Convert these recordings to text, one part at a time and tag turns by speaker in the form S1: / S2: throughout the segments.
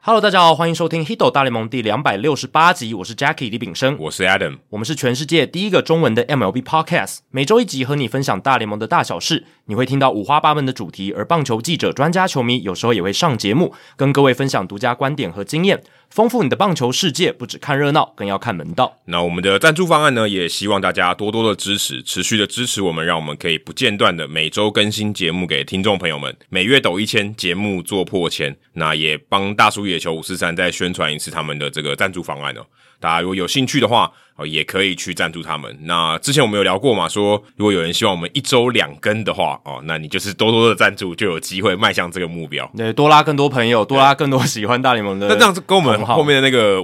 S1: Hello，大家好，欢迎收听《Hido 大联盟》第两百六十八集，我是 Jackie 李炳生，
S2: 我是 Adam，
S1: 我们是全世界第一个中文的 MLB Podcast，每周一集和你分享大联盟的大小事，你会听到五花八门的主题，而棒球记者、专家、球迷有时候也会上节目，跟各位分享独家观点和经验，丰富你的棒球世界，不只看热闹，更要看门道。
S2: 那我们的赞助方案呢，也希望大家多多的支持，持续的支持我们，让我们可以不间断的每周更新节目给听众朋友们，每月抖一千，节目做破千。那也帮大叔野球五四三再宣传一次他们的这个赞助方案哦。大家如果有兴趣的话，哦，也可以去赞助他们。那之前我们有聊过嘛，说如果有人希望我们一周两更的话，哦，那你就是多多的赞助，就有机会迈向这个目标。
S1: 对，多拉更多朋友，多拉更多喜欢大联盟的。
S2: 那这样子跟我们
S1: 同好
S2: 后面的那个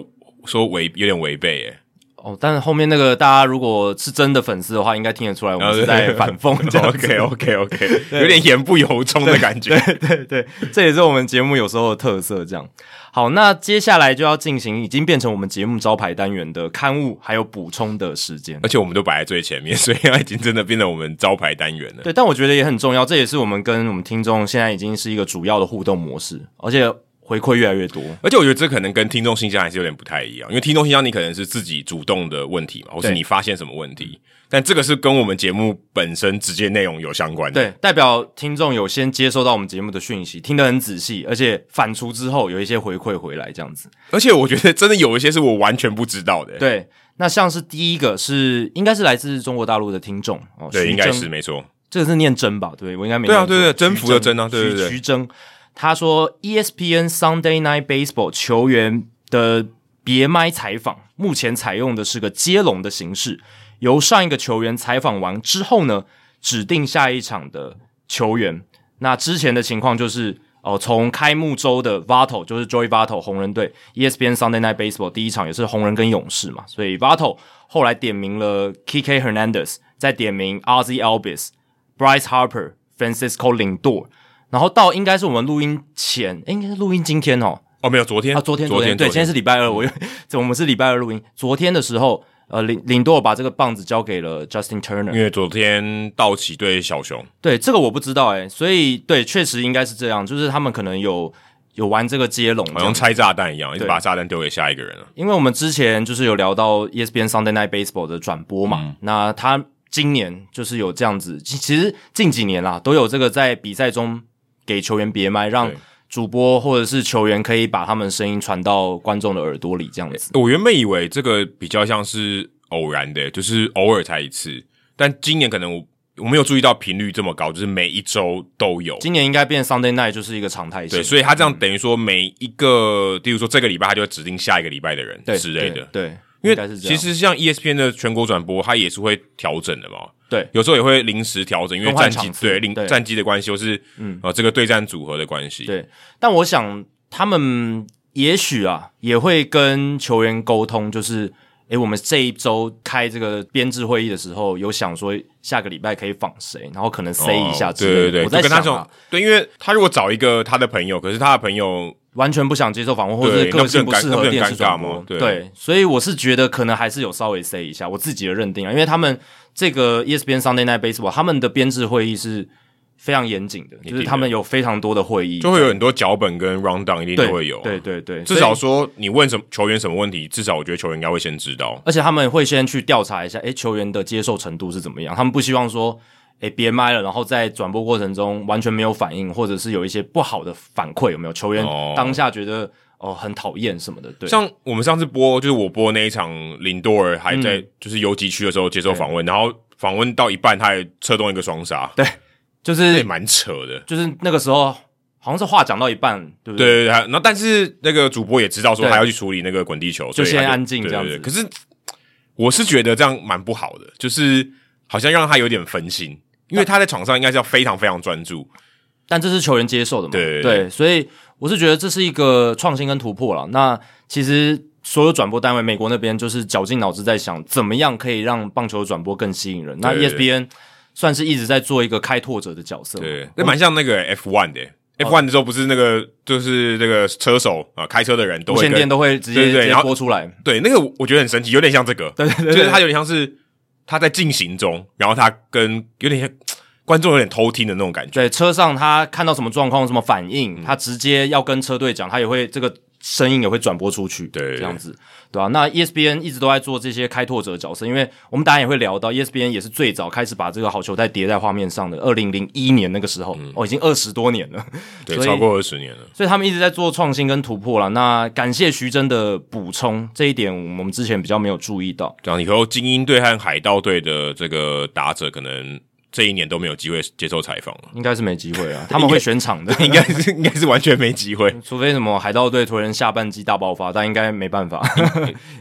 S2: 说违有点违背耶、
S1: 哦，但是后面那个大家如果是真的粉丝的话，应该听得出来我们是在反讽 这样子。
S2: OK OK OK，有点言不由衷的感觉。
S1: 对 对，这也是我们节目有时候的特色。这样，好，那接下来就要进行已经变成我们节目招牌单元的刊物还有补充的时间
S2: 而。且我们都摆在最前面，所以它已经真的变成我们招牌单元了。
S1: 对，但我觉得也很重要，这也是我们跟我们听众现在已经是一个主要的互动模式，而且回馈越来越多。
S2: 而且我觉得这可能跟听众信箱还是有点不太一样，因为听众信箱你可能是自己主动的问题嘛，或是
S1: 对
S2: 你发现什么问题，但这个是跟我们节目本身直接内容有相关的。
S1: 对，代表听众有先接收到我们节目的讯息，听得很仔细，而且反刍之后有一些回馈回来，这样子。
S2: 而且我觉得真的有一些是我完全不知道的。
S1: 对，那像是第一个是应该是来自中国大陆的听众哦，
S2: 对，
S1: 徐
S2: 应该
S1: 峥
S2: 是没错。
S1: 这个是念真吧？对，我应该没
S2: 对啊
S1: 念错
S2: 对对
S1: 徐
S2: 征服的征啊对对
S1: 徐
S2: 对
S1: 徐峥，他说，E ESPN Sunday Night Baseball 球员的别麦采访，目前采用的是个接龙的形式，由上一个球员采访完之后呢，指定下一场的球员。那之前的情况就是。哦，从开幕周的 Vato 就是 Joey Vato 红人队，E ESPN Sunday Night Baseball 第一场也是红人跟勇士嘛，所以 Vato 后来点名了 Kike Hernandez，再点名 RZ Albis，Bryce Harper、Francisco Lindor，然后到应该是我们录音前，诶应该是录音今天哦，
S2: 哦，没有，昨天嗯
S1: 啊，昨天
S2: 昨
S1: 天对，今天是礼拜二，我又 我们是礼拜二录音，昨天的时候，呃，林林多尔把这个棒子交给了 Justin Turner，
S2: 因为昨天道奇对小熊，
S1: 对，这个我不知道诶、所以对，确实应该是这样，就是他们可能有有玩这个接龙这样，
S2: 好像拆炸弹一样，一直
S1: 对
S2: 把炸弹丢给下一个人了。
S1: 因为我们之前就是有聊到 E ESPN Sunday Night Baseball 的转播嘛，
S2: 嗯
S1: 那他今年就是有这样子，其其实近几年啦都有这个在比赛中给球员别麦，让
S2: 对
S1: 主播或者是球员可以把他们声音传到观众的耳朵里，这样子。
S2: 我原本以为这个比较像是偶然的，就是偶尔才一次，但今年可能我我没有注意到频率这么高，就是每一周都有。
S1: 今年应该变 Sunday Night 就是一嗯个常态性，
S2: 对，所以他这样等于说每一个，例如说这个礼拜他就会指定下一个礼拜的人
S1: 对
S2: 之类的，
S1: 对，对
S2: 因
S1: 应该
S2: 为
S1: 是这
S2: 其
S1: 样
S2: 实像 E ESPN 的全国转播，它也是会调整的嘛。
S1: 对
S2: 有时候也会临时调整，因为
S1: 更换
S2: 战绩
S1: 场次
S2: 对临
S1: 对
S2: 战绩的关系，或是
S1: 嗯
S2: 呃这个对战组合的关系。
S1: 对，但我想他们也许啊也会跟球员沟通，就是诶，我们这一周开这个编制会议的时候，有想说下个礼拜可以访谁，然后可能 say 一下
S2: 哦
S1: 之类的。
S2: 对对对，
S1: 我在
S2: 就跟他
S1: 想、
S2: 这种
S1: 啊，
S2: 对，因为他如果找一个他的朋友，可是他的朋友
S1: 完全不想接受访问，或者是
S2: 对
S1: 个性适合电视转
S2: 那不是很尴尬
S1: 播
S2: 吗。对
S1: 所以我是觉得可能还是有稍微 say 一下我自己的认定啊，因为他们这个 E ESPN Sunday Night Baseball 他们的编制会议是非常严谨的，就是他们有非常多的会议，
S2: 就会有很多脚本跟 round down 一定
S1: 对
S2: 都会有啊、
S1: 对对对，
S2: 至
S1: 所以
S2: 少说你问什么球员什么问题，至少我觉得球员应该会先知道。
S1: 而且他们会先去调查一下，诶，球员的接受程度是怎么样。他们不希望说，诶，别麦了，然后在转播过程中完全没有反应，或者是有一些不好的反馈，有没有？球员
S2: 哦
S1: 当下觉得哦、很讨厌什么的，对，
S2: 像我们上次播，就是我播那一场，林多尔还在
S1: 嗯
S2: 就是游击区的时候接受访问，然后访问到一半，他还策动一个双杀，对，
S1: 就
S2: 这也
S1: 是
S2: 蛮扯的。
S1: 就是那个时候好像是话讲到一半，对不
S2: 对？对对，还然后但是那个主播也知道说
S1: 对
S2: 还要去处理那个滚地球，
S1: 就
S2: 所以
S1: 先
S2: 他
S1: 安静
S2: 对
S1: 这样
S2: 对对
S1: 子
S2: 可是我是觉得这样蛮不好的，就是好像让他有点分心，因为他在场上应该是要非常非常专注。
S1: 但这是球员接受的嘛？
S2: 对对对
S1: 对，所以我是觉得这是一个创新跟突破了。那其实所有转播单位，美国那边就是绞尽脑汁在想，怎么样可以让棒球转播更吸引人。那 E
S2: 对对
S1: ESPN 算是一直在做一个开拓者的角色嘛，
S2: 对，哦那蛮像那个 F one 的、F one 的时候不是那个就是那个车手啊、开车的人都
S1: 无
S2: 会
S1: 线电
S2: 跟
S1: 都会直接
S2: 对对对
S1: 直接
S2: 然后
S1: 播出来。
S2: 对那个我我觉得很神奇，有点像这个，
S1: 对对对
S2: 就是他有点像是他在进行中，然后他跟有点像观众有点偷听的那种感觉。嗯
S1: 对，车上他看到什么状况、什么反应，他直接要跟车队讲，他也会这个声音也会转播出去，
S2: 对
S1: 这样子，对吧、那 E ESPN 一直都在做这些开拓者角色，因为我们当然也会聊到，E ESPN 也是最早开始把这个好球带叠在画面上的，二零零一年那个时
S2: 嗯
S1: 候，哦，已经二十多年了，
S2: 对，
S1: 所以
S2: 超过二十年了。
S1: 所以他们一直在做创新跟突破了。那感谢徐峥的补充，这一点我们之前比较没有注意到。，
S2: 这样以后精英队和海盗队的这个打者，可能这一年都没有机会接受采访了
S1: 应该是没机会了，他们会选场的，
S2: 应该是 应该是完全没机 会，
S1: 除非什么海盗队突然下半季大爆发，但应该没办法。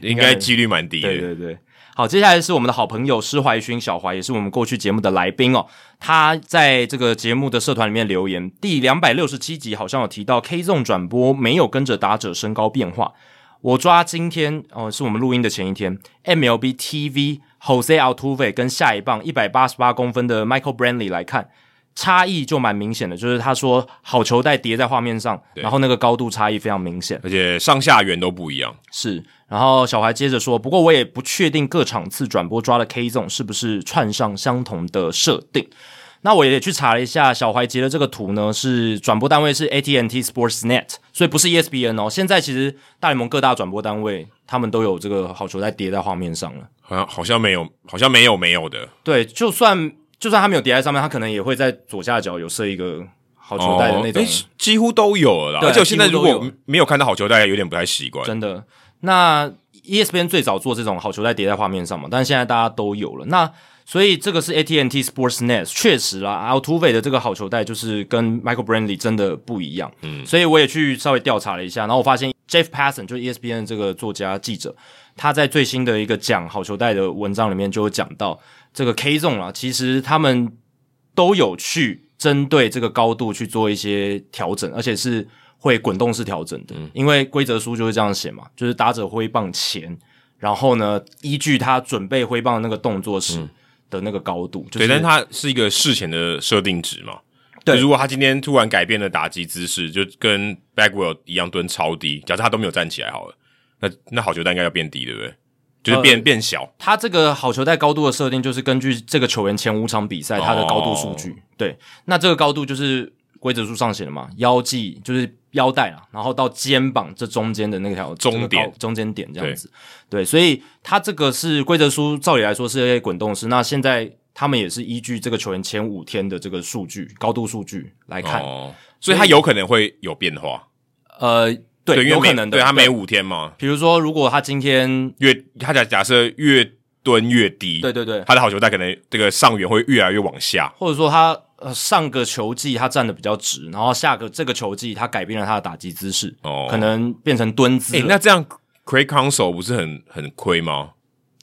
S2: 应该几率蛮低
S1: 对对
S2: 的。
S1: 对，好，接下来是我们的好朋友施怀勋小怀，也是我们过去节目的来宾哦。他在这个节目的社团里面留言，第两百六十七集好像有提到 K Zone 转播没有跟着打者身高变化。我抓今天哦，是我们录音的前一天，MLB TV Jose Altuve 跟下一棒一百八十八公分的 Michael Brantley 来看。差异就蛮明显的，就是他说好球带叠在画面上，然后那个高度差异非常明显。
S2: 而且上下缘都不一样，
S1: 是，然后小孩接着说，不过我也不确定各场次转播抓的 K zone 是不是串上相同的设定。那我也去查了一下，小怀截的这个图呢，是转播单位是 AT&T Sportsnet，所以不是 ESPN 哦。现在其实大联盟各大转播单位他们都有这个好球在叠在画面上了。
S2: 好像好像没有，好像没有没有的。
S1: 对，就算就算他没有叠在上面，他可能也会在左下角有设一个好球带的那种。
S2: 哦诶几乎都有了啦。
S1: 对
S2: 而且我现在如
S1: 几乎都
S2: 果
S1: 有
S2: 没有看到好球，大家有点不太习惯。
S1: 真的。那 E ESPN 最早做这种好球带叠在画面上嘛，但是现在大家都有了。那所以这个是 AT&T Sportsnet，确实啦，Altuve 的这个好球带就是跟 Michael Brantley 真的不一样。嗯，所以我也去稍微调查了一下，然后我发现 Jeff Passan 就是 E ESPN 这个作家记者，他在最新的一个讲好球带的文章里面就有讲到这个 K zone 啦，其实他们都有去针对这个高度去做一些调整，而且是会滚动式调整的，
S2: 嗯
S1: 因为规则书就是这样写嘛，就是打者挥棒前，然后呢，依据他准备挥棒的那个动作时的那个高度，就
S2: 嗯
S1: 是
S2: 对，但它是一个事前的设定值嘛。
S1: 对
S2: 就如果他今天突然改变了打击姿势，就跟 Bagwell 一样蹲超低，假设他都没有站起来好了，那那好球带应该要变低，对不对？就是
S1: 呃
S2: 变、变小，
S1: 他这个好球带高度的设定，就是根据这个球员前五场比赛他的高度数
S2: 哦
S1: 据。对，那这个高度就是规则书上写的嘛，腰际就是腰带啊，然后到肩膀这中间的那条
S2: 终点
S1: 这个高中间点这样子。对，所以他这个是规则书，照理来说是滚动式。那现在他们也是依据这个球员前五天的这个数据高度数据来看，
S2: 哦，所以他有可能会有变化。
S1: 呃，对，
S2: 因为
S1: 有
S2: 每
S1: 可能的。
S2: 对他每
S1: 对，
S2: 五天嘛，
S1: 比如说如果他今天，
S2: 越他假假设越蹲越低，
S1: 对对对，
S2: 他的好球带可能这个上缘会越来越往下。
S1: 或者说他呃上个球季他站的比较直，然后下个这个球季他改变了他的打击姿势，
S2: 哦
S1: 可能变成蹲姿
S2: 诶、
S1: 了、
S2: 哎那这样 Craig Council 不是很很亏吗？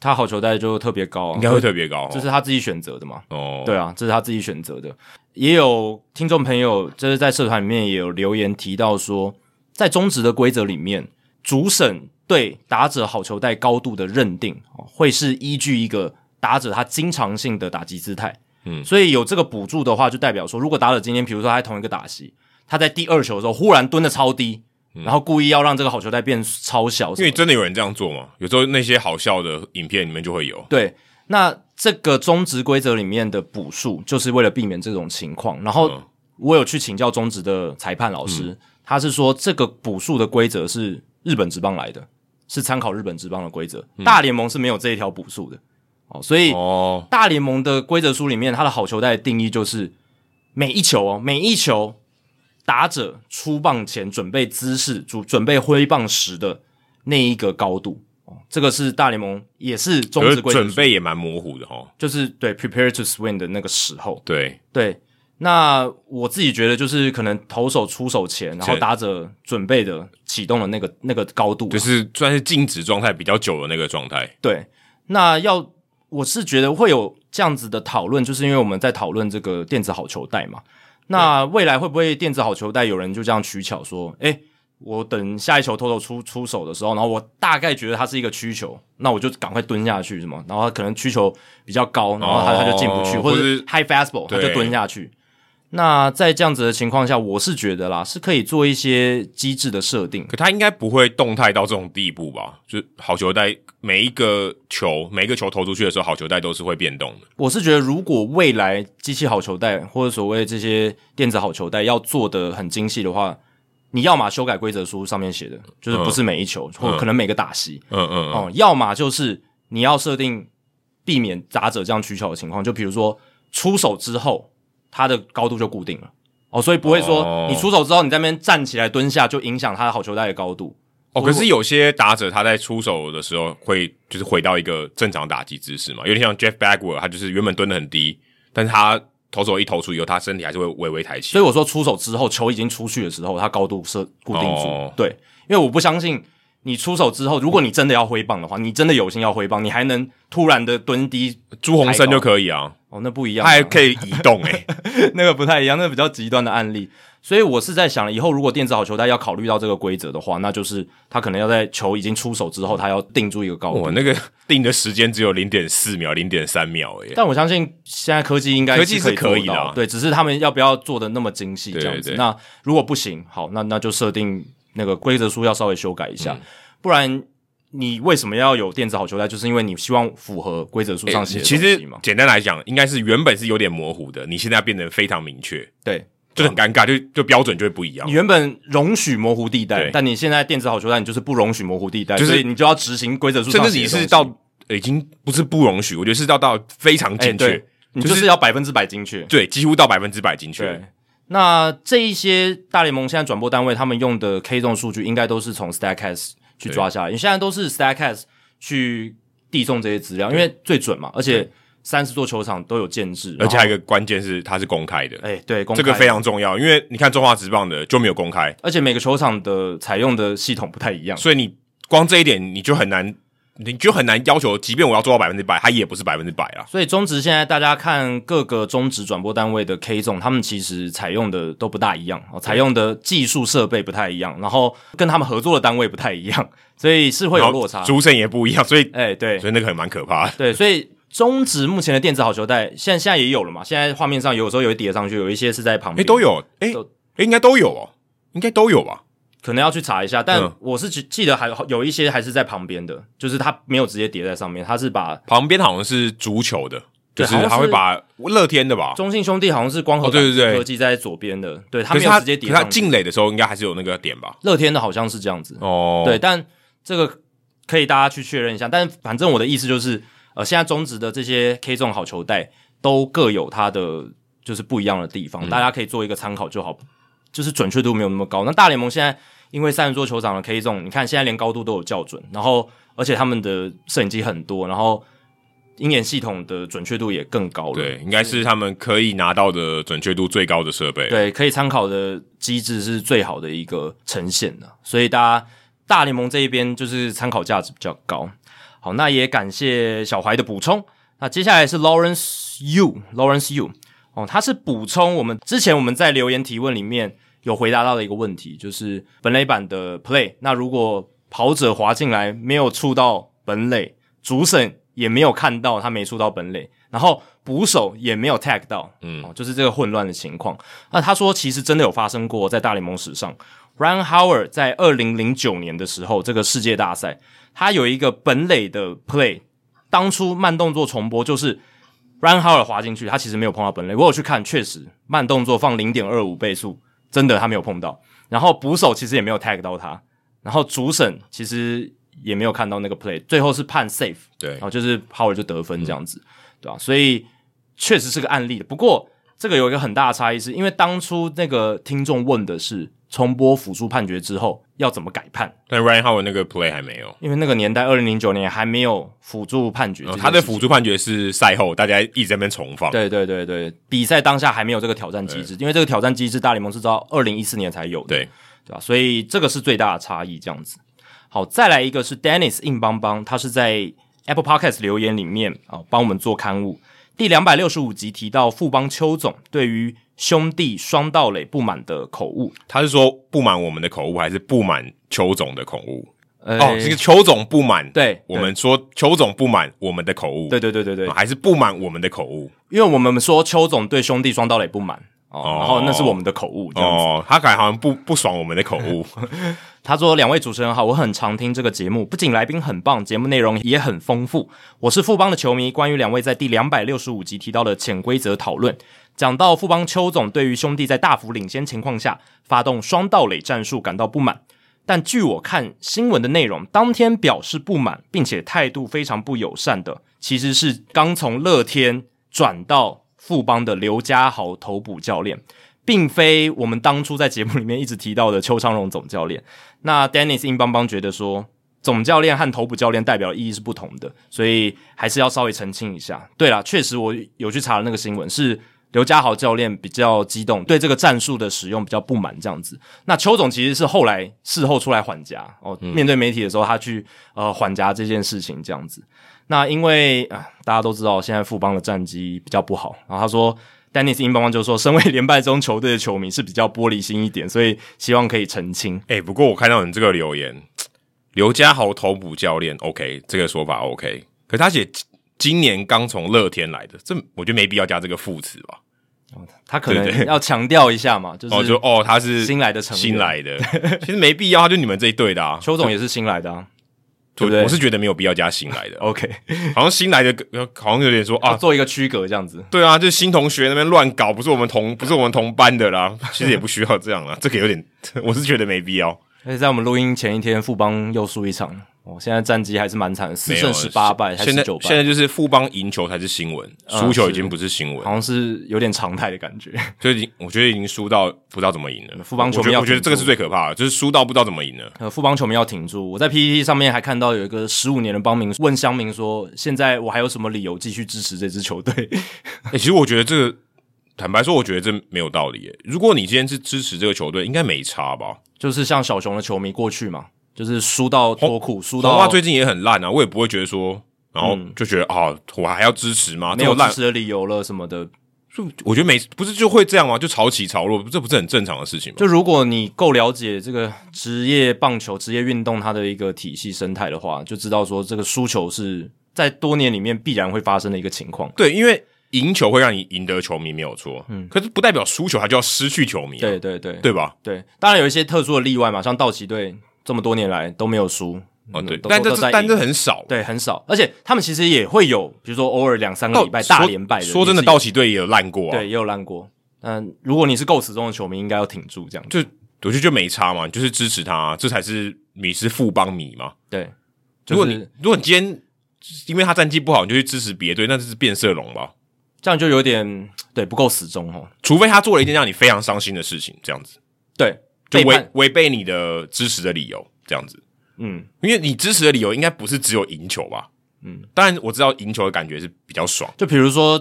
S1: 他好球带就特别高、啊，
S2: 应该会特别高哦，
S1: 这是他自己选择的嘛？
S2: 哦，
S1: 对啊，这是他自己选择的。也有听众朋友就是在社团里面也有留言提到说，在中职的规则里面，主审对打者好球带高度的认定哦会是依据一个打者他经常性的打击姿态。
S2: 嗯
S1: 所以有这个补助的话，就代表说，如果打者今天比如说他在同一个打席，他在第二球的时候忽然蹲的超低，然后故意要让这个好球带变超小什
S2: 嗯
S1: 么的，
S2: 因为真的有人这样做嘛，有时候那些好笑的影片里面就会有。
S1: 对，那这个中职规则里面的补数，就是为了避免这种情况。然后
S2: 嗯
S1: 我有去请教中职的裁判老师，他是说这个补数的规则是日本职棒来的，是参考日本职棒的规则，大联盟是没有这一条补数的哦，所以
S2: 哦，
S1: 大联盟的规则书里面，它的好球带的定义就是每一球哦，每一球打者出棒前准备姿势、准准备挥棒时的那一个高度哦，这个是大联盟也是中
S2: 可
S1: 职
S2: 是
S1: 规则
S2: 准
S1: 书，
S2: 备也蛮模糊的哦。
S1: 就是对 prepare to swing 的那个时候。
S2: 对，
S1: 对，那我自己觉得就是可能投手出手前，然后
S2: 是
S1: 打者准备的启动的那个那个高度啊，
S2: 就是算是静止状态比较久的那个状态。
S1: 对，那要我是觉得会有这样子的讨论，就是因为我们在讨论这个电子好球带嘛。那未来会不会电子好球带有人就这样取巧说，诶、我等下一球投手出出手的时候，然后我大概觉得它是一个曲球，那我就赶快蹲下去，什么，然后他可能曲球比较高，然后他、他就进不去，
S2: 哦
S1: 或者
S2: 或
S1: 是
S2: 是
S1: high fastball，他
S2: 对
S1: 就蹲下去。那在这样子的情况下，我是觉得啦，是可以做一些机制的设定，
S2: 可他应该不会动态到这种地步吧？就是好球带每一个球每一个球投出去的时候，好球带都是会变动的。
S1: 我是觉得，如果未来机器好球带或者所谓这些电子好球带要做的很精细的话，你要么修改规则书上面写的，就是不是每一球，或可能每个打席
S2: 嗯嗯嗯
S1: 哦、要么就是你要设定避免打者这样取巧的情况，就比如说出手之后，他的高度就固定了。哦，所以不会
S2: 哦
S1: 说你出手之后，你在那边站起来蹲下就影响他的好球带的高度。
S2: 哦，可是有些打者他在出手的时候会就是回到一个正常打击姿势嘛，有点像 Jeff Bagwell，他就是原本蹲的很低，但是他投手一投出以后，他身体还是会微微抬起
S1: 所。以我说出手之后，球已经出去的时候，它高度是固定住。
S2: 哦
S1: 对，因为我不相信你出手之后，如果你真的要挥棒的话，你真的有心要挥棒，你还能突然的蹲低，
S2: 朱红生就可以啊，
S1: 哦，那不一
S2: 他
S1: 样、
S2: 还可以移动哎 诶、
S1: 那个不太一样，那个比较极端的案例。所以我是在想，以后如果电子好球带要考虑到这个规则的话，那就是他可能要在球已经出手之后，他要定住一个高度。
S2: 我那个定的时间只有零点四秒、零点三秒哎诶、
S1: 但我相信现在科技应该
S2: 科技是
S1: 是
S2: 可以
S1: 做到
S2: 的啊
S1: 对，只是他们要不要做的那么精细
S2: 对
S1: 这样子。
S2: 对
S1: 那如果不行，好，那那就设定那个规则书要稍微修改一
S2: 嗯
S1: 下，不然你为什么要有电子好球带？就是因为你希望符合规则书上写的
S2: 其
S1: 东
S2: 实
S1: 西嘛。
S2: 简单来讲，应该是原本是有点模糊的，你现在变得非常明确，
S1: 对，
S2: 就很尴尬，就就标准就会不一样
S1: 嗯你。原本容许模糊地带
S2: 哦对，
S1: 但你现在电子好球带你就是不容许模糊地带，
S2: 就是
S1: 所以你就要执行规则书
S2: 甚
S1: 上
S2: 至
S1: 写
S2: 你
S1: 的东西。
S2: 是到已经不是不容许，我觉得是到到非常
S1: 哎，
S2: 精确，
S1: 对，你就是要百分之百精确。
S2: 对，几乎到百分之百精
S1: 对
S2: 确。，
S1: 那这一些大联盟现在转播单位他们用的 K 中数据，应该都是从 Statcast 去抓下来，因为现在都是 Statcast 去递送这些资料，因为最准嘛，而且三十座球场都有建制，
S2: 而且还有一
S1: 个
S2: 个关键是它是公开的，
S1: 哎、对，公开
S2: 这个非，常重要，因为你看中华职棒的就没有公开，
S1: 而且每个球场的采用的系统不太一样，
S2: 所以你光这一点你就很难，你就很难要求，即便我要做到百分之百，它也不是百分之百啊。
S1: 所以中职现在大家看各个中职转播单位的 K 中，他们其实采用的都不大一样，哦，采用的技术设备不太一样，然后跟他们合作的单位不太一样，所以是会有
S2: 然
S1: 落
S2: 后
S1: 差。
S2: 主审也不一样，所以
S1: 哎、对，
S2: 所以那个很蛮可怕的。
S1: 对，所以中职目前的电子好球带，现在现在也有了嘛？现在画面上有时候有叠上去，有一些是在旁
S2: 哎、
S1: 边，
S2: 都，有，哎、诶
S1: 都
S2: 应该都有哦，应该都有吧？
S1: 可能要去查一下。但
S2: 嗯
S1: 我是只记得还有一些还是在旁边的，就是它没有直接叠在上面，它是把
S2: 旁边好像是足球的，就
S1: 对
S2: 是
S1: 好像
S2: 他会
S1: 是
S2: 把乐天的吧，
S1: 中信兄弟好像是光合
S2: 哦对对对
S1: 科技在左边的，对，它
S2: 可
S1: 没
S2: 是
S1: 有
S2: 他
S1: 直接
S2: 可
S1: 叠
S2: 是他
S1: 上去。
S2: 进垒的时候应该还是有那个点吧？
S1: 乐天的好像是这样子，
S2: 哦，
S1: 对，，但这个可以大家去确认一下。但反正我的意思就是，呃，现在中职的这些 K 中好球带都各有它的就是不一样的地方，大家可以做一个参考就好。就是准确度没有那么高。那大联盟现在因为三十座球场的 K 中，你看现在连高度都有校准，然后而且他们的摄影机很多，然后鹰眼系统的准确度也更高了。
S2: 对，应该是他们可以拿到的准确度最高的设备。，
S1: 对，可以参考的机制是最好的一个呈现的，所以大家大联盟这一边就是参考价值比较高。好，那也感谢小怀的补充。那接下来是 Lawrence U，Lawrence U，哦，他是补充我们之前我们在留言提问里面有回答到的一个问题，就是本垒板的 play。那如果跑者滑进来没有触到本垒，主审也没有看到他没触到本垒，然后捕手也没有 tag 到，嗯、哦，就是这个混乱的情况。那他说，其实真的有发生过在大联盟史上，Ryan Howard 在二零零九年的时候，这个世界大赛，他有一个本垒的 play，当初慢动作重播就是 Ryan Howard 滑进去，他其实没有碰到本垒。我有去看，确实慢动作放零点二五倍速，真的他没有碰到。然后捕手其实也没有 tag 到他，然后主审其实也没有看到那个 play，最后是判 safe，
S2: 对
S1: 然后哦就是 Howard 就得分这样子，对吧、所以确实是个案例的。不过这个有一个很大的差异是，因为当初那个听众问的是重播辅助判决之后要怎么改判，
S2: 但 Ryan Howard 那个 play 还没有。
S1: 因为那个年代二零零九年还没有辅助判决这
S2: 然
S1: 件事情、
S2: 后哦他的辅助啊判决是赛后，大家一直在那边重放。
S1: 对对对对，比赛当下还没有这个挑战机制，因为这个挑战机制大联盟是到二零一四年才有的，
S2: 对
S1: 对吧、所以这个是最大的差异，这样子。好，再来一个是 Dennis 硬邦邦，他是在 Apple Podcast 留言里面啊、帮我们做刊物。第两百六十五集提到富邦邱总对于兄弟双盗垒不满的口误，
S2: 他是说不满我们的口误，还是不满邱总的口误？
S1: 呃
S2: 哦，这个邱总不满，
S1: 对
S2: 我们说邱总不满我们的口误，
S1: 对对对对对
S2: 哦，还是不满我们的口误？
S1: 因为我们说邱总对兄弟双盗垒不满哦，
S2: 哦
S1: 然后那是我们的口误，这样子。
S2: 哦，他感觉好像不不爽我们的口 误，
S1: 他说：“两位主持人好，我很常听这个节目，不仅来宾很棒，节目内容也很丰富。我是富邦的球迷，关于两位在第两百六十五集提到的潜规则讨论，讲到富邦邱总对于兄弟在大幅领先情况下发动双盗垒战术感到不满，但据我看新闻的内容，当天表示不满并且态度非常不友善的，其实是刚从乐天转到富邦的刘家豪投捕教练，并非我们当初在节目里面一直提到的邱昌荣总教练。那 Dennis 硬邦邦觉得说，总教练和头部教练代表意义是不同的，所以还是要稍微澄清一下。对啦，确实我有去查了那个新闻，是刘家豪教练比较激动，对这个战术的使用比较不满这样子。那邱总其实是后来事后出来缓颊哦，面对媒体的时候他去呃缓颊这件事情这样子。那因为啊，大家都知道现在富邦的战绩比较不好，然后他说。丹尼斯英邦邦就说，身为联败中球队的球迷是比较玻璃心一点，所以希望可以澄清。
S2: 哎、不过我看到你这个留言，刘家豪投捕教练，OK，这个说法 OK。可是他写今今年刚从乐天来的，这我觉得没必要加这个副词吧。
S1: 他可
S2: 对
S1: 能
S2: 对
S1: 要强调一下嘛，就是
S2: 哦，就哦，他是
S1: 新来的成员
S2: 新来 的，其实没必要，他就你们这一队的啊。
S1: 邱总也是新来的啊。对
S2: 就，
S1: 不对
S2: 我是觉得没有必要加新来的，
S1: OK，
S2: 好像新来的呃好像有点说啊，
S1: 做一个区隔这样子。
S2: 对啊，就是新同学那边乱搞，不是我们同 不是我们同班的啦，其实也不需要这 样啦，这个有点， 我是觉得没必要。
S1: 而且在我们录音前一天，富邦又输一场，哦，现在战绩还是蛮惨的，四胜十八败，还
S2: 现
S1: 是
S2: 在
S1: 九败，
S2: 现在就是富邦赢球才是新闻，输球已经不是新闻，
S1: 好像是有点常态的感觉。
S2: 所以已经我觉得已经输到不知道怎么赢了。
S1: 富邦球
S2: 我
S1: 迷
S2: 觉
S1: 要
S2: 得我觉得
S1: 挺住
S2: 这个是最可怕的，就是输到不知道怎么赢了。
S1: 呃，富邦球迷要挺住。我在 PPT 上面还看到有一个十五年的邦民问乡民说：“现在我还有什么理由继续支持这支球队
S2: 哎、其实我觉得这个，坦白说，我觉得这没有道理耶。欸如果你今天是支持这个球队，应该没差吧？？”
S1: 就是像小熊的球迷过去嘛，就是输到脱裤，输
S2: 红
S1: 到
S2: 袜最近也很烂啊，我也不会觉得说，然后就觉得、啊，我还要支持吗？
S1: 嗯没
S2: 这
S1: 有
S2: 么
S1: 支
S2: 烂，
S1: 持的理由了什么的，
S2: 我觉得没不是就会这样吗？就潮起潮落，这不是很正常的事情吗？
S1: 就如果你够了解这个职业棒球、职业运动它的一个体系生态的话，就知道说这个输球是在多年里面必然会发生的一个情况。
S2: 对，因为赢球会让你赢得球迷没有错，嗯，可是不代表输球他就要失去球迷、啊，
S1: 对对对
S2: 对吧？
S1: 对当然有一些特殊的例外嘛，像道奇队这么多年来都没有输
S2: 啊，对
S1: 嗯，都
S2: 但
S1: 都
S2: 这
S1: 在
S2: 是
S1: 赢
S2: 但这很少。
S1: 对很少，而且他们其实也会有，比如说偶尔两三个
S2: 到
S1: 礼拜大连败的，
S2: 说说真的，
S1: 也是有
S2: 道奇队也有烂过啊，
S1: 对也有烂过。嗯，如果你是够死忠的球迷，应该要挺住这样。
S2: 就我觉得就没差嘛，就是支持他、啊，这才是你是富邦迷嘛。
S1: 对，就
S2: 如果你
S1: 是
S2: 如果你今天因为他战绩不好，你就去支持别队，那这是变色龙吧？
S1: 这样就有点对不够死忠哦。
S2: 除非他做了一件让你非常伤心的事情，这样子
S1: 对，
S2: 就
S1: 背
S2: 违
S1: 叛，
S2: 违背你的支持的理由，这样子。
S1: 嗯，
S2: 因为你支持的理由应该不是只有赢球吧？嗯，当然我知道赢球的感觉是比较爽，
S1: 就比如说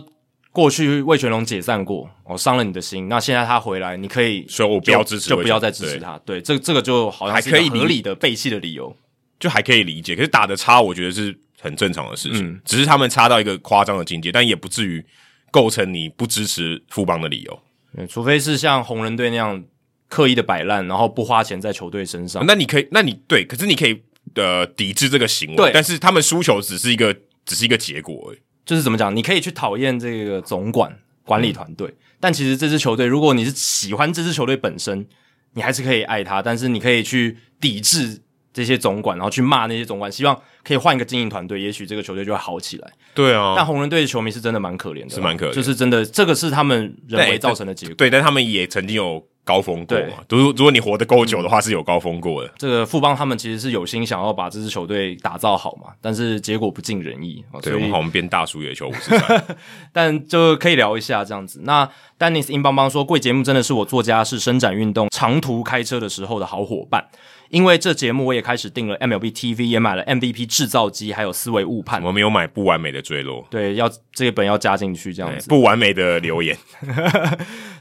S1: 过去魏全龙解散过，哦，伤了你的心，那现在他回来，你可以
S2: 所以我不
S1: 就
S2: 要支持
S1: 就
S2: 魏
S1: 不要
S2: 全
S1: 再
S2: 龙
S1: 支持
S2: 对
S1: 他。对，这这个就好像
S2: 还
S1: 是一个
S2: 可以理
S1: 合理的背弃的理由。
S2: 就还可以理解。可是打的差，我觉得是很正常的事情，
S1: 嗯
S2: 只是他们差到一个夸张的境界，但也不至于构成你不支持富邦的理由。
S1: 对除非是像红人队那样刻意的摆烂，然后不花钱在球队身上。
S2: 那你可以，那你对，可是你可以呃抵制这个行为，
S1: 对
S2: 但是他们输球只是一个只是一个结果而已。
S1: 就是怎么讲，你可以去讨厌这个总管管理团队，
S2: 嗯
S1: 但其实这支球队，如果你是喜欢这支球队本身，你还是可以爱他，但是你可以去抵制这些总管，然后去骂那些总管，希望可以换一个经营团队，也许这个球队就会好起来。
S2: 对
S1: 但
S2: 啊，
S1: 红人队的球迷是真的蛮可怜的啦，
S2: 是蛮可怜
S1: 就是真的，这个是他们人为造成的结果。
S2: 对，但他们也曾经有高峰过
S1: 对嗯
S2: 嘛。如如果你活得够久的话，是有高峰过的。
S1: 这个富邦他们其实是有心想要把这支球队打造好嘛，但是结果不尽人意，啊
S2: 对，
S1: 所
S2: 我
S1: 以
S2: 们好像变大叔野球五十三，
S1: 但就可以聊一下这样子。那丹尼斯英邦邦说，贵节目真的是我做家事、伸展运动、长途开车的时候的好伙伴。因为这节目，我也开始订了 MLB TV，也买了 MVP 制造机，还有思维误
S2: 我
S1: 判。
S2: 们没有买不完美的坠落，
S1: 对，要这一本要加进去这样
S2: 哎
S1: 子，
S2: 不完美的留言。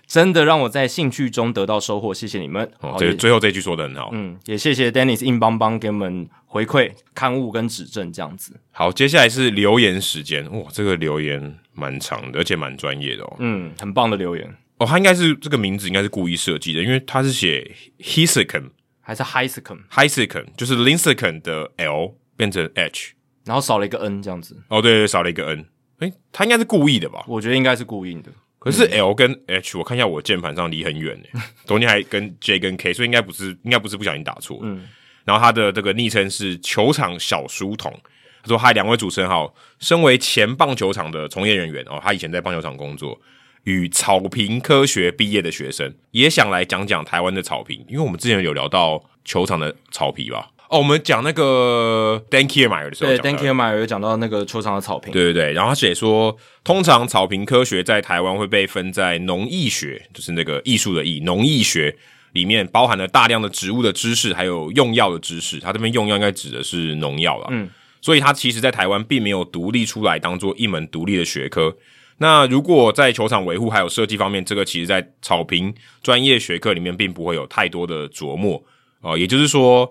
S1: 真的让我在兴趣中得到收获，谢谢你们。
S2: 哦，
S1: 好
S2: 对，
S1: 也
S2: 最后这句说的很好。
S1: 嗯，也谢谢 Dennis 硬邦邦给我们回馈、刊物跟指正这样子。
S2: 好，接下来是留言时间。哇，这个留言蛮长的，而且蛮专业的哦。
S1: 嗯，很棒的留言，
S2: 哦，他应该是这个名字应该是故意设计的，因为他是写 Hisican
S1: 还是 h i s c o m
S2: Hisican，就是 Linsican 的 L 变成 H。
S1: 然后少了一个 N 这样子，
S2: 哦，对对，少了一个 N。诶、他应该是故意的吧？
S1: 我觉得应该是故意的。
S2: 可是 L 跟 H，我看一下我键盘上离很远 诶，中间还跟 J 跟 K，所以应该不是，应该不是不小心打错。嗯，然后他的这个昵称是球场小书童，他说：“嗨，两位主持人好，身为前棒球场的从业人员哦，他以前在棒球场工作。”与草坪科学毕业的学生，也想来讲讲台湾的草坪，因为我们之前有聊到球场的草皮吧。哦，我们讲那个 Dan Kiermaier 的时候
S1: 对
S2: 讲到的，
S1: ，Thank you, m y 有讲到那个球场的草坪，
S2: 对对对，然后他写说，通常草坪科学在台湾会被分在农艺学，就是那个艺术的艺，农艺学里面包含了大量的植物的知识，还有用药的知识。他这边用药应该指的是农药啦。嗯，所以它其实在台湾并没有独立出来当做一门独立的学科。那如果在球场维护还有设计方面，这个其实在草坪专业学科里面并不会有太多的琢磨。哦、也就是说，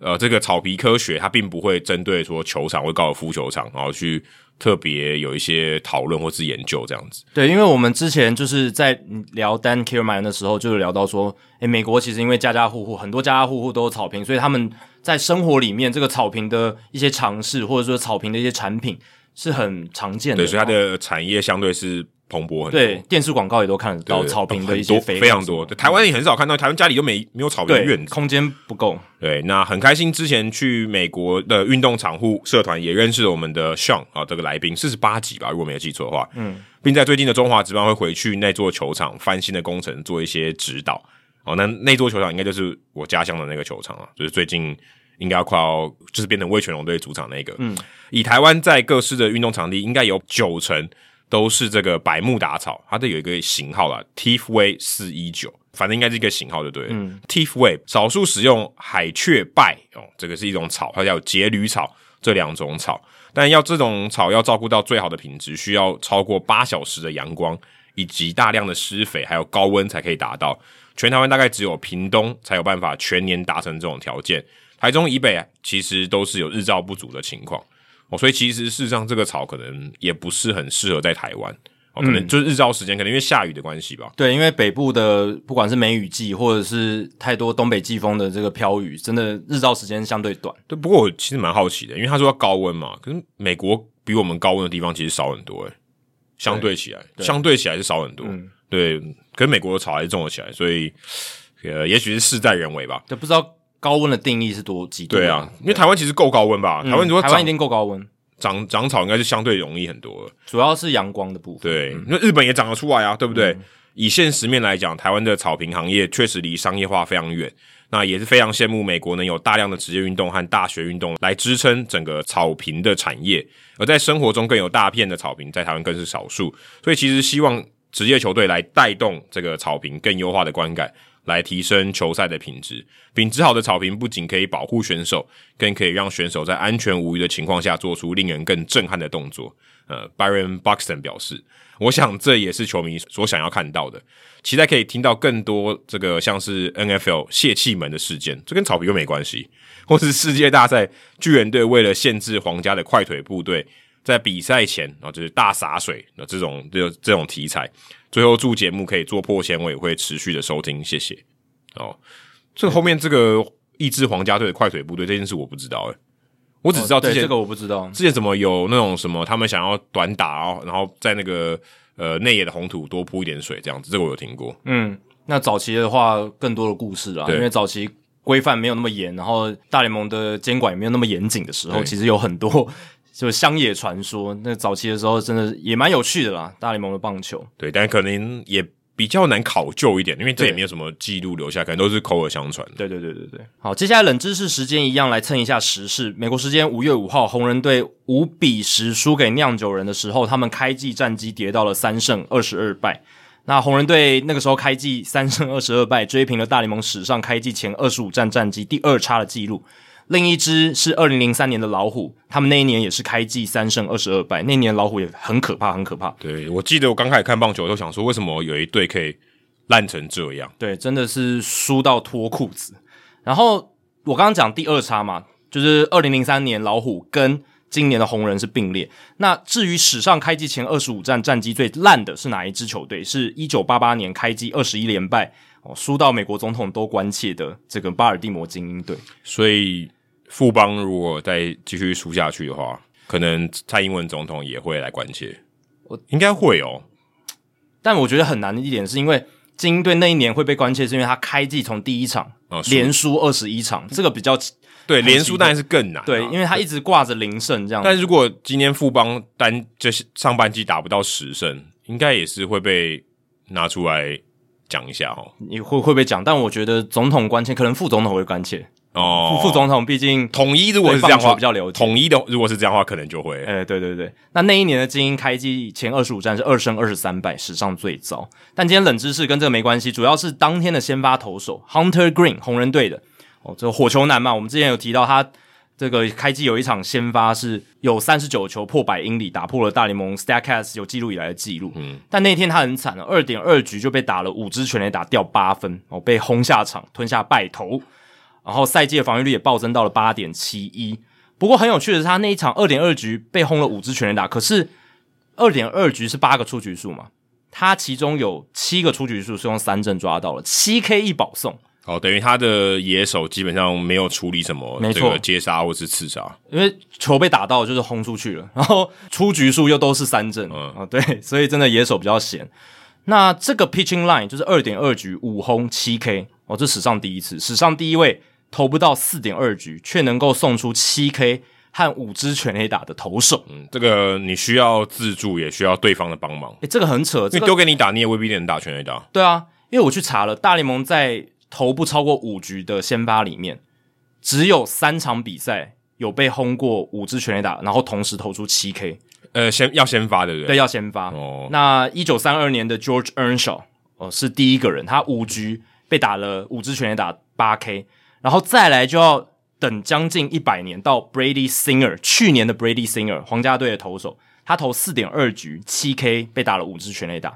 S2: 呃，这个草皮科学它并不会针对说球场或高尔夫球场，然后去特别有一些讨论或是研究这样子。
S1: 对，因为我们之前就是在聊 Dan k i e r m a n 的时候，就是聊到说，诶，美国其实因为家家户户很多家家户户都有草坪，所以他们在生活里面这个草坪的一些尝试，或者说草坪的一些产品是很常见的。哦
S2: 对，所以它的产业相对是蓬勃很多。
S1: 对电视广告也都看得
S2: 对，
S1: 到草坪的一些
S2: 很多
S1: 肥
S2: 非常多，对台湾也很少看到，台湾家里都没没有草坪的
S1: 对
S2: 院子。
S1: 空间不够，
S2: 对，那很开心，之前去美国的运动场户社团也认识了我们的 Sean 啊，这个来宾四十八集吧，如果没有记错的话，嗯，并在最近的中华职棒会回去那座球场翻新的工程做一些指导。哦，那那座球场应该就是我家乡的那个球场啊，就是最近应该要快要就是变成味全龙队主场那个。嗯，以台湾在各式的运动场地，应该有九成都是这个百慕达草，它的有一个型号啦 t i f w a y 四一九，反正应该是一个型号就对了。t i f w a y 少数使用海雀拜哦，这个是一种草，它叫节吕草这两种草，但要这种草要照顾到最好的品质，需要超过八小时的阳光以及大量的施肥，还有高温才可以达到。全台湾大概只有屏东才有办法全年达成这种条件，台中以北啊其实都是有日照不足的情况。哦，所以其实事实上这个草可能也不是很适合在台湾，哦，可能就是日照时间，可能因为下雨的关系吧。
S1: 对，因为北部的不管是梅雨季，或者是太多东北季风的这个飘雨，真的日照时间相对短。
S2: 对，不过我其实蛮好奇的，因为他说要高温嘛，可是美国比我们高温的地方其实少很多、欸，相对起来，相对起来是少很多，对，可是美国的草还是种得起来，所以呃，也许是事在人为吧。
S1: 对，不知道高温的定义是多几度？
S2: 对啊，，因为台湾其实够高温吧？台湾如果
S1: 嗯台湾
S2: 长
S1: 一定够高温，
S2: 长长草，应该是相对容易很多了。
S1: 主要是阳光的部分。嗯
S2: 对，那、日本也长得出来啊，对不对？以现实面来讲，台湾的草坪行业确实离商业化非常远。那也是非常羡慕美国能有大量的职业运动和大学运动来支撑整个草坪的产业，而在生活中更有大片的草坪，在台湾更是少数。所以其实希望职业球队来带动这个草坪更优化的观感，来提升球赛的品质。品质好的草坪不仅可以保护选手，更可以让选手在安全无虞的情况下做出令人更震撼的动作。呃，Byron Buxton 表示，我想这也是球迷所想要看到的，期待可以听到更多这个像是 NFL 泄气门的事件，这跟草皮又没关系，或是世界大赛巨人队为了限制皇家的快腿部队，在比赛前啊、哦就是大洒水那这种这这种题材，最后祝节目可以做破千，我也会持续的收听，谢谢。哦，这个后面这个抑制皇家队的快腿部队这件事我不知道诶、欸我只知道
S1: 哦
S2: 之
S1: 对
S2: 前、
S1: 这个我不知道。
S2: 之前怎么有那种什么，他们想要短打，然后然后在那个呃内野的红土多铺一点水这样子，这个我有听过。
S1: 嗯，那早期的话，更多的故事啦，
S2: 对
S1: 因为早期规范没有那么严，然后大联盟的监管也没有那么严谨的时候，
S2: 对
S1: 其实有很多 就是乡野传说。那早期的时候，真的也蛮有趣的啦，大联盟的棒球。
S2: 对，但可能也比较难考究一点，因为这也
S1: 对
S2: 没有什么记录留下，可能都是口耳相传的。
S1: 对对对对对，好，接下来冷知识时间一样来蹭一下时事。美国时间五月五号，红人队五比十输给酿酒人的时候，他们开季战绩跌到了三胜二十二败。那红人队那个时候开季三胜二十二败，追平了大联盟史上开季前二十五战战绩第二差的记录。另一支是二零零三年的老虎，他们那一年也是开季三胜二十二败，那年老虎也很可怕，很可怕。
S2: 对，我记得我刚开始看棒球，都想说为什么有一队可以烂成这样？
S1: 对，真的是输到脱裤子。然后我刚刚讲第二差嘛，就是二零零三年老虎跟今年的红人是并列。那至于史上开季前二十五战战绩最烂的是哪一支球队？是一九八八年开季二十一连败，哦，输到美国总统都关切的这个巴尔的摩精英队。
S2: 所以富邦如果再继续输下去的话，可能蔡英文总统也会来关切。我应该会哦，
S1: 但我觉得很难的一点是因为精英队那一年会被关切，是因为他开季从第一场、
S2: 哦输
S1: 连输二十一场，这个比较
S2: 对，连
S1: 奇
S2: 输
S1: 怪
S2: 当然是更难啊、
S1: 对，因为他一直挂着零胜这样子。
S2: 但如果今天富邦单就是上半季打不到十胜，应该也是会被拿出来讲一下哦。
S1: 你会会不会讲？但我觉得总统关切，可能副总统会关切。
S2: 哦，
S1: 副总统毕竟，
S2: 统一如果是这样的
S1: 对棒
S2: 话
S1: 球比较了解
S2: 统一的如果是这样的话，可能就会。
S1: 呃，对对对。那那一年的精英开季前二十五战是二胜二十三败，史上最糟。但今天冷知识跟这个没关系，主要是当天的先发投手 Hunter Green 红人队的哦，这个火球男嘛，我们之前有提到他。这个开季有一场先发是有三十九球破百英里，打破了大联盟 Statcast 有记录以来的记录。嗯，但那天他很惨了，二点二局就被打了五支全垒打，掉八分，哦，被轰下场，吞下败投。然后赛季的防御率也暴增到了八点七一。不过很有趣的是，他那一场二点二局被轰了五支全垒打，可是二点二局是八个出局数嘛，他其中有七个出局数是用三振抓到了，七 K 一保送。
S2: 哦，等于他的野手基本上没有处理什么
S1: 没
S2: 这
S1: 错
S2: 个接杀或是刺杀，
S1: 因为球被打到就是轰出去了，然 后出局数又都是三振，
S2: 嗯
S1: 啊、对，所以真的野手比较闲。那这个 pitching line 就是二点二局五轰七 K，哦，这史上第一次，史上第一位投不到四点二局却能够送出七 K 和五支全垒打的投手，诶、
S2: 嗯，这个你需要自助，也需要对方的帮忙，
S1: 这个很扯，这
S2: 因为
S1: 个
S2: 丢给你打，你也未必能打全垒打。
S1: 对啊，因为我去查了，大联盟在投不超过五局的先发里面，只有三场比赛有被轰过五支全垒打，然后同时投出七 K，
S2: 呃，先要先发，对不对？
S1: 对，要先发。
S2: 哦
S1: 那一九三二年的 George Earnshaw 哦是第一个人，他五局被打了五支全垒打八 K，然后再来就要等将近一百年到 Brady Singer 去年的 Brady Singer 皇家队的投手，他投四点二局七 K 被打了五支全垒打，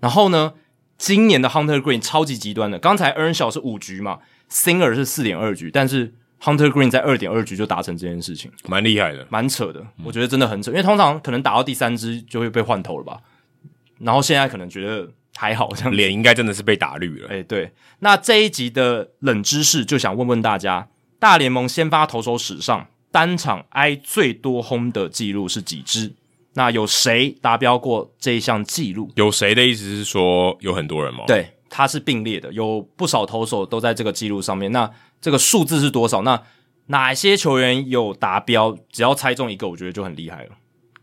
S1: 然后呢，今年的 Hunter Green 超级极端的，刚才 Earnshaw 是五局嘛，Singer 是四点二局，但是 Hunter Green 在二点二局就达成这件事情。
S2: 蛮厉害的。
S1: 蛮扯的，我觉得真的很扯，因为通常可能打到第三支就会被换头了吧，然后现在可能觉得还好这样。
S2: 脸应该真的是被打绿了。
S1: 哎、对，那这一集的冷知识就想问问大家，大联盟先发投手史上单场挨最多轰的记录是几支？那有谁达标过这一项记录？
S2: 有谁的意思是说有很多人吗？，
S1: 对，它是并列的，有不少投手都在这个记录上面。那这个数字是多少？那哪些球员有达标？只要猜中一个，我觉得就很厉害了。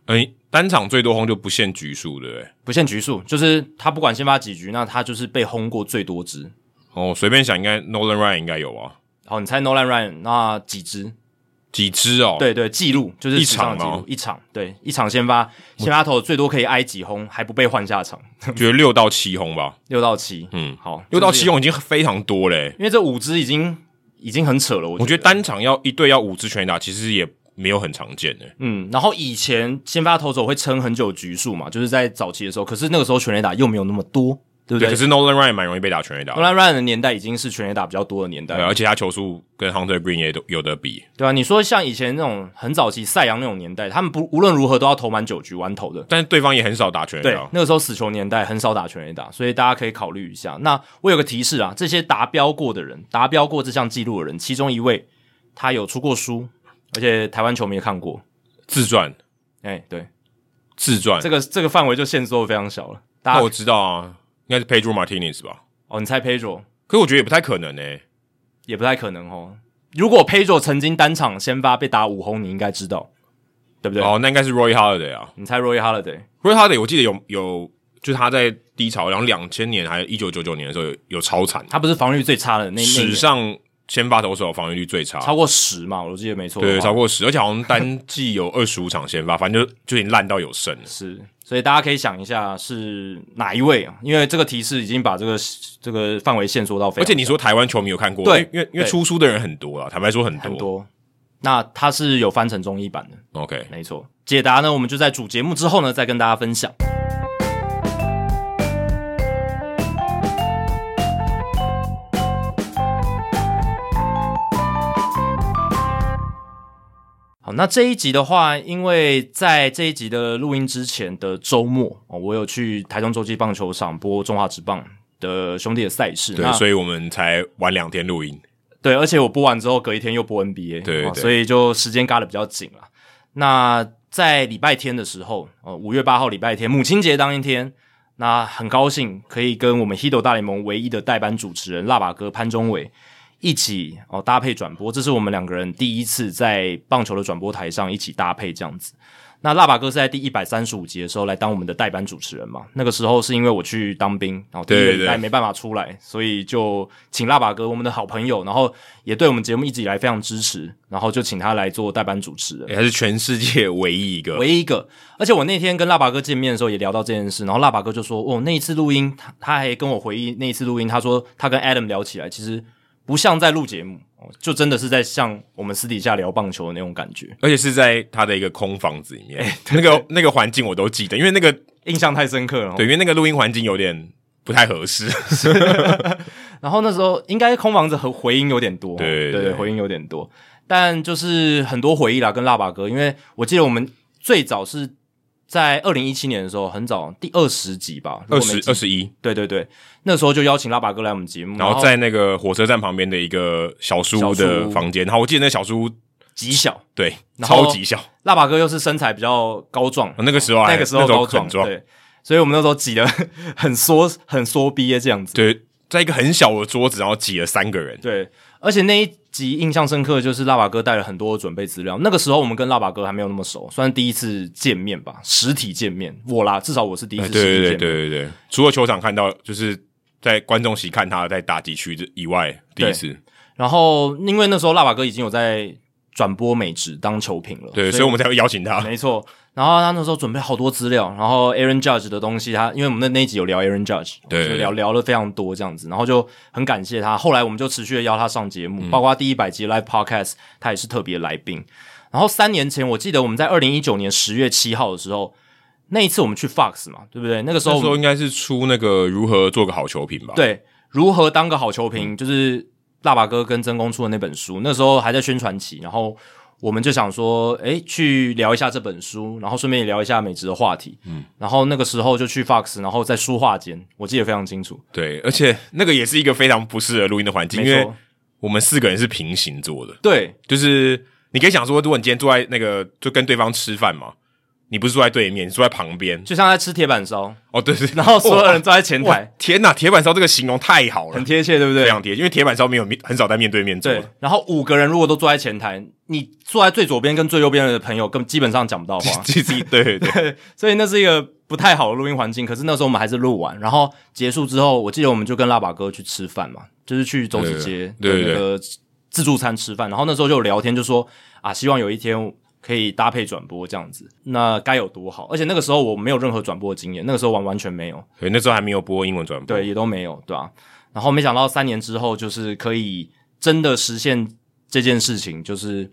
S2: 哎、单场最多轰就不限局数，对不对？
S1: 不限局数，就是他不管先发几局，那他就是被轰过最多支。
S2: 哦，随便想，应该 Nolan Ryan 应该有啊，
S1: 好，你猜 Nolan Ryan 那几支？
S2: 几支哦？，
S1: 对对，记录就是
S2: 一
S1: 史上
S2: 场
S1: 的记
S2: 吗
S1: 录，一场对一场先发先发投最多可以挨几轰，还不被换下场，
S2: 觉得六到七轰吧。
S1: 六到七。
S2: 嗯
S1: 好，
S2: 六到
S1: 就是
S2: 七，轰已经非常多嘞、欸
S1: 因为这五支已经已经很扯了，我
S2: 我觉
S1: 觉
S2: 得单场要一队要五支全垒打，其实也没有很常见诶、
S1: 嗯，然后以前先发投手会撑很久局数嘛，就是在早期的时候，可是那个时候全垒打又没有那么多，对不
S2: 对，可是 Nolan Ryan 蛮容易被打全垒打，
S1: Nolan Ryan 的年代已经是全垒打比较多的年代
S2: 对，
S1: 了，
S2: 而且他球速跟 Hunter Green 也都有得比。
S1: 对啊，你说像以前那种很早期赛扬那种年代，他们不无论如何都要投满九局完投的。
S2: 但是对方啊也很少打全垒
S1: 对
S2: 打，。
S1: 那个时候死球年代很少打全垒打，所以大家可以考虑一下。那我有个提示啊，这些达标过的人，达标过这项记录的人，其中一位他有出过书，而且台湾球迷也看过。
S2: 自传，
S1: 哎、对，
S2: 自传
S1: 这，个这个范围就限缩的非常小了。大
S2: 那
S1: 家
S2: 我知道啊，应该是 Pedro Martinez 吧？
S1: 哦，你猜 Pedro
S2: 可是我觉得也不太可能欸诶、
S1: 也不太可能哦。如果 Pedro 曾经单场先发被打五轰，你应该知道，对不对？
S2: 哦，那应该是 Roy Holiday 啊
S1: 你猜 Roy Holiday
S2: ，Roy Holiday 我记得有有，就是他在低潮，然后两千年还一九九九年的时候有有超惨，
S1: 他不是防御率最差的那那一年
S2: 史上先发投手防御率最差，
S1: 超过十嘛，我记得没错的话。
S2: 对，超过十，而且好像单 季有二十五场先发，反正就就已经烂到有剩了。
S1: 是，所以大家可以想一下是哪一位啊？因为这个提示已经把这个这个范围限缩到非
S2: 而
S1: 常
S2: 且你说台湾球迷有看过，
S1: 对
S2: 因为因为
S1: 对
S2: 出书的人很多啊，坦白说很多。
S1: 很多。那它是有翻成中译版的，
S2: OK，
S1: 没错。解答呢，我们就在主节目之后呢，再跟大家分享。好，那这一集的话，因为在这一集的录音之前的周末哦，我有去台中洲际棒球场播中华职棒的兄弟的赛事，
S2: 对
S1: 那，
S2: 所以我们才晚两天录音。
S1: 对，而且我播完之后，隔一天又播 NBA，
S2: 对
S1: 哦
S2: 对
S1: 所以就时间嘎的比较紧了。那在礼拜天的时候，呃，五月八号礼拜天，母亲节当一天，那很高兴可以跟我们 Hido 大联盟唯一的代班主持人辣把哥潘中伟一起哦搭配转播，这是我们两个人第一次在棒球的转播台上一起搭配这样子。那辣爸哥是在第一百三十五集的时候来当我们的代班主持人嘛？那个时候是因为我去当兵，然后第一个
S2: 对对
S1: 礼拜没办法出来，所以就请辣爸哥我们的好朋友，然后也对我们节目一直以来非常支持，然后就请他来做代班主持人。
S2: 也还是全世界唯一一个。
S1: 唯一一个。而且我那天跟辣爸哥见面的时候也聊到这件事，然后辣爸哥就说：“哦，那一次录音，他他还跟我回忆那一次录音，他说他跟 Adam 聊起来，其实不像在录节目，哦就真的是在像我们私底下聊棒球的那种感觉，
S2: 而且是在他的一个空房子里面，
S1: 哎
S2: 那个那个环境我都记得，因为那个
S1: 印象太深刻了。”
S2: 对，因为那个录音环境有点不太合适。
S1: 然后那时候应该空房子和回音有点多，
S2: 对
S1: 对
S2: 对
S1: 回音有点多，但就是很多回忆啦，跟辣爸哥，因为我记得我们最早是在二零一七年的时候，很早第二十集吧，如
S2: 二
S1: 果没
S2: 十
S1: 记
S2: 二十一，
S1: 对对对，那时候就邀请辣爸哥来我们节目，
S2: 然后在那个火车站旁边的一个小书屋
S1: 小书
S2: 的
S1: 屋
S2: 房间，然后我记得那小书屋
S1: 极小。
S2: 对
S1: 然后
S2: 超级小，
S1: 辣爸哥又是身材比较高壮，
S2: 那个时候还
S1: 那个时候高
S2: 那
S1: 壮，
S2: 很壮，
S1: 对，所以我们那时候挤得 很缩很缩逼耶这样子。
S2: 对，在一个很小的桌子，然后挤了三个人，
S1: 对，而且那一集印象深刻的就是辣爸哥带了很多准备资料。那个时候我们跟辣爸哥还没有那么熟，算是第一次见面吧，实体见面。我啦，至少我是第一次
S2: 对
S1: 实体见面。
S2: 哎呃对对对对对，除了球场看到，就是在观众席看他在打击区以外，第
S1: 对
S2: 一次，
S1: 然后因为那时候辣爸哥已经有在转播美职当球评了，
S2: 对，所以我们才会邀请他，
S1: 没错。然后他那时候准备好多资料，然后 Aaron Judge 的东西他，因为我们那那一集有聊 Aaron Judge，
S2: 对
S1: 就聊聊了非常多这样子，然后就很感谢他。后来我们就持续的邀他上节目，
S2: 嗯
S1: 包括第一百集 Live Podcast，他也是特别来宾。然后三年前，我记得我们在二零一九年十月七号的时候，那一次我们去 Fox 嘛，对不对？那个时候
S2: 那
S1: 我
S2: 时
S1: 们
S2: 候应该是出那个如何做个好球评吧？，
S1: 对，如何当个好球评，就是辣爸哥跟真公出的那本书，那时候还在宣传期，然后我们就想说，诶，去聊一下这本书，然后顺便也聊一下美职的话题。嗯，然后那个时候就去 Fox，然后在书画间，我记得非常清楚，
S2: 对，而且那个也是一个非常不适合录音的环境，
S1: 没
S2: 因为
S1: 错，
S2: 我们四个人是平行坐的，
S1: 对
S2: 就是你可以想说，如果你今天坐在那个就跟对方吃饭嘛，你不是坐在对面，你坐在旁边。
S1: 就像在吃铁板烧，
S2: 哦，对对，
S1: 然后所有人
S2: 哇
S1: 坐在前
S2: 哇
S1: 台，
S2: 天哪，铁板烧这个形容太好了
S1: 很，贴切，对不对
S2: 非？常贴，因为铁板烧没有面很少在面对面坐
S1: 对，然后五个人如果都坐在前台，你坐在最左边跟最右边的朋友，根本基本上讲不到话。
S2: 自己对对 对，
S1: 所以那是一个不太好的录音环境。可是那时候我们还是录完，然后结束之后，我记得我们就跟辣爸哥去吃饭嘛，就是去周子街
S2: 对对对
S1: 的那个自助餐吃饭。然后那时候就有聊天，就说啊，希望有一天可以搭配转播这样子，那该有多好！而且那个时候我没有任何转播的经验，那个时候完完全没有，
S2: 对那时候还没有播英文转播，
S1: 对，也都没有，对吧、然后没想到三年之后，就是可以真的实现这件事情，就是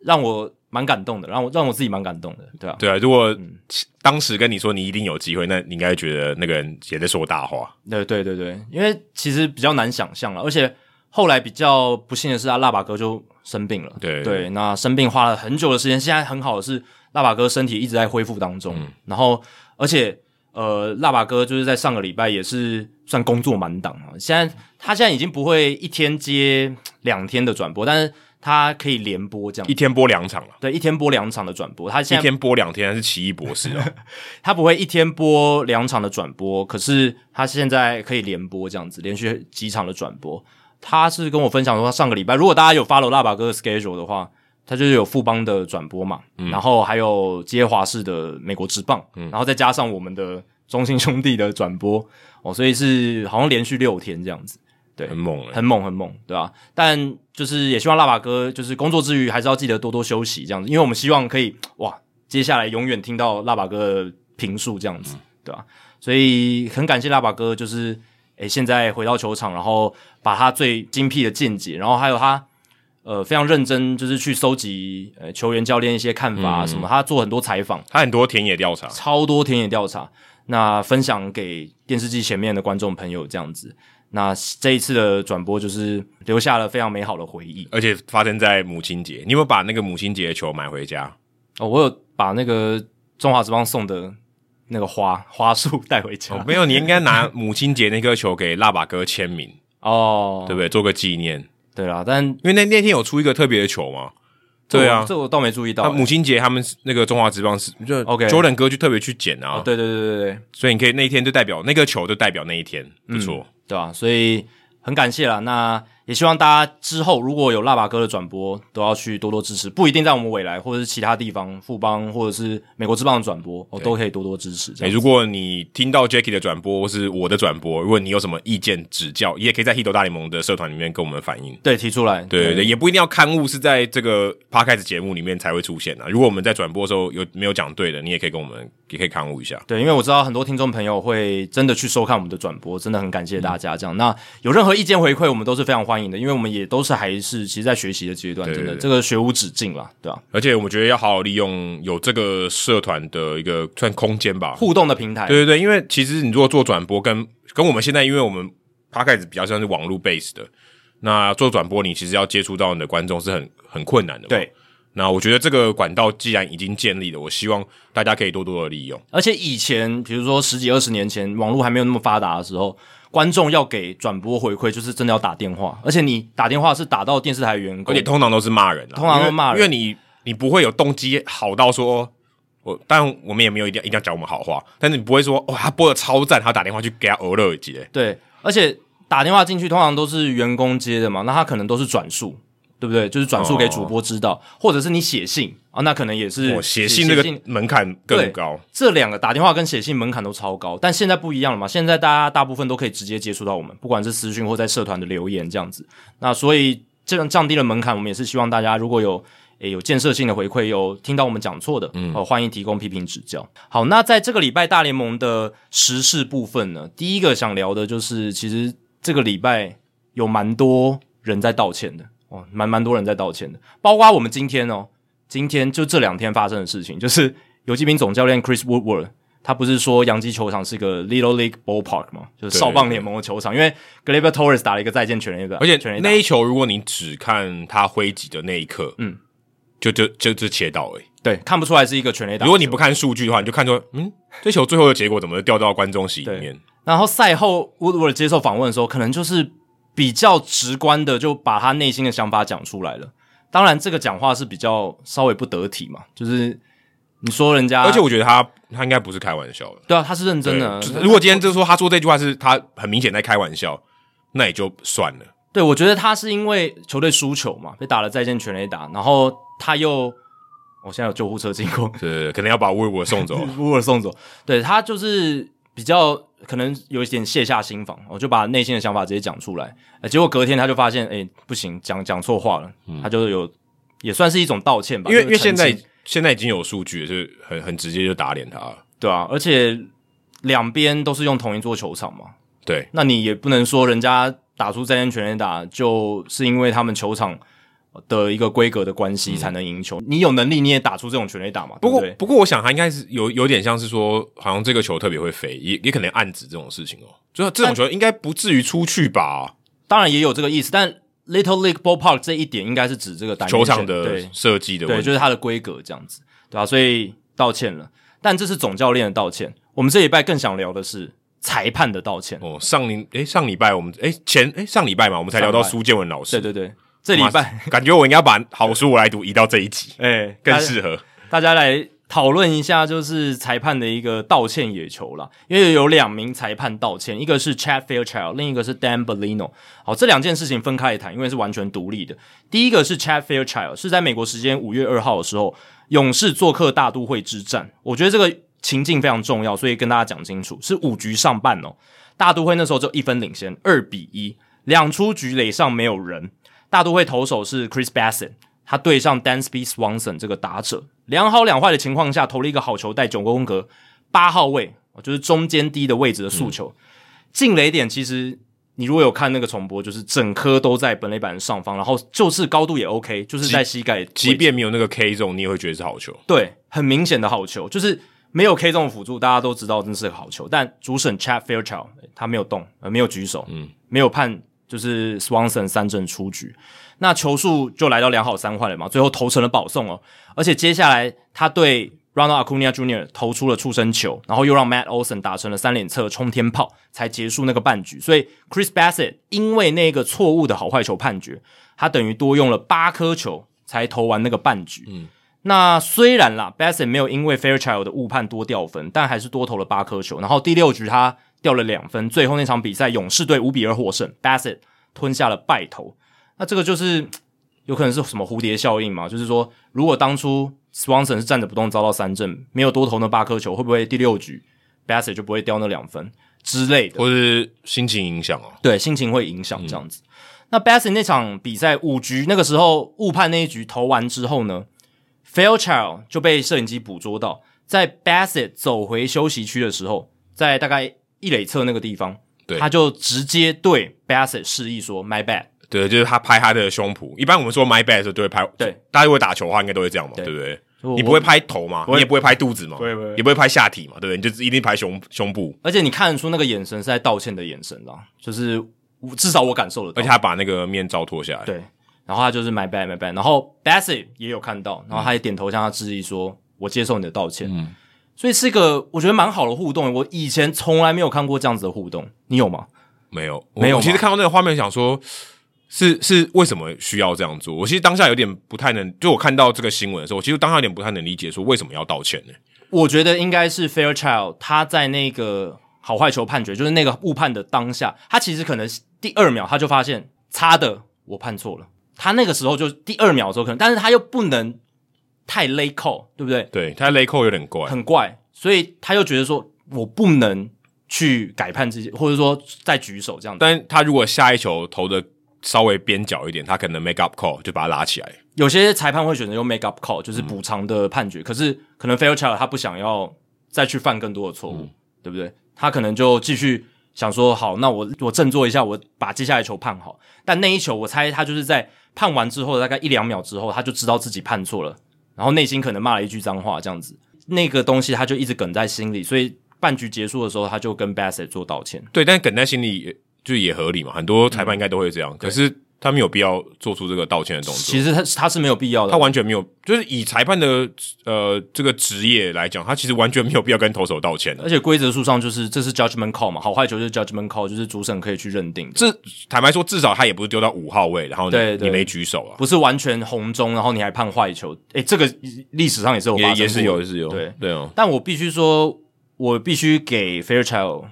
S1: 让我蛮感动的，让我让我自己蛮感动的，对吧、
S2: 对啊，如果
S1: 嗯
S2: 当时跟你说你一定有机会，那你应该觉得那个人也在说大话，
S1: 对对对对，因为其实比较难想象了，而且后来比较不幸的是，啊，辣爸哥就生病了。
S2: 对
S1: 对，那生病花了很久的时间，现在很好的是，辣爸哥身体一直在恢复当
S2: 嗯
S1: 中。然后，而且呃，辣爸哥就是在上个礼拜也是算工作满档啊，现在他现在已经不会一天接两天的转播，但是他可以连播这样
S2: 一。天播两场了，啊
S1: 对，一天播两场的转播，他现
S2: 一
S1: 在
S2: 天播两天，那是奇异博士啊，
S1: 他不会一天播两场的转播，可是他现在可以连播这样子，连续几场的转播。他是跟我分享说，他上个礼拜如果大家有 follow 辣爸哥的 schedule 的话，他就是有富邦的转播嘛，然后还有接华视的美国职棒，然后再加上我们的中信兄弟的转播哦，所以是好像连续六天这样子，
S2: 很猛欸了。
S1: 很猛很猛，对吧、但就是也希望辣爸哥就是工作之余还是要记得多多休息这样子，因为我们希望可以哇，接下来永远听到辣爸哥的评述这样子，对吧、所以很感谢辣爸哥，就是诶、现在回到球场，然后把他最精辟的见解，然后还有他。呃，非常认真，就是去收集呃球员、教练一些看法啊什么，他做很多采访，
S2: 他很多田野调查，
S1: 超多田野调查，那分享给电视机前面的观众朋友这样子。那这一次的转播就是留下了非常美好的回忆
S2: 而且发生在母亲节。你有没有把那个母亲节的球买回家？
S1: 哦。我有把那个中华职棒送的那个花花束带回家
S2: 哦，没有，你应该 拿母亲节那颗球给辣爸哥签名，
S1: 哦，
S2: 对不对？做个纪念。
S1: 对啦，但
S2: 因为那那天有出一个特别的球嘛，
S1: 这
S2: 对
S1: 我
S2: 啊。
S1: 这我倒没注意到欸
S2: 那。母亲节他们是那个中华职棒是就
S1: OK
S2: Jordan 哥就特别去捡啊，
S1: 哦对对对对对
S2: 所以你可
S1: 嗯
S2: 以那一天就代表那个球就代表那一天，不错。
S1: 对啊，所以很感谢啦。那也希望大家之后如果有辣爸哥的转播，都要去多多支持，不一定在我们未来或者是其他地方富邦或者是美国之棒的转播，哦，都可以多多支持。这
S2: 诶
S1: 样
S2: 如果你听到 Jacky 的转播或是我的转播，如果你有什么意见指教，也可以在 Hito 大联盟的社团里面跟我们反映。
S1: 对提出来，
S2: 对对对，也不一定要刊物是在这个 podcast 节目里面才会出现啊。如果我们在转播的时候有没有讲对的，你也可以跟我们也可以刊物一下。
S1: 对，因为我知道很多听众朋友会真的去收看我们的转播，真的很感谢大
S2: 嗯
S1: 家。这样，那有任何意见回馈，我们都是非常欢迎的，因为我们也都是还是其实在学习的阶段，
S2: 对
S1: 真的
S2: 对对
S1: 这个学无止境啦，对吧、啊
S2: 而且我们觉得要好好利用有这个社团的一个算空间吧，
S1: 互动的平台，
S2: 对对对，因为其实你如果做转播跟跟我们现在，因为我们 podcast 比较像是网络 base 的，那做转播你其实要接触到你的观众是很很困难的。
S1: 对，
S2: 那我觉得这个管道既然已经建立了，我希望大家可以多多的利用。
S1: 而且以前比如说十几二十年前，网络还没有那么发达的时候，观众要给转播回馈，就是真的要打电话，而且你打电话是打到电视台的员
S2: 而
S1: 工
S2: 且，通常都是骂人啊，
S1: 通常都
S2: 因为
S1: 骂人
S2: 因为你你不会有动机好到说。哦我但我们也没有一定要一定要讲我们好话，但是你不会说哦哇、他播的超赞，他打电话去给他偶乐一节，
S1: 对，而且打电话进去通常都是员工接的嘛，那他可能都是转述。对不对？就是转述给
S2: 哦
S1: 主播知道，或者是你写信啊，那可能也是
S2: 我哦写信这个门槛
S1: 对啊
S2: 更高，
S1: 这两个打电话跟写信门槛都超高，但现在不一样了嘛，现在大家大部分都可以直接接触到我们，不管是私讯或在社团的留言这样子。那所以这样降低了门槛，我们也是希望大家如果有诶有建设性的回馈，有听到我们讲错的，嗯，哦，欢迎提供批评指教。好，那在这个礼拜大联盟的时事部分呢，第一个想聊的就是，其实这个礼拜有蛮多人在道歉的哦，蛮蛮多人在道歉的，包括我们今天哦，今天就这两天发生的事情，就是游击兵总教练 Chris Woodward，他不是说洋基球场是个 Little League Ballpark 吗？就是
S2: 对
S1: 少棒联盟的球场，因为 Gleyber Torres 打了一个再见全垒打，
S2: 而且
S1: 全垒打
S2: 那一球，如果你只看他挥击的那一刻，嗯，就就就就切到而已。
S1: 对看不出来是一个全垒打。
S2: 如果你不看数据的话，你就看出，嗯，这球最后的结果怎么掉到观众席里面？
S1: 然后赛后 Woodward 接受访问的时候，可能就是比较直观的就把他内心的想法讲出来了。当然，这个讲话是比较稍微不得体嘛，就是你说人家，
S2: 而且我觉得他他应该不是开玩笑的，
S1: 对啊，他是认啊真的
S2: 对。就是如果今天就是说他说这句话是他很明显在开玩笑，那也就算了。
S1: 对，我觉得他是因为球队输球嘛，被打了再见全垒打，然后他又，我、现在有救护车经过，。
S2: 对，可能要把威我送走
S1: 乌尔送走，对他就是比较可能有一点卸下心防，哦我就把内心的想法直接讲出来、呃结果隔天他就发现，哎、不行，讲讲错话了，他就有也算是一种道歉吧，
S2: 嗯因为
S1: 就
S2: 因
S1: 是
S2: 为
S1: 澄
S2: 现在
S1: 清
S2: 现在已经有数据了，就是很很直接就打脸他了。
S1: 对啊，而且两边都是用同一座球场嘛，
S2: 对，
S1: 那你也不能说人家打出三连全垒打，就是因为他们球场的一个规格的关系才能赢球。你有能力你也打出这种全垒打嘛？
S2: 嗯不过
S1: 对不对
S2: 不过，我想他应该是有有点像是说，好像这个球特别会飞，也也可能暗指这种事情哦。就是这种球应该不至于出去吧？
S1: 当然也有这个意思，但 Little League Ballpark 这一点应该是指这个单元
S2: 球场
S1: 线对
S2: 的设计的问
S1: 对，
S2: 题，
S1: 就是它的规格这样子，对吧、所以道歉了，但这是总教练的道歉。我们这礼拜更想聊的是裁判的道歉。
S2: 哦，上礼诶上礼拜我们诶前诶上礼拜嘛，我们才聊
S1: 上
S2: 到
S1: 礼拜
S2: 苏建文老师
S1: 对。对对，这礼拜
S2: 妈感觉我应该把好书我来读移到这一集，
S1: 哎
S2: 更适合。
S1: 大家来讨论一下，就是裁判的一个道歉野球啦，因为有两名裁判道歉，一个是 Chad Fairchild，另一个是 Dan Bellino。好，这两件事情分开来谈，因为是完全独立的。第一个是 Chad Fairchild，是在美国时间五月二号的时候，勇士做客大都会之战。我觉得这个情境非常重要，所以跟大家讲清楚，是五局上半哦，大都会那时候就一分领先，二比一，两出局垒上没有人。大都会投手是 Chris Bassett，他对上 Dansby Swanson 这个打者，两好两坏的情况下投了一个好球，带九宫格八号位，就是中间低的位置的速球，
S2: 嗯
S1: 进雷点其实。你如果有看那个重播，就是整颗都在本垒板上方，然后就是高度也 OK，就是在膝盖位置。
S2: 即便没有那个 K 中，你也会觉得是好球。
S1: 对，很明显的好球，就是没有 K 这种辅助，大家都知道真是个好球。但主审 Chad Fairchild 他没有动，呃，没有举手，嗯，没有判，就是 Swanson 三振出局。那球数就来到两好三坏了嘛，最后投成了保送哦。而且接下来他对 Ronald Acuna Jr. 投出了触身球，然后又让 Matt Olson 打成了三连侧冲天炮，才结束那个半局。所以 Chris Bassett 因为那个错误的好坏球判决，他等于多用了八颗球才投完那个半局。那虽然啦，Bassett 没有因为 Fairchild 的误判多掉分，但还是多投了八颗球。然后第六局他掉了两分，最后那场比赛勇士队五比二获胜，Bassett 吞下了败投。那这个就是有可能是什么蝴蝶效应嘛？就是说，如果当初 Swanson 是站着不动遭到三振，没有多投那八颗球，会不会第六局 Bassett 就不会掉那两分之类的？
S2: 或是心情影响哦。
S1: 对，心情会影响这样子。那 Bassett 那场比赛五局，那个时候误判那一局投完之后呢，Fairchild 就被摄影机捕捉到，在 Bassett 走回休息区的时候，在大概一垒侧那个地方，
S2: 对
S1: 他就直接对 Bassett 示意说 “My bad”，
S2: 对，就是他拍他的胸脯。一般我们说 my bad 的时候都会拍，
S1: 对，
S2: 大家如果打球的话，应该都会这样嘛，
S1: 对
S2: 对不对？
S1: 我
S2: 你不会拍头嘛？
S1: 会
S2: 你也不会拍肚子嘛？
S1: 不会不会
S2: 也不会拍下体嘛？对不对？你就一定拍胸胸部，
S1: 而且你看得出那个眼神是在道歉的眼神啦，就是我至少我感受得到。
S2: 而且他把那个面罩脱下来。，
S1: 哦对，然后他就是 my bad my bad，然后 Bassett 也有看到，然后他也点头向他致意说，我接受你的道歉。
S2: 嗯
S1: 所以是一个我觉得蛮好的互动，我以前从来没有看过这样子的互动，你有吗？
S2: 没有
S1: 没有
S2: 我我其
S1: 吗
S2: 实看到那个画面，想说。是是为什么需要这样做？我其实当下有点不太能，就我看到这个新闻的时候，我其实当下有点不太能理解，说为什么要道歉呢？
S1: 我觉得应该是 Fairchild 他在那个好坏球判决，就是那个误判的当下，他其实可能第二秒他就发现擦的我判错了，他那个时候就第二秒的时候可能，但是他又不能太 late call，对不对？
S2: 对他雷扣有点怪，
S1: 很怪，所以他又觉得说我不能去改判这些，或者说再举手这样子。
S2: 但他如果下一球投的稍微边角一点，他可能 make up call 就把他拉起来。
S1: 有些裁判会选择用 make up call，就是补偿的判决，可是可能 Fairchild 他不想要再去犯更多的错误，对不对？他可能就继续想说，好，那我我振作一下，我把接下来球判好。但那一球，我猜他就是在判完之后，大概一两秒之后，他就知道自己判错了，然后内心可能骂了一句脏话，这样子，那个东西他就一直梗在心里，所以半局结束的时候，他就跟 Bassett 做道歉。
S2: 对，但梗在心里也就也合理嘛，很多
S1: 嗯
S2: 裁判应该都会这样。可是他没有必要做出这个道歉的动作，
S1: 其实他他是没有必要的，
S2: 他完全没有，就是以裁判的呃这个职业来讲，他其实完全没有必要跟投手道歉的。
S1: 而且规则书上就是这是 judgment call 嘛，好坏球就是 judgment call，就是主审可以去认定的，
S2: 这坦白说，至少他也不是丢到五号位，然后你
S1: 对对
S2: 你没举手啊，
S1: 不是完全红中，然后你还判坏球，诶，这个历史上也是有发
S2: 也
S1: 生
S2: 也是
S1: 过
S2: 有，
S1: 的
S2: 也是有，
S1: 对
S2: 对哦，
S1: 但我必须说，我必须给 Fairchild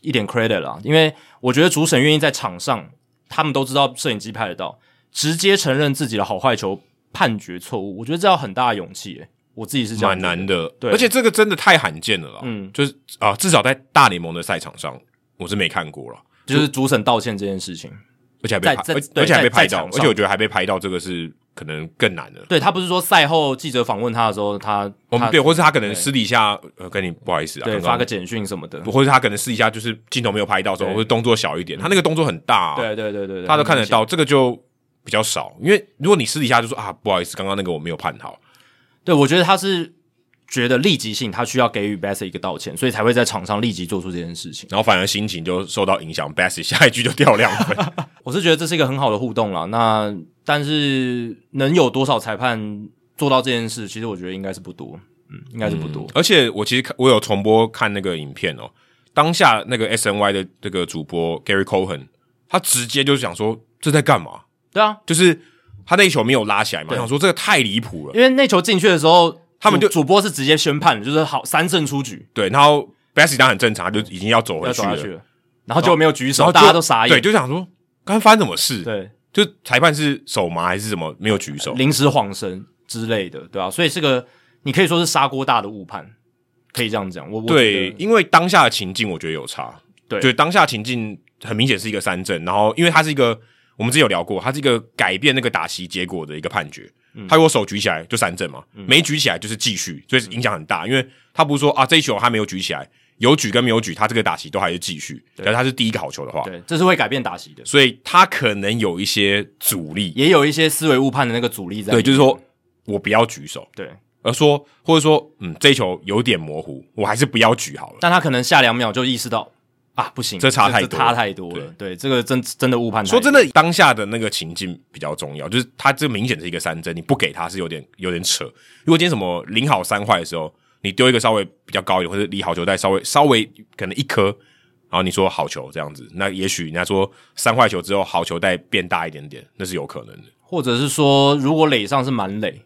S1: 一点 credit 啦，因为我觉得主审愿意在场上，他们都知道摄影机拍得到，直接承认自己的好坏球判决错误，我觉得这要很大的勇气、诶，我自己是这样
S2: 蛮
S1: 觉得
S2: 难的。
S1: 对
S2: 而且这个真的太罕见了啦，
S1: 嗯
S2: 就是啊、至少在大联盟的赛场上，我是没看过了。
S1: 就是主审道歉这件事情。
S2: 而且还被
S1: 在
S2: 拍，
S1: 在
S2: 而而且还被
S1: 对在
S2: 拍
S1: 在
S2: 到
S1: 场，上
S2: 而且我觉得还被拍到，这个是可能更难的。
S1: 对他不是说赛后记者访问他的时候，他
S2: 我们
S1: 他
S2: 对，或是他可能私底下呃跟你不好意思啊，
S1: 对
S2: 刚刚
S1: 发个，简讯什么的，
S2: 或是他可能私底下就是镜头没有拍到的时候，
S1: 对
S2: 或者动作小一点，他那个动作很大、啊，，
S1: 对对对对对，
S2: 他都看得到，这个就比较少。因为如果你私底下就说啊不好意思，刚刚那个我没有判好，
S1: 对，我觉得他是觉得立即性，他需要给予 Bassett 一个道歉，所以才会在场上立即做出这件事情。
S2: 然后反而心情就受到影响 b a s s 下一句就掉两分，
S1: 我是觉得这是一个很好的互动啦。那但是能有多少裁判做到这件事，其实我觉得应该是不多，嗯，应该是不多。
S2: 而且我其实看我有重播看那个影片哦，当下那个 S N Y 的这个主播 Gary Cohen，他直接就想说这在干嘛？
S1: 对啊，
S2: 就是他那一球没有拉起来嘛，
S1: 对
S2: 想说这个太离谱了。
S1: 因为那球进去的时候，
S2: 他们
S1: 主
S2: 就
S1: 主播是直接宣判的，就是好三胜出局，
S2: 对，然后 Bessie 当然很正常，他就已经要走回
S1: 要
S2: 去
S1: 走
S2: 了，
S1: 下去了，然后就没有举
S2: 然
S1: 手，
S2: 后就
S1: 大家都傻眼，
S2: 对，就想说刚才发生什么事？，
S1: 对
S2: 就裁判是手麻还是什么没有举手？
S1: 临时晃神之类的，对吧、啊所以是个你可以说是砂锅大的误判，可以这样讲。我我
S2: 对
S1: 觉，得
S2: 因为当下的情境我觉得有差，
S1: 对
S2: 就当下情境很明显是一个三振，然后因为它是一个我们之前有聊过，它是一个改变那个打席结果的一个判决。
S1: 嗯
S2: 他如果手举起来就三振嘛，没举起来就是继续，所以影响很大。因为他不是说啊这一球他没有举起来，有举跟没有举，他这个打席都还是继续。但他是第一个好球的话，
S1: 对，这是会改变打席的，
S2: 所以他可能有一些阻力。
S1: 也有一些思维误判的那个阻力在里
S2: 对，
S1: 面。
S2: 就是说我不要举手，
S1: 对，
S2: 而说或者说嗯这一球有点模糊，我还是不要举好了。
S1: 但他可能下两秒就意识到啊，不行，
S2: 这差太多
S1: 差太多了。对，这个真真的误判太多。
S2: 说真的，当下的那个情境比较重要，就是他这明显是一个三针，你不给他是有点有点扯。如果今天什么零好三坏的时候，你丢一个稍微比较高一点，或者离好球带稍微稍微可能一颗，然后你说好球这样子，那也许人家说三坏球之后好球带变大一点点，那是有可能的。
S1: 或者是说，如果垒上是满垒，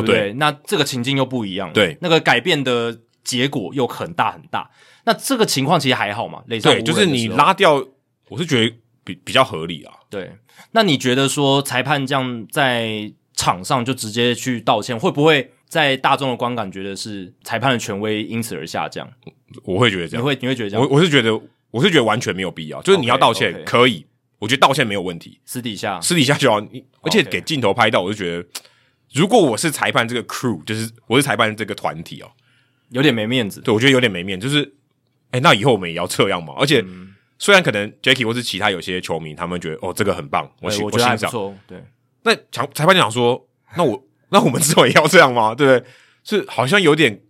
S1: 对不对，那这个情境又不一样了，
S2: 对
S1: 那个改变的结果又很大很大。那这个情况其实还好嘛，垒上
S2: 对，
S1: 无
S2: 就
S1: 人
S2: 是
S1: 的
S2: 你
S1: 时候
S2: 拉掉，我是觉得比比较合理啊。
S1: 对，那你觉得说裁判这样在场上就直接去道歉，会不会在大众的观感觉得是裁判的权威因此而下降？
S2: 我会觉得这
S1: 你
S2: 样，
S1: 会 你会觉得这
S2: 我
S1: 样？
S2: 我是觉得我是觉得完全没有必要，就是你要
S1: OK，
S2: 道歉
S1: OK
S2: 可以，我觉得道歉没有问题，
S1: 私底下
S2: 私底下就要你，而且
S1: OK
S2: 给镜头拍到，我就觉得。如果我是裁判这个 crew，就是我是裁判这个团体哦，
S1: 有点没面子，
S2: 对我觉得有点没面，子，就是，哎、那以后我们也要这样嘛。而且、虽然可能 Jacky 或是其他有些球迷，他们觉得哦这个很棒，我
S1: 对
S2: 欣
S1: 我觉得还
S2: 欣
S1: 不
S2: 赏，
S1: 错。对，
S2: 那裁裁判就想说，那我那我们之后也要这样吗？ 对不对？是好像有点，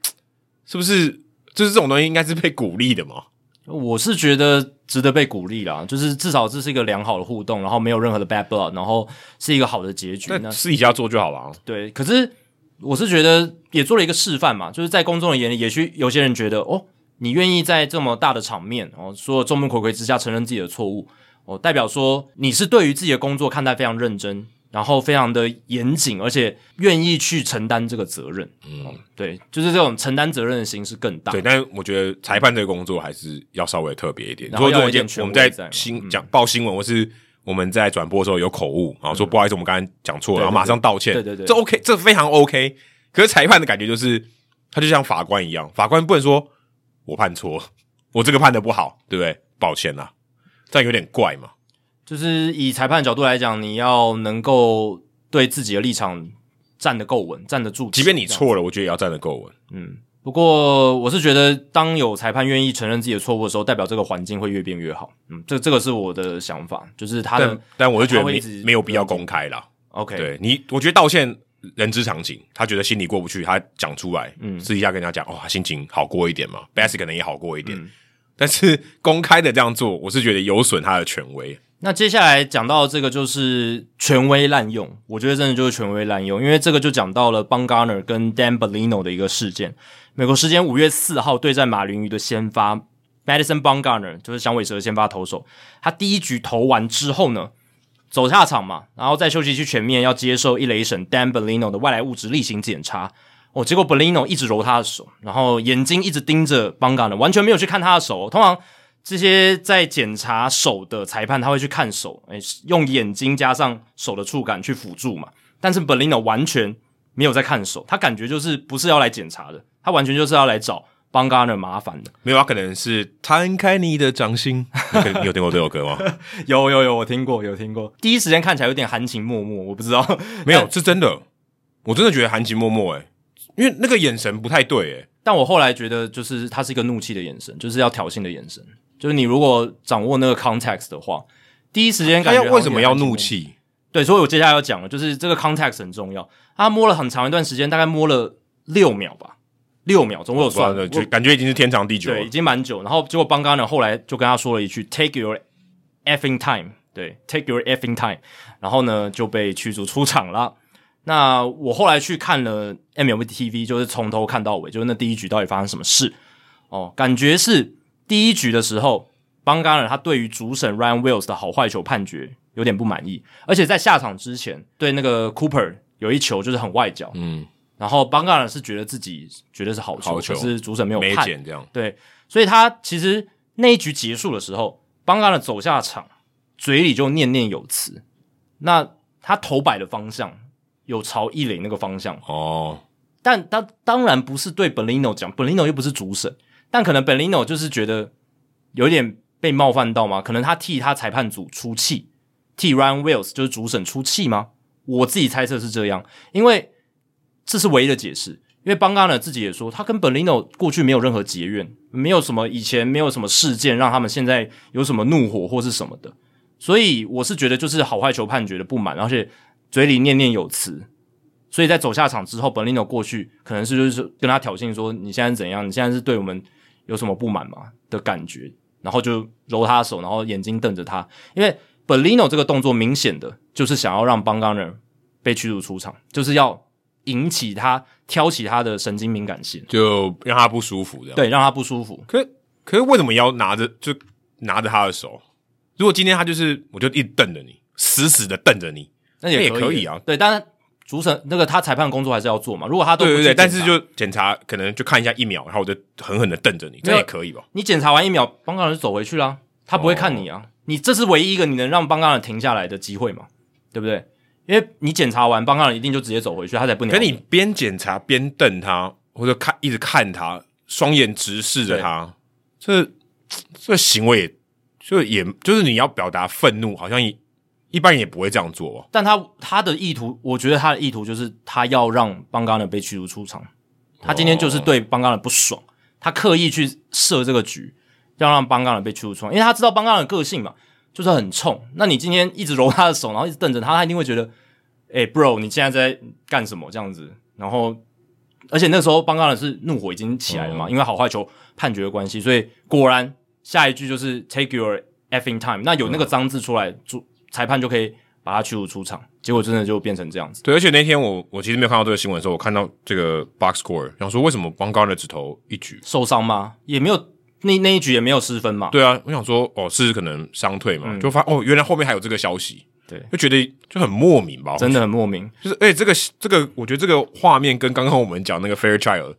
S2: 是不是？就是这种东西应该是被鼓励的嘛？
S1: 我是觉得值得被鼓励啦，就是至少这是一个良好的互动，然后没有任何的 bad blood，然后是一个好的结局。那
S2: 那私底下做就好了、啊。
S1: 对，可是我是觉得也做了一个示范嘛，就是在公众的眼里，也许有些人觉得哦，你愿意在这么大的场面哦，所有众目睽睽之下承认自己的错误，哦，代表说你是对于自己的工作看待非常认真，然后非常的严谨，而且愿意去承担这个责任。嗯、对，就是这种承担责任的心是更大。
S2: 对，但是我觉得裁判这个工作还是要稍微特别一点。
S1: 然后
S2: 如果
S1: 要有一
S2: 今
S1: 点
S2: 天我们
S1: 权威
S2: 在
S1: 在嗯
S2: 新讲报新闻，或是我们在转播的时候有口误，然后说不好意思，我们刚才讲错
S1: 嗯
S2: 了，
S1: 对
S2: 然后马上道歉。
S1: 对对对
S2: 这 OK，这非常 OK。可是裁判的感觉就是，他就像法官一样，法官不能说我判错，我这个判的不好，对不对？抱歉啦，这样有点怪嘛。
S1: 就是以裁判的角度来讲，你要能够对自己的立场站得够稳，站得住脚。
S2: 即便你
S1: 这样
S2: 错了，我觉得也要站得够稳。
S1: 嗯，不过我是觉得，当有裁判愿意承认自己的错误的时候，代表这个环境会越变越好。嗯，这这个是我的想法，就是他的
S2: 但但我就觉得
S1: 他会
S2: 没
S1: 一直
S2: 没有必要公开啦。
S1: OK，
S2: 对你，我觉得道歉人之常情。他觉得心里过不去，他讲出来，嗯，私底下跟人家讲，哇、他心情好过一点嘛 b e s 可能也好过一点。
S1: 嗯
S2: 但是公开的这样做，我是觉得有损他的权威。
S1: 那接下来讲到这个就是权威滥用，我觉得真的就是权威滥用，因为这个就讲到了 b o n g a r n e r 跟 Dan Bellino 的一个事件。美国时间五月四号对战马林鱼的先发 Madison b o n g a r n e r 就是响尾蛇的先发投手，他第一局投完之后呢，走下场嘛，然后在休息区前面要接受一垒审 Dan Bellino 的外来物质例行检查。哦，结果 Bellino 一直揉他的手，然后眼睛一直盯着 b o n g a r n e r 完全没有去看他的手哦、通常这些在检查手的裁判，他会去看手，诶、用眼睛加上手的触感去辅助嘛。但是 Belino 完全没有在看手，他感觉就是不是要来检查的，他完全就是要来找 b a n g a r n e r 麻烦的。
S2: 没有，他可能是摊开你的掌心。你可你有听过这 首歌吗？
S1: 有有有，我听过，有听过。第一时间看起来有点含情脉脉，我不知道
S2: 没有，是真的。我真的觉得含情脉脉，哎，因为那个眼神不太对，哎，
S1: 但我后来觉得，就是他是一个怒气的眼神，就是要挑衅的眼神。就是你如果掌握那个 context 的话，第一时间
S2: 他
S1: 感觉好
S2: 要
S1: 像
S2: 为什么要
S1: 有点
S2: 怒
S1: 含情脉脉
S2: 气？
S1: 对，所以我接下来要讲的就是这个 context 很重要。他摸了很长一段时间，大概摸了六秒吧，六秒钟，我有
S2: 不然
S1: 算，
S2: 呢
S1: 我
S2: 就感觉已经是天长地久了
S1: 对，已。经蛮久。然后结果邦刚呢，后来就跟他说了一句 “Take your effing time”，对，“Take your effing time”，然后呢就被驱逐出场了。那我后来去看了 MLB TV，就是从头看到尾，就是那第一局到底发生什么事哦，感觉是第一局的时候，邦刚呢他对于主审 Ryan Wells 的好坏球判决有点不满意，而且在下场之前对那个 Cooper 有一球就是很外角，
S2: 嗯，
S1: 然后邦刚呢是觉得自己觉得是好球，
S2: 好球
S1: 可是主审没有
S2: 没
S1: 判，
S2: 剪这样，
S1: 对，所以他其实那一局结束的时候，邦加的走下场，嘴里就念念有词。那他头摆的方向有朝一垒那个方向，
S2: 哦，
S1: 但他当然不是对 Belino 讲，Belino 又不是主审，但可能 Belino 就是觉得有点被冒犯到嘛，可能他替他裁判组出气，替 Ryan Wells 就是主审出气吗？我自己猜测是这样，因为这是唯一的解释。因为邦加呢自己也说，他跟 Belino 过去没有任何结怨，没有什么以前没有什么事件让他们现在有什么怒火或是什么的，所以我是觉得就是好坏球判决的不满，而且嘴里念念有词，所以在走下场之后，Belino 过去可能是就是跟他挑衅说：“你现在是怎样？你现在是对我们有什么不满吗？”的感觉，然后就揉他的手，然后眼睛瞪着他，因为 Belino 这个动作明显的就是想要让邦刚人被驱逐出场，就是要引起他挑起他的神经敏感性，
S2: 就让他不舒服这样。
S1: 对，让他不舒服。
S2: 可可是为什么要拿着就拿着他的手？如果今天他就是我就一直瞪着你，死死的瞪着你，
S1: 那
S2: 也
S1: 也
S2: 可以啊
S1: 对，但是主审那个他裁判工作还是要做嘛，如果他都
S2: 对
S1: 不去检查
S2: 对对，但是就检查可能就看一下一秒，然后我就狠狠的瞪着你，
S1: 没
S2: 这
S1: 有
S2: 样也可以吧？哦
S1: 你检查完一秒，邦刚人就走回去啦，他不会看你啊，你这是唯一一个你能让邦冈人停下来的机会嘛，对不对？因为你检查完，邦冈人一定就直接走回去，他才不鸟
S2: 可你边检查边瞪他，或者看一直看他，双眼直视着他，这这行为也就也就是你要表达愤怒，好像一一般人也不会这样做、啊。
S1: 但他他的意图，我觉得他的意图就是他要让邦冈人被驱逐出场。他今天就是对邦冈人不爽，他刻意去设这个局，要让邦冈人被驱逐出场，因为他知道邦冈人的个性嘛，就是很冲。那你今天一直揉他的手，然后一直瞪着他，他一定会觉得，哎、b r o 你现在在干什么？这样子。然后，而且那时候邦冈人是怒火已经起来了
S2: 嗯
S1: 嘛，因为好坏球判决的关系，所以果然下一句就是 take your effing time。那有那个脏字出来，主、裁判就可以把他驱逐出场。结果真的就变成这样子。
S2: 对，而且那天我我其实没有看到这个新闻的时候，我看到这个 box score，想说为什么邦高的指头一举？
S1: 受伤吗？也没有，那那一局也没有失分嘛。
S2: 对啊，我想说哦，是可能伤退嘛，就发哦，原来后面还有这个消息，
S1: 嗯对，
S2: 就觉得就很莫名吧，
S1: 真的很莫名。
S2: 就是，而且这个这个，我觉得这个画面跟刚刚我们讲那个 Fairchild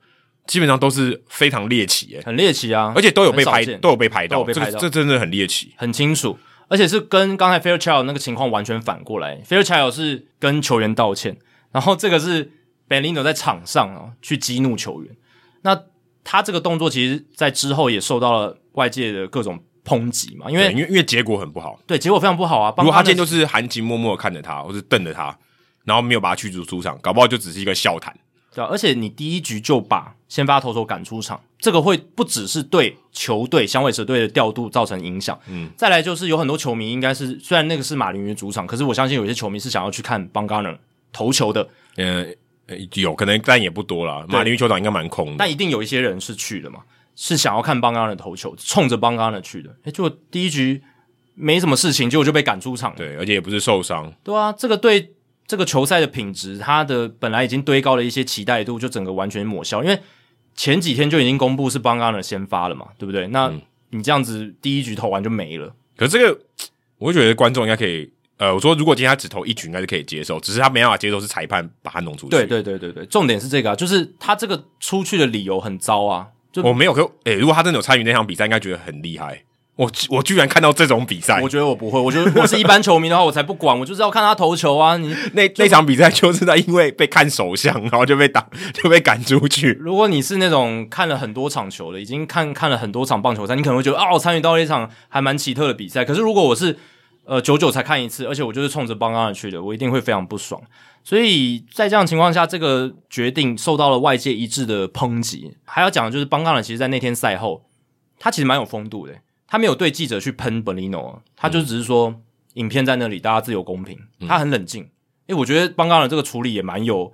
S2: 基本上都是非常猎奇耶、
S1: 很猎奇啊，
S2: 而且都有被拍
S1: 很少，见
S2: 都有被拍
S1: 都
S2: 到，
S1: 有被拍
S2: 这
S1: 到
S2: 个这真的很猎奇。
S1: 很清楚，而且是跟刚才 Fairchild 那个情况完全反过来。Fairchild 是跟球员道歉，然后这个是 Belino 在场上哦去激怒球员。那他这个动作其实，在之后也受到了外界的各种抨击嘛，因
S2: 对，
S1: 为
S2: 因为因为结果很不好。
S1: 对结果非常不好啊。
S2: 如
S1: 邦
S2: 果
S1: 哈
S2: 他
S1: 那
S2: 今天就是含情脉脉地看着他，或是瞪着他，然后没有把他驱逐出场，搞不好就只是一个笑谈。
S1: 对啊、而且你第一局就把先发投手赶出场，这个会不只是对球队响尾蛇队的调度造成影响，嗯，再来就是有很多球迷应该是虽然那个是马林鱼主场，可是我相信有些球迷是想要去看邦冈人投球的，
S2: 嗯、呃有可能，但也不多啦。马林鱼球场应该蛮空的
S1: 但。一定有一些人是去的嘛，是想要看邦冈人投球，冲着邦冈人去的，诶，就第一局没什么事情，结果就被赶出场了，
S2: 对，而且也不是受伤，
S1: 对啊，这个对这个球赛的品质，它的本来已经堆高的一些期待度，就整个完全抹消。因为前几天就已经公布是邦刚的先发了嘛，对不对？那
S2: 嗯
S1: 你这样子第一局投完就没了，
S2: 可是这个，我会觉得观众应该可以。呃，我说如果今天他只投一局，应该是可以接受，只是他没办法接受是裁判把他弄出去。
S1: 对对对对对，重点是这个啊，就是他这个出去的理由很糟啊，就
S2: 我没有，可诶、如果他真的有参与那场比赛，应该觉得很厉害。我我居然看到这种比赛
S1: 我，觉得我不会，我觉得我是一般球迷的话，我才不管，我就是要看他投球啊。你
S2: 那那场比赛就是他因为被看手相，然后就被打， 就被赶出去。
S1: 如果你是那种看了很多场球的，已经看看了很多场棒球赛，你可能会觉得啊，我参与到了一场还蛮奇特的比赛。可是如果我是呃久久才看一次，而且我就是冲着邦刚的去的，我一定会非常不爽。所以在这样的情况下，这个决定受到了外界一致的抨击。还要讲的就是邦刚的，其实在那天赛后，他其实蛮有风度的，他没有对记者去喷 Belino，他就只是说、影片在那里，大家自由公平，他很冷静。诶、我觉得邦刚的这个处理也蛮有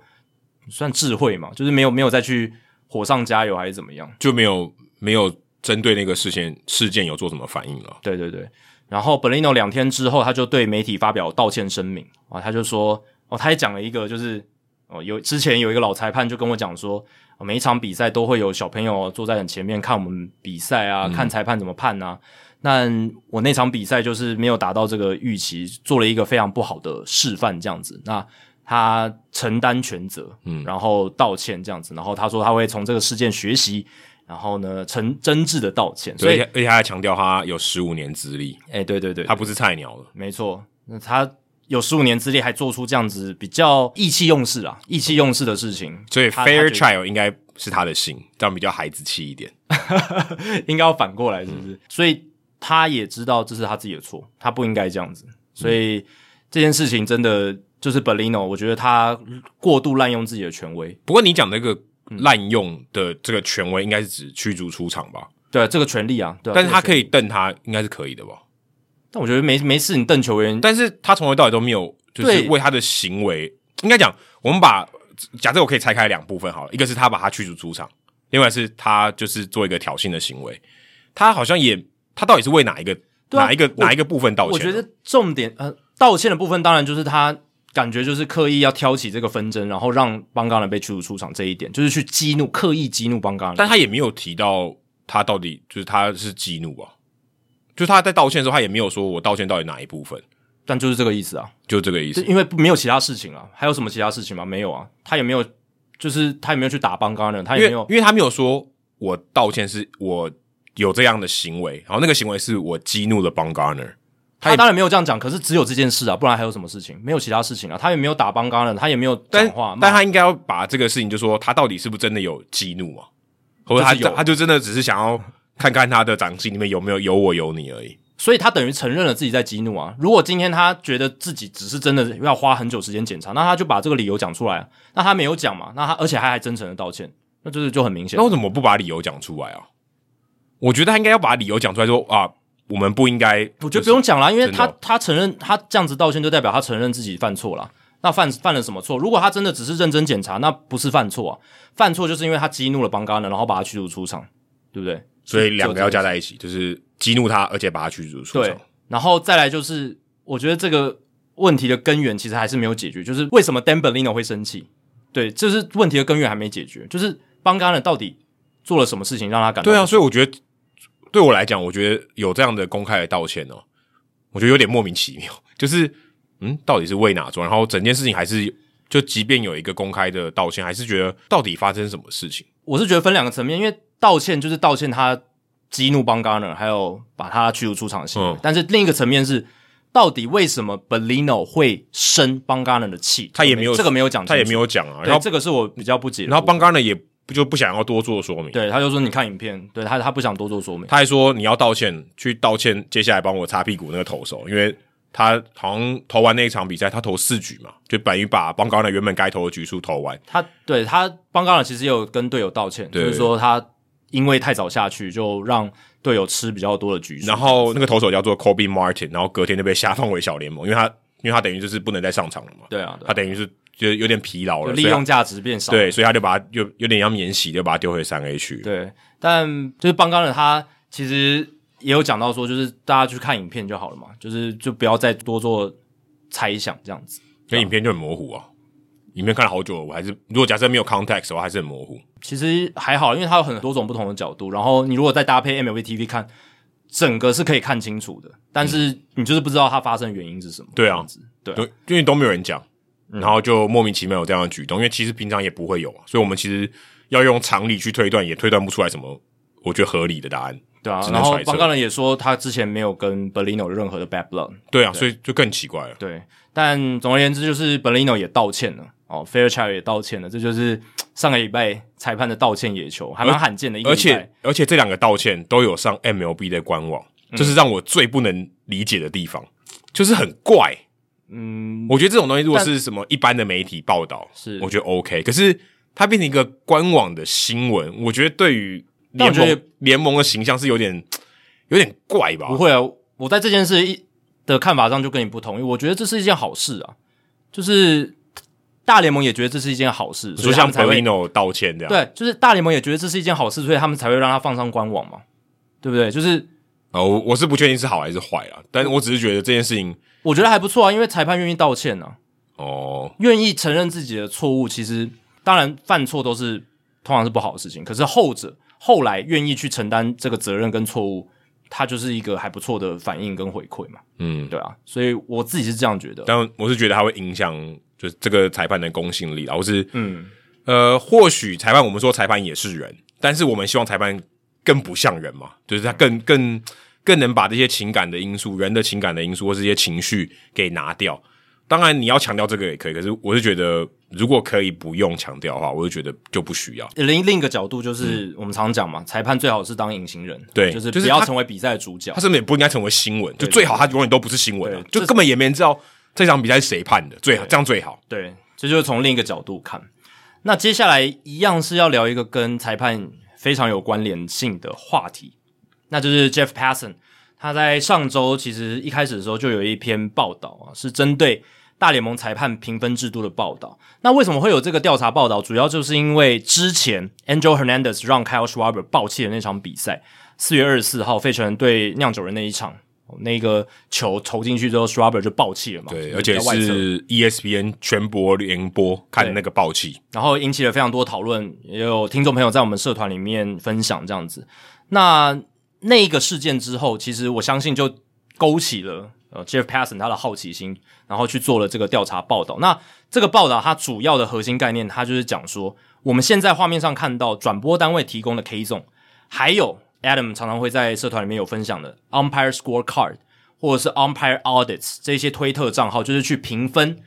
S1: 算智慧嘛，就是没有没有再去火上加油还是怎么样。
S2: 就没有没有针对那个事件事件有做什么反应了。
S1: 对对对。然后 Belino 两天之后，他就对媒体发表道歉声明啊，他就说哦，他也讲了一个，就是哦有之前有一个老裁判就跟我讲说、哦每一场比赛都会有小朋友坐在很前面看我们比赛啊，看裁判怎么判啊。那我那场比赛就是没有达到这个预期，做了一个非常不好的示范，这样子。那他承担全责，嗯，然后道歉这样子。然后他说他会从这个事件学习，然后呢，诚真挚的道歉。所
S2: 所以
S1: 以，，
S2: 而且他还强调他有十五年资历，
S1: 哎，对对对，
S2: 他不是菜鸟了。
S1: 没错，那他有十五年资历，还做出这样子比较意气用事啊，意气用事的事情，
S2: 所以
S1: 他他觉得
S2: Fairchild 应该是他的姓，这样比较孩子气一点。
S1: 应该要反过来，是不是？
S2: 嗯
S1: 所以他也知道这是他自己的错，他不应该这样子。所以这件事情真的就是 Belino，我觉得他过度滥用自己的权威。
S2: 不过你讲那个
S1: 嗯
S2: 滥用的这个权威，应该是指驱逐出场吧？
S1: 对、这个权利啊，对啊
S2: 但是他可
S1: 以，
S2: 以瞪他，应该是可以的吧？
S1: 但我觉得没没事，你瞪球员，
S2: 但是他从头到尾都没有，就是
S1: 对
S2: 为他的行为，应该讲，我们把假设我可以拆开两部分好了，一个是他把他驱逐出场，另外是他就是做一个挑衅的行为，他好像也他到底是为哪一个、
S1: 对啊
S2: 哪一个
S1: 我
S2: 哪一个部分道歉啊？
S1: 我觉得重点呃，道歉的部分当然就是他感觉就是刻意要挑起这个纷争，然后让邦冈人被驱逐出场这一点，就是去激怒，刻意激怒邦冈人。
S2: 但他也没有提到他到底就是他是激怒啊，就是他在道歉的时候，他也没有说我道歉到底哪一部分，
S1: 但就是这个意思啊，
S2: 就这个意
S1: 就
S2: 思。
S1: 因为没有其他事情啊，还有什么其他事情吗？没有啊，他也没有，就是他也没有去打邦刚人，他
S2: 因
S1: 也
S2: 为
S1: 没有
S2: 因为他没有说我道歉是我有这样的行为，然后那个行为是我激怒了 b o n g a r n e r
S1: 他当然没有这样讲，可是只有这件事啊，不然还有什么事情？没有其他事情啊，他也没有打帮刚人，他也没有讲
S2: 但
S1: 话，
S2: 但
S1: 骂
S2: 他应该要把这个事情，就说他到底是不是真的有激怒啊，或者他
S1: 就是有
S2: 他就真的只是想要看看他的掌心里面有没有有我有你而已。
S1: 所以他等于承认了自己在激怒啊。如果今天他觉得自己只是真的要花很久时间检查，那他就把这个理由讲出来啊。那他没有讲嘛，那他而且他还真诚的道歉，那就是就很明显
S2: 那。为什么不把理由讲出来啊？我觉得他应该要把理由讲出来说啊，我们不应该，
S1: 我觉得不用讲啦，因为
S2: 真的
S1: 他
S2: 哦
S1: 他承认他这样子道歉，就代表他承认自己犯错了。那犯犯了什么错？如果他真的只是认真检查，那不是犯错啊。犯错就是因为他激怒了邦嘎人，然后把他驱逐出场，对不对？
S2: 所以两个要加
S1: 在
S2: 在一起，就是激怒他，而且把他驱逐出
S1: 对
S2: 场。，
S1: 然后再来就是，我觉得这个问题的根源其实还是没有解决，就是为什么 Dan Bellino 会生气？对，这是问题的根源还没解决，就是邦嘎人到底做了什么事情让他感到
S2: 对啊，所以我觉得对我来讲，我觉得有这样的公开的道歉哦，我觉得有点莫名其妙。 就是嗯，到底是为哪桩？然后整件事情还是就，即便有一个公开的道歉，还是觉得到底发生什么事情？
S1: 我是觉得分两个层面，因为道歉就是道歉他激怒邦 g a r n e r 还有把他驱逐出场的行为，
S2: 嗯
S1: 但是另一个层面是，到底为什么 Belino 会生邦 g a r n e r 的气？
S2: 他也没有
S1: 这个没有讲，
S2: 他也没，有讲啊。
S1: 对，
S2: 然后
S1: 这个是我比较不解的部分。
S2: 然后邦刚呢也不就不想要多做说明，
S1: 对，他就说你看影片，对他他不想多做说明，
S2: 他还说你要道歉，去道歉，接下来帮我擦屁股那个投手，因为他好像投完那一场比赛，他投四局嘛，就等于把邦高呢原本该投的局数投完。
S1: 他对他邦加尔其实也有跟队友道歉，就
S2: 对
S1: 是说他因为太早下去，就让队友吃比较多的局数。
S2: 然后那个投手叫做 Kobe Martin，然后隔天就被下放回小联盟，因为他因为他等于就是不能再上场了嘛，
S1: 对啊，对啊
S2: 他等于是就有点疲劳
S1: 就
S2: 了，
S1: 利
S2: 所以
S1: 用价值变
S2: 他
S1: 少。
S2: 对，所以他就把他有有点要免洗，就把他丢回三 A 区。
S1: 对，啊但就是邦加尔他其实也有讲到说，就是大家去看影片就好了嘛，就是就不要再多做猜想这样子。
S2: 那影片就很模糊啊，影片看了好久了，我还是如果假设没有 context 的话，还是很模糊。
S1: 其实还好，因为它有很多种不同的角度，然后你如果再搭配 MLB TV 看，整个是可以看清楚的，但是你就是不知道它发生的原因是什么。
S2: 嗯对啊
S1: 这样子，对啊嗯
S2: 对，因为都没有人讲，然后就莫名其妙有这样的举动，因为其实平常也不会有啊，所以我们其实要用常理去推断，也推断不出来什么我觉得合理的答案。
S1: 对啊
S2: 只，能
S1: 然后
S2: 揣测
S1: 邦刚人也说他之前没有跟 Berlino 有任何的 bad blood，
S2: 对啊，所以就更奇怪了。
S1: 对，但总而言之就是 Berlino 也道歉了，哦，Fairchild 也道歉了，这就是嘖上个礼拜裁判的道歉野球，还蛮罕见的一个
S2: 而
S1: 礼拜
S2: 且而且这两个道歉都有上 MLB 的官网，
S1: 嗯
S2: 这是让我最不能理解的地方，就是很怪。
S1: 嗯，
S2: 我觉得这种东西如果
S1: 但
S2: 是什么一般的媒体报道，
S1: 是
S2: 我觉得 OK，可是它变成一个官网的新闻，我觉得对于
S1: 但我
S2: 联
S1: 觉得也
S2: 盟联盟的形象是有点有点怪吧？
S1: 不会啊，我在这件事一的看法上就跟你不同意，我觉得这是一件好事啊，就是大联盟也觉得这是一件好事，
S2: 你
S1: 所
S2: 说
S1: 以他
S2: 像
S1: 们才会
S2: Pelino 道歉这样，
S1: 对，就是大联盟也觉得这是一件好事，所以他们才会让他放上官网嘛，对不对？就是
S2: 啊，我我是不确定是好还是坏啊，但是我只是觉得这件事情，
S1: 我觉得还不错啊，因为裁判愿意道歉呢、啊。
S2: 哦，
S1: 愿意承认自己的错误，其实当然犯错都是通常是不好的事情，可是后者后来愿意去承担这个责任跟错误，他就是一个还不错的反应跟回馈嘛，
S2: 嗯，
S1: 对啊，所以我自己是这样觉得，
S2: 但我是觉得它会影响就是这个裁判的公信力啊，或是
S1: 嗯，
S2: 呃，或许裁判我们说裁判也是人，但是我们希望裁判更不像人嘛，就是他更更更能把这些情感的因素、人的情感的因素或是一些情绪给拿掉。当然你要强调这个也可以，可是我是觉得如果可以不用强调的话，我就觉得就不需要。
S1: 另另一个角度就是我们常讲嘛，裁判最好是当隐形人，
S2: 对
S1: 就是
S2: 就是
S1: 不要
S2: 他
S1: 成为比赛的主角
S2: 他，甚至也不应该成为新闻，就
S1: 对
S2: 最好他永远都不是新闻、啊，
S1: 对
S2: 就
S1: 这
S2: 根本也没人知道这场比赛是谁判的，最好这样最好。
S1: 对，这就是从另一个角度看。那接下来一样是要聊一个跟裁判非常有关联性的话题，那就是 Jeff Passan。他在上周其实一开始的时候就有一篇报道啊，是针对大联盟裁判评分制度的报道。那为什么会有这个调查报道？主要就是因为之前 Angel Hernandez 让 Kyle Schwarber 爆气的那场比赛，四月二十四号费城人对酿酒人那一场，那个球投进去之后，Schwarber 就爆气了嘛，
S2: 对，
S1: 就
S2: 而且
S1: 比较外侧
S2: 是 E ESPN 全国联播看那个爆气，
S1: 然后引起了非常多讨论，也有听众朋友在我们社团里面分享这样子。那那一个事件之后，其实我相信就勾起了呃 Jeff Passan 他的好奇心，然后去做了这个调查报道。那这个报道它主要的核心概念，它就是讲说，我们现在画面上看到转播单位提供的 K zone，还有 Adam 常常会在社团里面有分享的 umpire scorecard，或者是 umpire audits 这些推特账号，就是去评分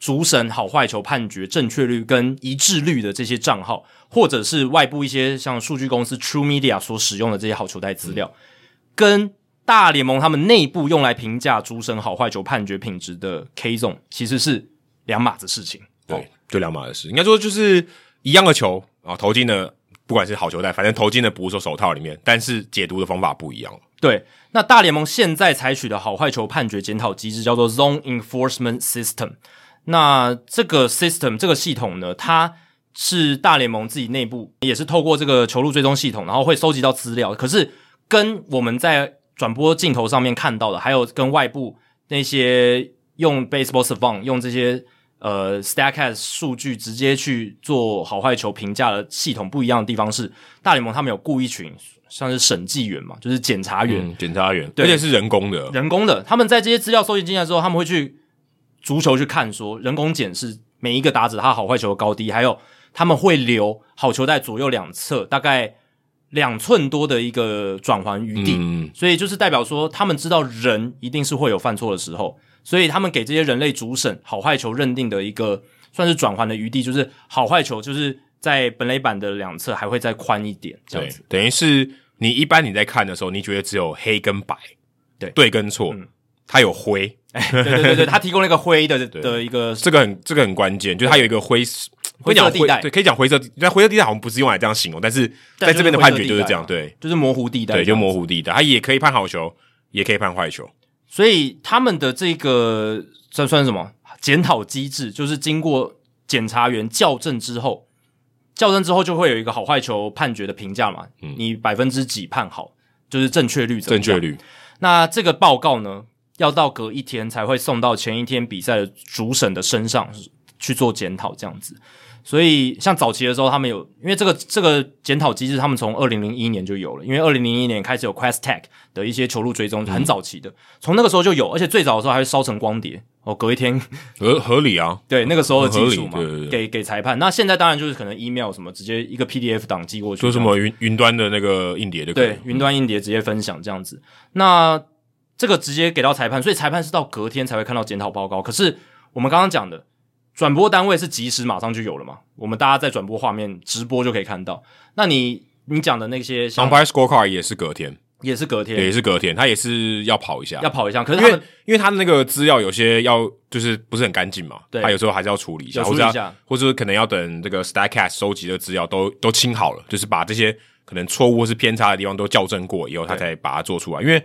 S1: 主审好坏球判决正确率跟一致率的这些账号，或者是外部一些像数据公司 True Media 所使用的这些好球带资料，跟大联盟他们内部用来评价主审好坏球判决品质的 K zone 其实是两码子事情。
S2: 对，就两码的事。应该说就是一样的球啊，投进了，不管是好球带，反正投进了捕手手套里面，但是解读的方法不一样。
S1: 对，那大联盟现在采取的好坏球判决检讨机制叫做 Zone Enforcement System。那这个 system 这个系统呢，它是大联盟自己内部也是透过这个球路追踪系统，然后会收集到资料。可是跟我们在转播镜头上面看到的，还有跟外部那些用 Baseball Savant 用这些呃 Statcast 数据直接去做好坏球评价的系统不一样的地方是，大联盟他们有雇一群像是审计员嘛，就是检察员，
S2: 嗯，检察员，
S1: 对
S2: 而且是人工的，
S1: 人工的。他们在这些资料收集进来之后，他们会去足球去看说人工检视每一个打者他好坏球的高低，还有他们会留好球带左右两侧大概两寸多的一个转环余地，
S2: 嗯，
S1: 所以就是代表说他们知道人一定是会有犯错的时候，所以他们给这些人类主审好坏球认定的一个算是转环的余地，就是好坏球就是在本垒板的两侧还会再宽一点这样
S2: 对
S1: 子。，
S2: 等于是你一般你在看的时候，你觉得只有黑跟白，
S1: 对嗯
S2: 对跟错，它有灰，
S1: 对对对对，他提供了一个灰的的一个
S2: 这个很这个很关键，就是它有一个灰
S1: 灰
S2: 可以讲
S1: 色地带
S2: 对，可以讲灰色地，但灰色地带好像不是用来这样形容，但是
S1: 但
S2: 在这边的判决
S1: 就
S2: 就是
S1: 灰色地带
S2: 是
S1: 啊
S2: 这样，对
S1: 就是模糊地带这样
S2: 对，
S1: 子，
S2: 就模糊地带，它也可以判好球，也可以判坏球，
S1: 所以他们的这个算算是什么检讨机制，就是经过检察员校正之后，校正之后就会有一个好坏球判决的评价嘛，你百分之几判好，就是正确率怎么
S2: 嗯正
S1: 样
S2: 确。率，
S1: 那这个报告呢，要到隔一天才会送到前一天比赛的主审的身上去做检讨，这样子。所以，像早期的时候，他们有因为这个这个检讨机制，他们从二零零一年就有了，因为二零零一年开始有 Quest Tech 的一些球路追踪，
S2: 嗯
S1: 很早期的，从那个时候就有，而且最早的时候还会烧成光碟哦，隔一天
S2: 合合理啊，
S1: 对那个时候的技术嘛，
S2: 很合理对对对
S1: 给给裁判。那现在当然就是可能 email 什么，直接一个 PDF 档寄过去，
S2: 说什么云云端的那个硬碟就可以
S1: 对，，云端硬碟直接分享这样子。那这个直接给到裁判，所以裁判是到隔天才会看到检讨报告。可是我们刚刚讲的，转播单位是及时马上就有了嘛？我们大家在转播画面直播就可以看到。那你你讲的那些像
S2: umpire scorecard 也是隔天，
S1: 也是隔天
S2: 也是隔天，他也是要跑一下
S1: 要，跑一下，可是
S2: 因
S1: 他
S2: 为
S1: 们
S2: 因为他的那个资料有些要就是不是很干净嘛，
S1: 对
S2: 他有时候还是要处理一下，
S1: 有处
S2: 或
S1: 理一
S2: 者
S1: 下
S2: 要或者可能要等这个 Statcast 收集的资料都都清好了，就是把这些可能错误或是偏差的地方都校正过以后，他才把它做出来。因为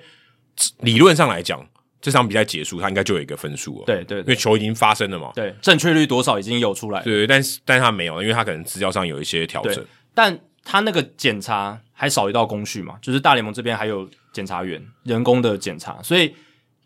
S2: 理论上来讲，这场比赛结束，他应该就有一个分数了，，
S1: 对对
S2: 因为
S1: 对
S2: 球已经发生了嘛，
S1: 对，正确率多少已经有出来了，
S2: 对，但是但是他没有，因为他可能资料上有一些调整
S1: 对，但他那个检查还少一道工序嘛，就是大联盟这边还有检察员人工的检查，所以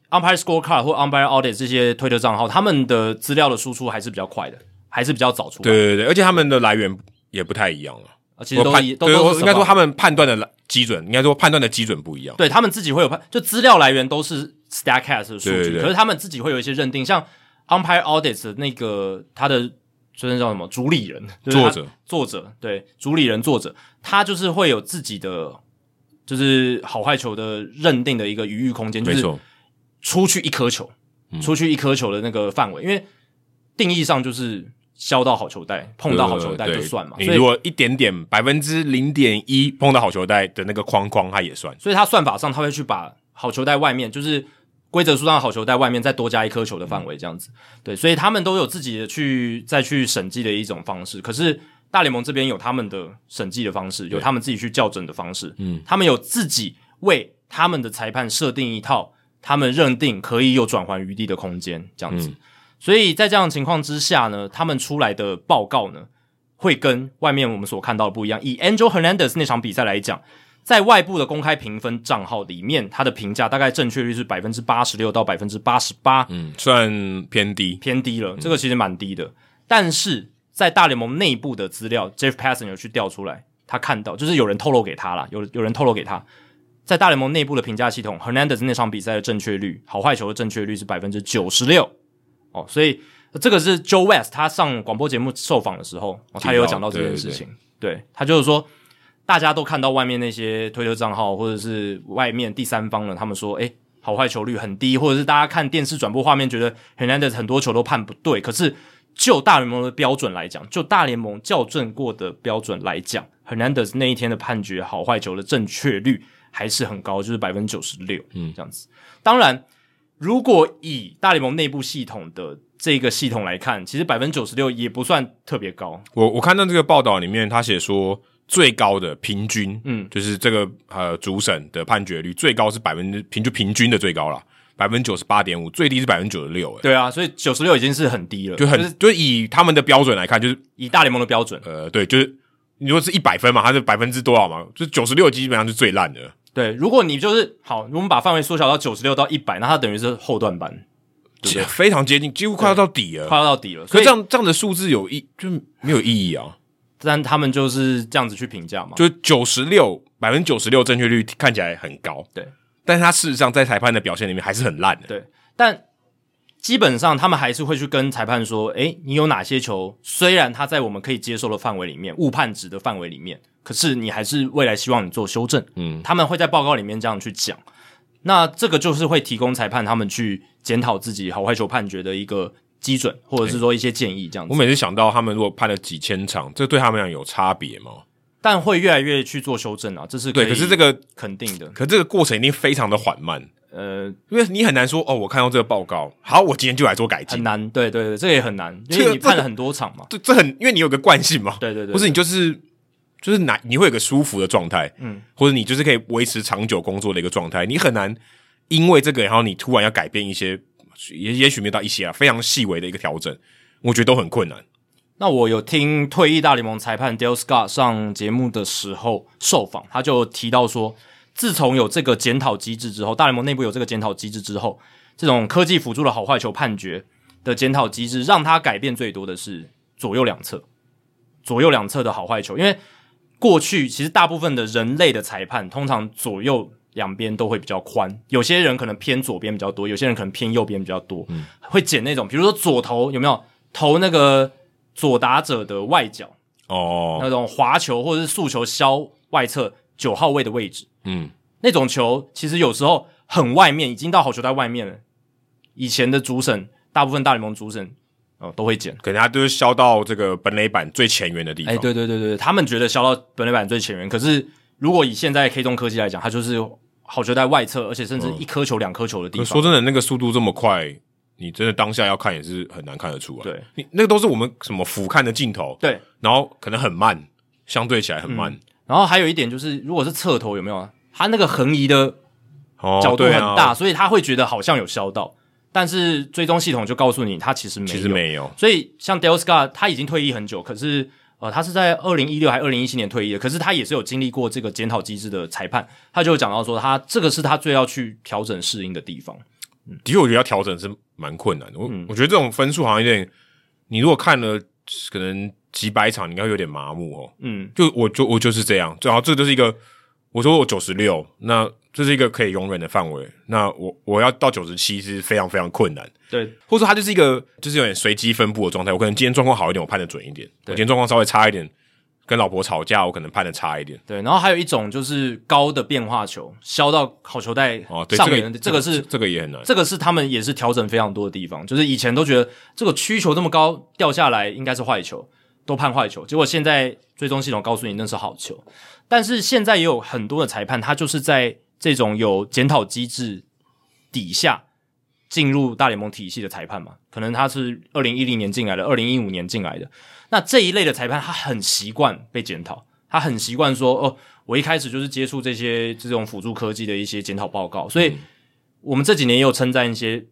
S1: umpire scorecard 或 umpire audit 这些推特账号，他们的资料的输出还是比较快的，还是比较早出来，
S2: 对对对，而且他们的来源也不太一样了。
S1: 呃其实都
S2: 判
S1: 一都
S2: 对
S1: 都
S2: 我
S1: 是
S2: 应该说
S1: survive
S2: 他们判断的基准，应该说判断的基准不一样。
S1: 对他们自己会有判，就资料来源都是 Statcast 的数据，
S2: 对对对
S1: 可是他们自己会有一些认定，像 umpire audit 的那个他的就是叫什么主理人，就是他
S2: 作者
S1: 作者对主理人作者，他就是会有自己的就是好坏球的认定的一个余裕空间，就是，出去一颗球，
S2: 嗯
S1: 出去一颗球的那个范围，因为定义上就是削到好球带，碰到好球带
S2: 对
S1: 就
S2: 对
S1: 算嘛，
S2: 你
S1: 所以
S2: 如果一点点百分之零点一碰到好球带的那个框框，它也算。
S1: 所以他算法上他会去把好球带外面，就是规则书上的好球带外面再多加一颗球的范围这样子。对，所以他们都有自己的去再去审计的一种方式。可是大联盟这边有他们的审计的方式，有他们自己去校准的方式。
S2: 嗯，
S1: 他们有自己为他们的裁判设定一套他们认定可以有转圜余地的空间这样子。
S2: 嗯
S1: 所以在这样的情况之下呢，他们出来的报告呢，会跟外面我们所看到的不一样。以 Angel Hernandez 那场比赛来讲，在外部的公开评分账号里面，他的评价大概正确率是百分之八十六到百分之八十八，
S2: 嗯，算偏低。
S1: 偏低了，这个其实蛮低的。但是在大联盟内部的资料，Jeff Passan 有去调出来，他看到就是有人透露给他啦，有有人透露给他，在大联盟内部的评价系统，Hernandez 那场比赛的正确率，好坏球的正确率是百分之九十六哦，所以呃这个是 Joe West 他上广播节目受访的时候，哦、他也有讲到这件事情，对他就是说。大家都看到外面那些推特账号或者是外面第三方的，他们说，诶，哎好坏球率很低，或者是大家看电视转播画面觉得 Hernandez 很多球都判不对，可是就大联盟的标准来讲，就大联盟校正过的标准来讲，Hernandez 那一天的判决好坏球的正确率还是很高，就是百分之九十六，嗯，这样子。当然，如果以大联盟内部系统的这个系统来看，其实百分之九十六也不算特别高，
S2: 我我看到这个报道里面，他写说最高的平均，
S1: 嗯
S2: 嗯，就是这个呃主审的判决率最高是百分之平就平均的最高啦，百分之九十八点五，最低是百分之九十六，哎，
S1: 对啊，所以九十六已经是很低了，
S2: 就很、
S1: 是
S2: 就以他们的标准来看，就是
S1: 以大联盟的标准，
S2: 呃对，就是你如果是一百分嘛，它是百分之多少嘛，就九十六基本上是最烂的，
S1: 对，如果你就是好，我们把范围缩小到九十六到一百，那它等于是后段班，对不对
S2: 非常接近，几乎快要到底了。
S1: 快要到底了。
S2: 可
S1: 啊所
S2: 是
S1: 以
S2: 这，样这样的数字有意就没有意义啊？
S1: 但他们就是这样子去评价嘛。
S2: 就九十六百分之九十六正确率看起来很高，
S1: 对，
S2: 但是他事实上在裁判的表现里面还是很烂的。
S1: 对，但基本上他们还是会去跟裁判说：“诶，你有哪些球？虽然它在我们可以接受的范围里面，误判值的范围里面，可是你还是未来希望你做修正。”嗯，他们会在报告里面这样去讲。那这个就是会提供裁判他们去检讨自己好坏球判决的一个基准，或者是说一些建议这样子
S2: 我。每次想到他们如果判了几千场，这对他们俩有差别吗？
S1: 但会越来越去做修正啊，这是
S2: 对，可是这个，
S1: 肯定的。
S2: 可这个过程一定非常的缓慢，
S1: 呃，
S2: 因为你很难说哦，我看到这个报告，好，我今天就来做改
S1: 很
S2: 进。
S1: 难，对对对，这个也很难，因
S2: 这
S1: 为
S2: 个
S1: 你判了很多场嘛。
S2: 对，这很，因为你有个惯性嘛，
S1: 对对对
S2: 或是你就是就是难，你会有个舒服的状态，
S1: 嗯
S2: 嗯，或者你就是可以维持长久工作的一个状态，你很难因为这个，然后你突然要改变一些，也也许没有到一些啊，非常细微的一个调整，我觉得都很困难。
S1: 那我有听退役大联盟裁判 Dale Scott 上节目的时候受访，他就提到说，自从有这个检讨机制之后，大联盟内部有这个检讨机制之后，这种科技辅助的好坏球判决的检讨机制，让他改变最多的是左右两侧，左右两侧的好坏球，因为过去其实大部分的人类的裁判，通常左右两边都会比较宽，有些人可能偏左边比较多，有些人可能偏右边比较多，会捡那种，比如说左投有没有投那个左打者的外角、
S2: 哦，
S1: 那种滑球或者是速球削外侧九号位的位置，
S2: 嗯，
S1: 那种球其实有时候很外面，已经到好球带外面了。以前的主审，大部分大联盟主审呃都会捡。
S2: 可能他就是削到这个本垒板最前缘的地
S1: 哎、
S2: 方，
S1: 对对对对，他们觉得削到本垒板最前缘，可是如果以现在 K 中科技来讲，它就是好球带外侧，而且甚至一颗球、两颗球的地
S2: 可
S1: 方。
S2: 说真的，那个速度这么快，你真的当下要看也是很难看得出来。
S1: 对，
S2: 你那个都是我们什么俯瞰的镜头，
S1: 对，嗯
S2: 然后可能很慢，相对起来很慢。
S1: 然后还有一点就是，如果是侧头有没有啊？它那个横移的
S2: 哦，
S1: 角度
S2: 对
S1: 很
S2: 啊
S1: 大，，所以他会觉得好像有削到，但是追踪系统就告诉你，他其实没有。
S2: 其实没有。
S1: 所以像 Dale Scott 他已经退役很久，可是呃，他是在二零一六还二零一七年退役的，可是他也是有经历过这个检讨机制的裁判，他就有讲到说他，这个是他最要去调整适应的地方。
S2: 的确，我觉得要调整是蛮困难的。我、
S1: 嗯
S2: 我觉得这种分数好像有点，你如果看了可能几百场，你应该会有点麻木哦。
S1: 嗯，
S2: 就我就我就是这样，然后这就是一个，我说我九十六，那这是一个可以容忍的范围。那我我要到九十七是非常非常困难。
S1: 对，
S2: 或者说它就是一个就是有点随机分布的状态。我可能今天状况好一点，我判的准一点；我今天状况稍微差一点，跟老婆吵架，我可能判的差一点。
S1: 对，然后还有一种就是高的变化球，削到好球带
S2: 哦，对，
S1: 上
S2: 这
S1: 缘
S2: 个
S1: 的，这个是
S2: 这个也很难。
S1: 这个是他们也是调整非常多的地方，就是以前都觉得这个曲球这么高掉下来应该是坏球，都判坏球，结果现在追踪系统告诉你那是好球，但是现在也有很多的裁判，他就是在这种有检讨机制底下进入大联盟体系的裁判嘛，可能他是二零一零年进来的，二零一五年进来的，那这一类的裁判他很习惯被检讨，他很习惯说哦，我一开始就是接触这些这种辅助科技的一些检讨报告，所以我们这几年也有称赞一些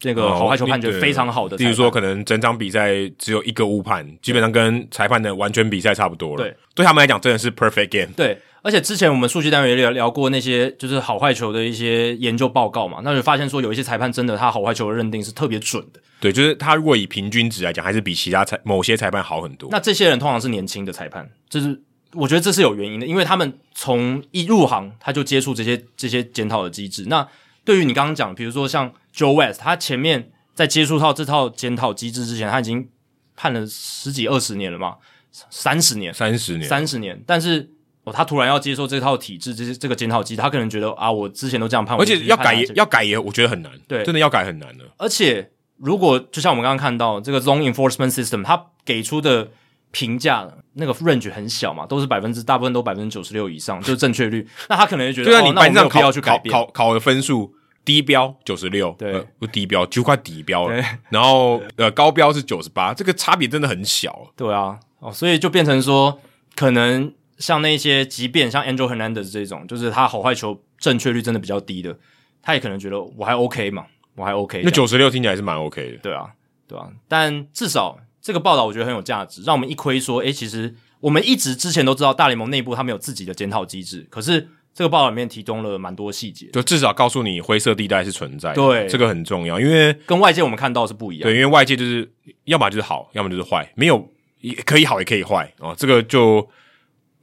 S1: 这个
S2: 嗯哦
S1: 好坏球判决
S2: 对
S1: 非常好的裁
S2: 比
S1: 判，
S2: 如说，可能整场比赛只有一个误判，基本上跟裁判的完全比赛差不多了。
S1: 对，
S2: 对他们来讲真的是 perfect game。
S1: 对，而且之前我们数据单元也聊聊过那些就是好坏球的一些研究报告嘛，那就发现说有一些裁判真的他好坏球的认定是特别准的。
S2: 对，就是他如果以平均值来讲，还是比其他裁某些裁判好很多。
S1: 那这些人通常是年轻的裁判，就是我觉得这是有原因的，因为他们从一入行他就接触这些这些检讨的机制。那对于你刚刚讲，比如说像 Joe West，他前面在接触到这套检讨机制之前，他已经判了十几二十年了嘛，三十年，
S2: 三十年，
S1: 三十年，但是、哦哦，他突然要接受这套体制，这些这个检讨机制，他可能觉得啊，我之前都这样判，
S2: 而
S1: 我
S2: 且
S1: 就
S2: 要改
S1: 判
S2: 也
S1: 他这个
S2: 要改也，我觉得很难，
S1: 对
S2: 真的要改很难了。
S1: 而且如果就像我们刚刚看到这个 zone enforcement system，它给出的评价那个 range 很小嘛，都是百分之大部分都百分之九十六以上，就是正确率。 那他可能就觉
S2: 就
S1: 得，哦
S2: 像啊你
S1: 那我
S2: 班
S1: 没
S2: 上
S1: 有必
S2: 考
S1: 要去改
S2: 考
S1: 变。
S2: 考考的分数，低标九十六，
S1: 对
S2: 呃不低标就快底标了
S1: 对，
S2: 然后呃高标是九十八，这个差别真的很小。
S1: 对啊，哦，所以就变成说，可能像那些，即便像 Angel Hernandez 这种，就是他好坏球正确率真的比较低的，他也可能觉得我还 OK 嘛，我还 OK 这样。
S2: 那九十六听起来是蛮 OK 的，
S1: 对啊，对啊，但至少这个报道我觉得很有价值，让我们一窥说，诶，其实我们一直之前都知道大联盟内部他们有自己的检讨机制，可是这个报道里面提供了蛮多细节，
S2: 就至少告诉你灰色地带是存在的，
S1: 对
S2: 这个很重要，因为
S1: 跟外界我们看到是不一样。
S2: 对，因为外界就是要么就是好，要么就是坏，没有也可以好也可以坏哦，这个就。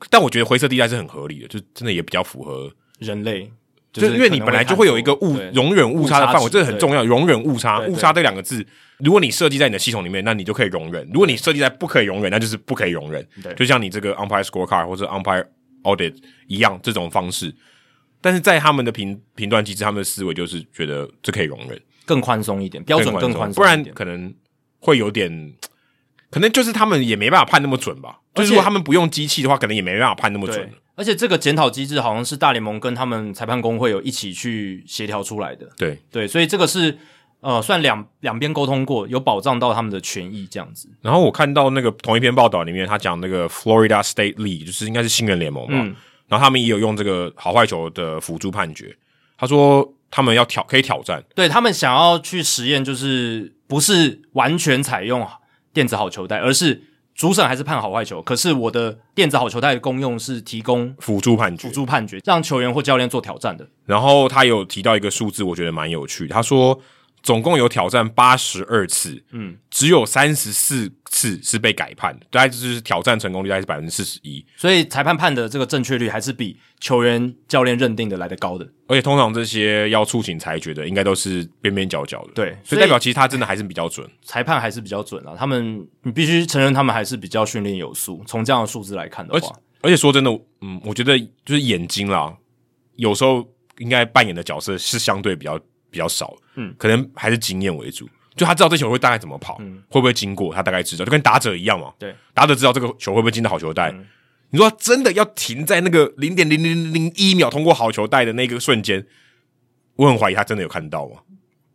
S2: 但我觉得灰色地带是很合理的，就真的也比较符合
S1: 人类
S2: 就是因为你本来就会有一个
S1: 可能
S2: 误
S1: 看错
S2: 容忍误差的范围，
S1: 误差值
S2: 这很重要。容忍误差，
S1: 对对
S2: 误差这两个字，如果你设计在你的系统里面，那你就可以容忍；如果你设计在不可以容忍，那就是不可以容忍
S1: 对。
S2: 就像你这个 umpire scorecard 或者 umpire audit 一样，这种方式。但是在他们的评评断机制，他们的思维就是觉得这可以容忍，
S1: 对更宽松一点，标准更宽松一点，
S2: 不然可能会有点，可能就是他们也没办法判那么准吧。就
S1: 而
S2: 是
S1: 且
S2: 如果他们不用机器的话，可能也没办法判那么准
S1: 对。。而且这个检讨机制好像是大联盟跟他们裁判工会有一起去协调出来的，
S2: 对，
S1: 对，所以这个是呃算两两边沟通过，有保障到他们的权益这样子。
S2: 然后我看到那个同一篇报道里面，他讲那个 Florida State League 就是应该是新人联盟嘛，
S1: 嗯
S2: 然后他们也有用这个好坏球的辅助判决。他说他们要挑可以挑战，
S1: 对他们想要去实验，就是不是完全采用电子好球带，而是主审还是判好坏球，可是我的电子好球带的功用是提供
S2: 辅助判决
S1: 辅。助判决，让球员或教练做挑战的。
S2: 然后他有提到一个数字，我觉得蛮有趣的。他说总共有挑战八十二次，
S1: 嗯，
S2: 只有三十四次是被改判的，大概就是挑战成功率大概是百分之四十一。
S1: 所以裁判判的这个正确率还是比球员、教练认定的来的高的。
S2: 而且通常这些要促请裁决的，应该都是边边角角的，
S1: 对所
S2: 所以
S1: 以
S2: 代表其实他真的还是比较准。
S1: 裁判还是比较准啊，他们你必须承认，他们还是比较训练有素。从这样的数字来看的
S2: 而且
S1: 话，
S2: 而且说真的，嗯，我觉得就是眼睛啦，有时候应该扮演的角色是相对比较比较少，
S1: 嗯，
S2: 可能还是经验为主。就他知道这球会大概怎么跑，会不会经过，他大概知道，就跟打者一样嘛。
S1: 嗯对，嗯
S2: 打者知道这个球会不会进到好球带。你说他真的要停在那个零点零零零一秒通过好球带的那个瞬间，我很怀疑他真的有看到嘛？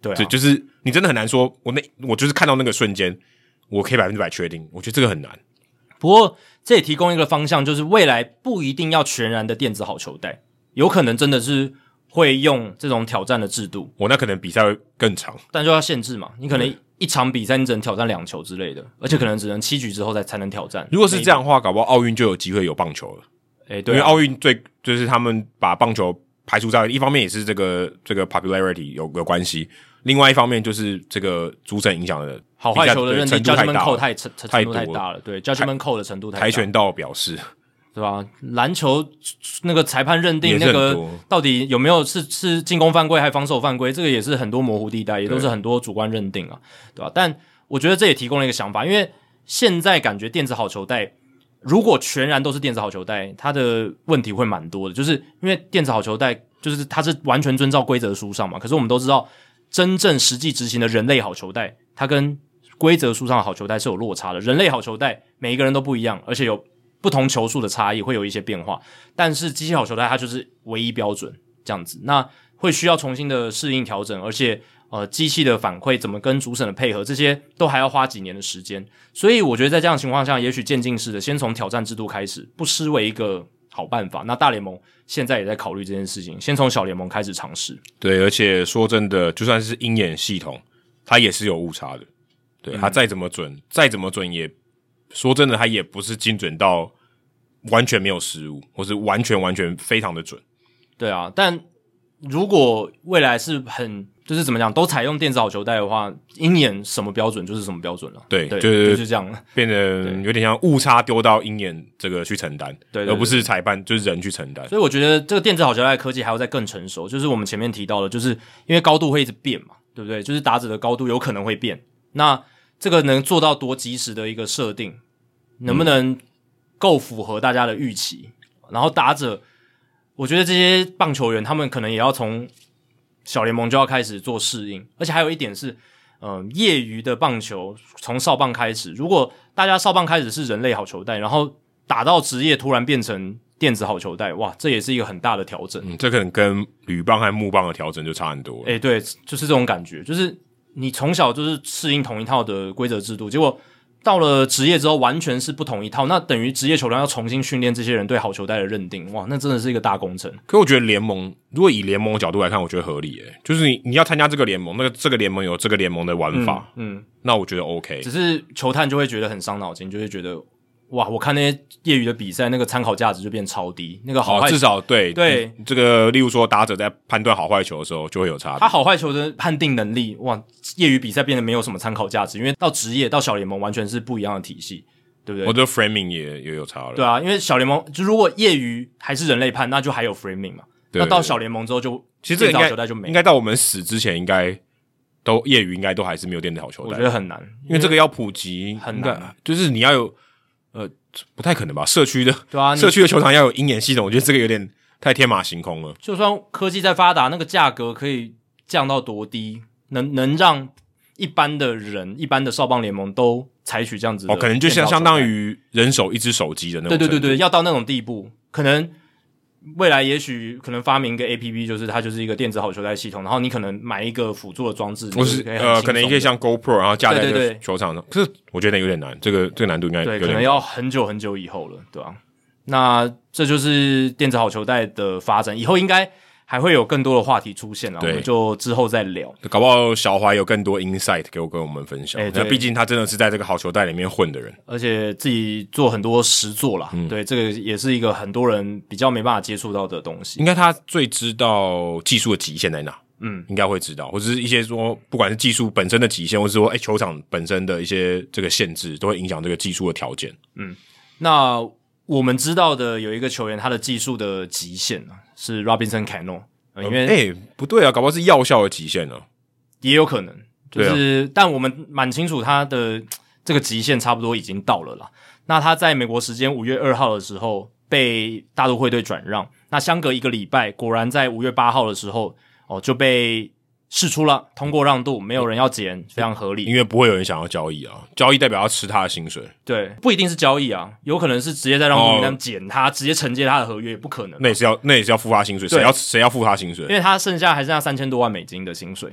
S1: 对啊
S2: 对，就是你真的很难说，我那我就是看到那个瞬间，我可以百分之百确定。我觉得这个很难。
S1: 不过这也提供一个方向，就是未来不一定要全然的电子好球带，有可能真的是会用这种挑战的制度，
S2: 我那可能比赛会更长。
S1: 但就要限制嘛。你可能一场比赛你只能挑战两球之类的，而且可能只能七局之后才才能挑战。
S2: 如果是这样的话，搞不好奥运就有机会有棒球了，
S1: 诶，
S2: 因
S1: 对
S2: 为
S1: 啊、
S2: 奥运最就是他们把棒球排除在，一方面也是这个这个 popularity 有有关系，另外一方面就是这个主审影响的
S1: 好坏球的认定
S2: 比赛程度
S1: judgment
S2: 大
S1: call
S2: 了
S1: 太程程
S2: 太
S1: 度太
S2: 多
S1: 大了，对 judgment call 的程度太大，
S2: 跆拳道表示，
S1: 对吧、篮球那个裁判认
S2: 也
S1: 定
S2: 是很
S1: 那
S2: 多
S1: 个到底有没有是是进攻犯规还是防守犯规，这个也是很多模糊地带，也都是很多主观认定啊，对吧、但我觉得这也提供了一个想法，因为现在感觉电子好球带如果全然都是电子好球带，它的问题会蛮多的，就是因为电子好球带就是它是完全遵照规则书上嘛，可是我们都知道，真正实际执行的人类好球带，它跟规则书上的好球带是有落差的。人类好球带每一个人都不一样，而且有不同球速的差异，会有一些变化。但是机械好球带它就是唯一标准这样子，那会需要重新的适应调整，而且呃机器的反馈怎么跟主审的配合，这些都还要花几年的时间。所以我觉得在这样的情况下，也许渐进式的先从挑战制度开始，不失为一个好办法。那大联盟现在也在考虑这件事情，先从小联盟开始尝试。
S2: 对，而且说真的，就算是鹰眼系统，它也是有误差的，对，它再怎么准，再怎么准也，说真的，它也不是精准到完全没有失误，或是完全完全非常的准。
S1: 对啊，但如果未来是很就是怎么讲，都采用电子好球带的话，鹰眼什么标准就是什么标准了。
S2: 对
S1: 对，
S2: 就是
S1: 就是这样了。
S2: 变得有点像误差丢到鹰眼这个去承担，
S1: 对对对
S2: 而不是裁判就是人去承担。
S1: 所以我觉得这个电子好球带的科技还要再更成熟，就是我们前面提到的，就是因为高度会一直变嘛，对不对？就是打者的高度有可能会变，那这个能做到多及时的一个设定，能不能够符合大家的预期？然后打者，我觉得这些棒球员他们可能也要从小联盟就要开始做适应，而且还有一点是，嗯、业余的棒球从少棒开始，如果大家少棒开始是人类好球带，然后打到职业突然变成电子好球带，哇，这也是一个很大的调整。
S2: 嗯，这可能跟铝棒和木棒的调整就差很多了。
S1: 诶，对，就是这种感觉，就是你从小就是适应同一套的规则制度，结果到了职业之后完全是不同一套，那等于职业球员要重新训练这些人对好球带的认定，哇，那真的是一个大工程。
S2: 可我觉得联盟，如果以联盟的角度来看，我觉得合理、欸。就是你你要参加这个联盟，那个这个联盟有这个联盟的玩法，
S1: 嗯，嗯
S2: 那我觉得 OK。
S1: 只是球探就会觉得很伤脑筋，就会觉得哇，我看那些业余的比赛，那个参考价值就变超低，那个好
S2: 好，
S1: 坏、
S2: 哦至少对
S1: 对
S2: 你这个，例如说打者在判断好坏球的时候就会有差别
S1: 他。好坏球的判定能力，哇，业余比赛变得没有什么参考价值，因为到职业到小联盟完全是不一样的体系，对不对？
S2: 我的 framing 也也有差了。
S1: 对啊，因为小联盟就如果业余还是人类判，那就还有 framing 嘛。
S2: 对
S1: 那到小联盟之后就，
S2: 其实这个
S1: 电
S2: 应
S1: 子好球
S2: 该
S1: 带就没了，
S2: 应该到我们死之前，应该都业余应该都还是没有电子好球
S1: 我
S2: 带
S1: 觉，得很难，
S2: 因为这个要普及
S1: 很
S2: 应该
S1: 难
S2: 就是你要有呃不太可能吧？社区的、
S1: 对啊，你
S2: 社区的球场要有鹰眼系统，我觉得这个有点太天马行空了。
S1: 就算科技再发达，那个价格可以降到多低，能能让一般的人、一般的少棒联盟都采取这样子的
S2: 哦，可能就像
S1: 电子好
S2: 相
S1: 球带
S2: 当于人手一只手机的那种
S1: 对
S2: 程度。
S1: 对对对，要到那种地步，可能未来也许可能发明一个 A P P，就是它就是一个电子好球带系统，然后你可能买一个辅助的装置，
S2: 我
S1: 就是可以很
S2: 呃，
S1: 轻
S2: 可能也
S1: 松
S2: 可以
S1: 地
S2: 像 GoPro，然后架在
S1: 对
S2: 这
S1: 对
S2: 个
S1: 对
S2: 球场上。可是我觉得有点难，这个这个难度应该有
S1: 对，可
S2: 点
S1: 能
S2: 高。
S1: 要很久很久以后了，对吧、那这就是电子好球带的发展，以后应该还会有更多的话题出现了，我
S2: 对
S1: 们就之后再聊。
S2: 搞不好小怀有更多 insight 给我跟我们分享
S1: 哎。
S2: 那
S1: 对
S2: 毕竟他真的是在这个好球带里面混的人。
S1: 而且自己做很多实作啦，
S2: 嗯
S1: 对，这个也是一个很多人比较没办法接触到的东西
S2: 应。该他最知道技术的极限在哪，
S1: 嗯，
S2: 应该会知道，或者是一些说，不管是技术本身的极限，或是说，哎、球场本身的一些这个限制，都会影响这个技术的条件。
S1: 那我们知道的有一个球员，他的技术的极限啊是 Robinson Cano，、呃因为、
S2: 哎、不对啊，搞不好是药效的极限啊呢、
S1: 也有可能，就
S2: 对啊
S1: 是、但我们蛮清楚他的这个极限差不多已经到了啦。那他在美国时间五月二号的时候被大都会队转让，那相隔一个礼拜，果然在五月八号的时候哦就被释出了，通过让渡，没有人要捡，非常合理。
S2: 因为不会有人想要交易啊，交易代表要吃他的薪水，
S1: 对，不一定是交易啊，有可能是直接在让渡名
S2: 哦
S1: 单捡他，直接承接他的合约，也不可能。
S2: 那也是要那也是要付他薪水，谁
S1: 对
S2: 要谁要付他薪
S1: 因
S2: 水？
S1: 为他剩下还剩下三千多万美金的薪水，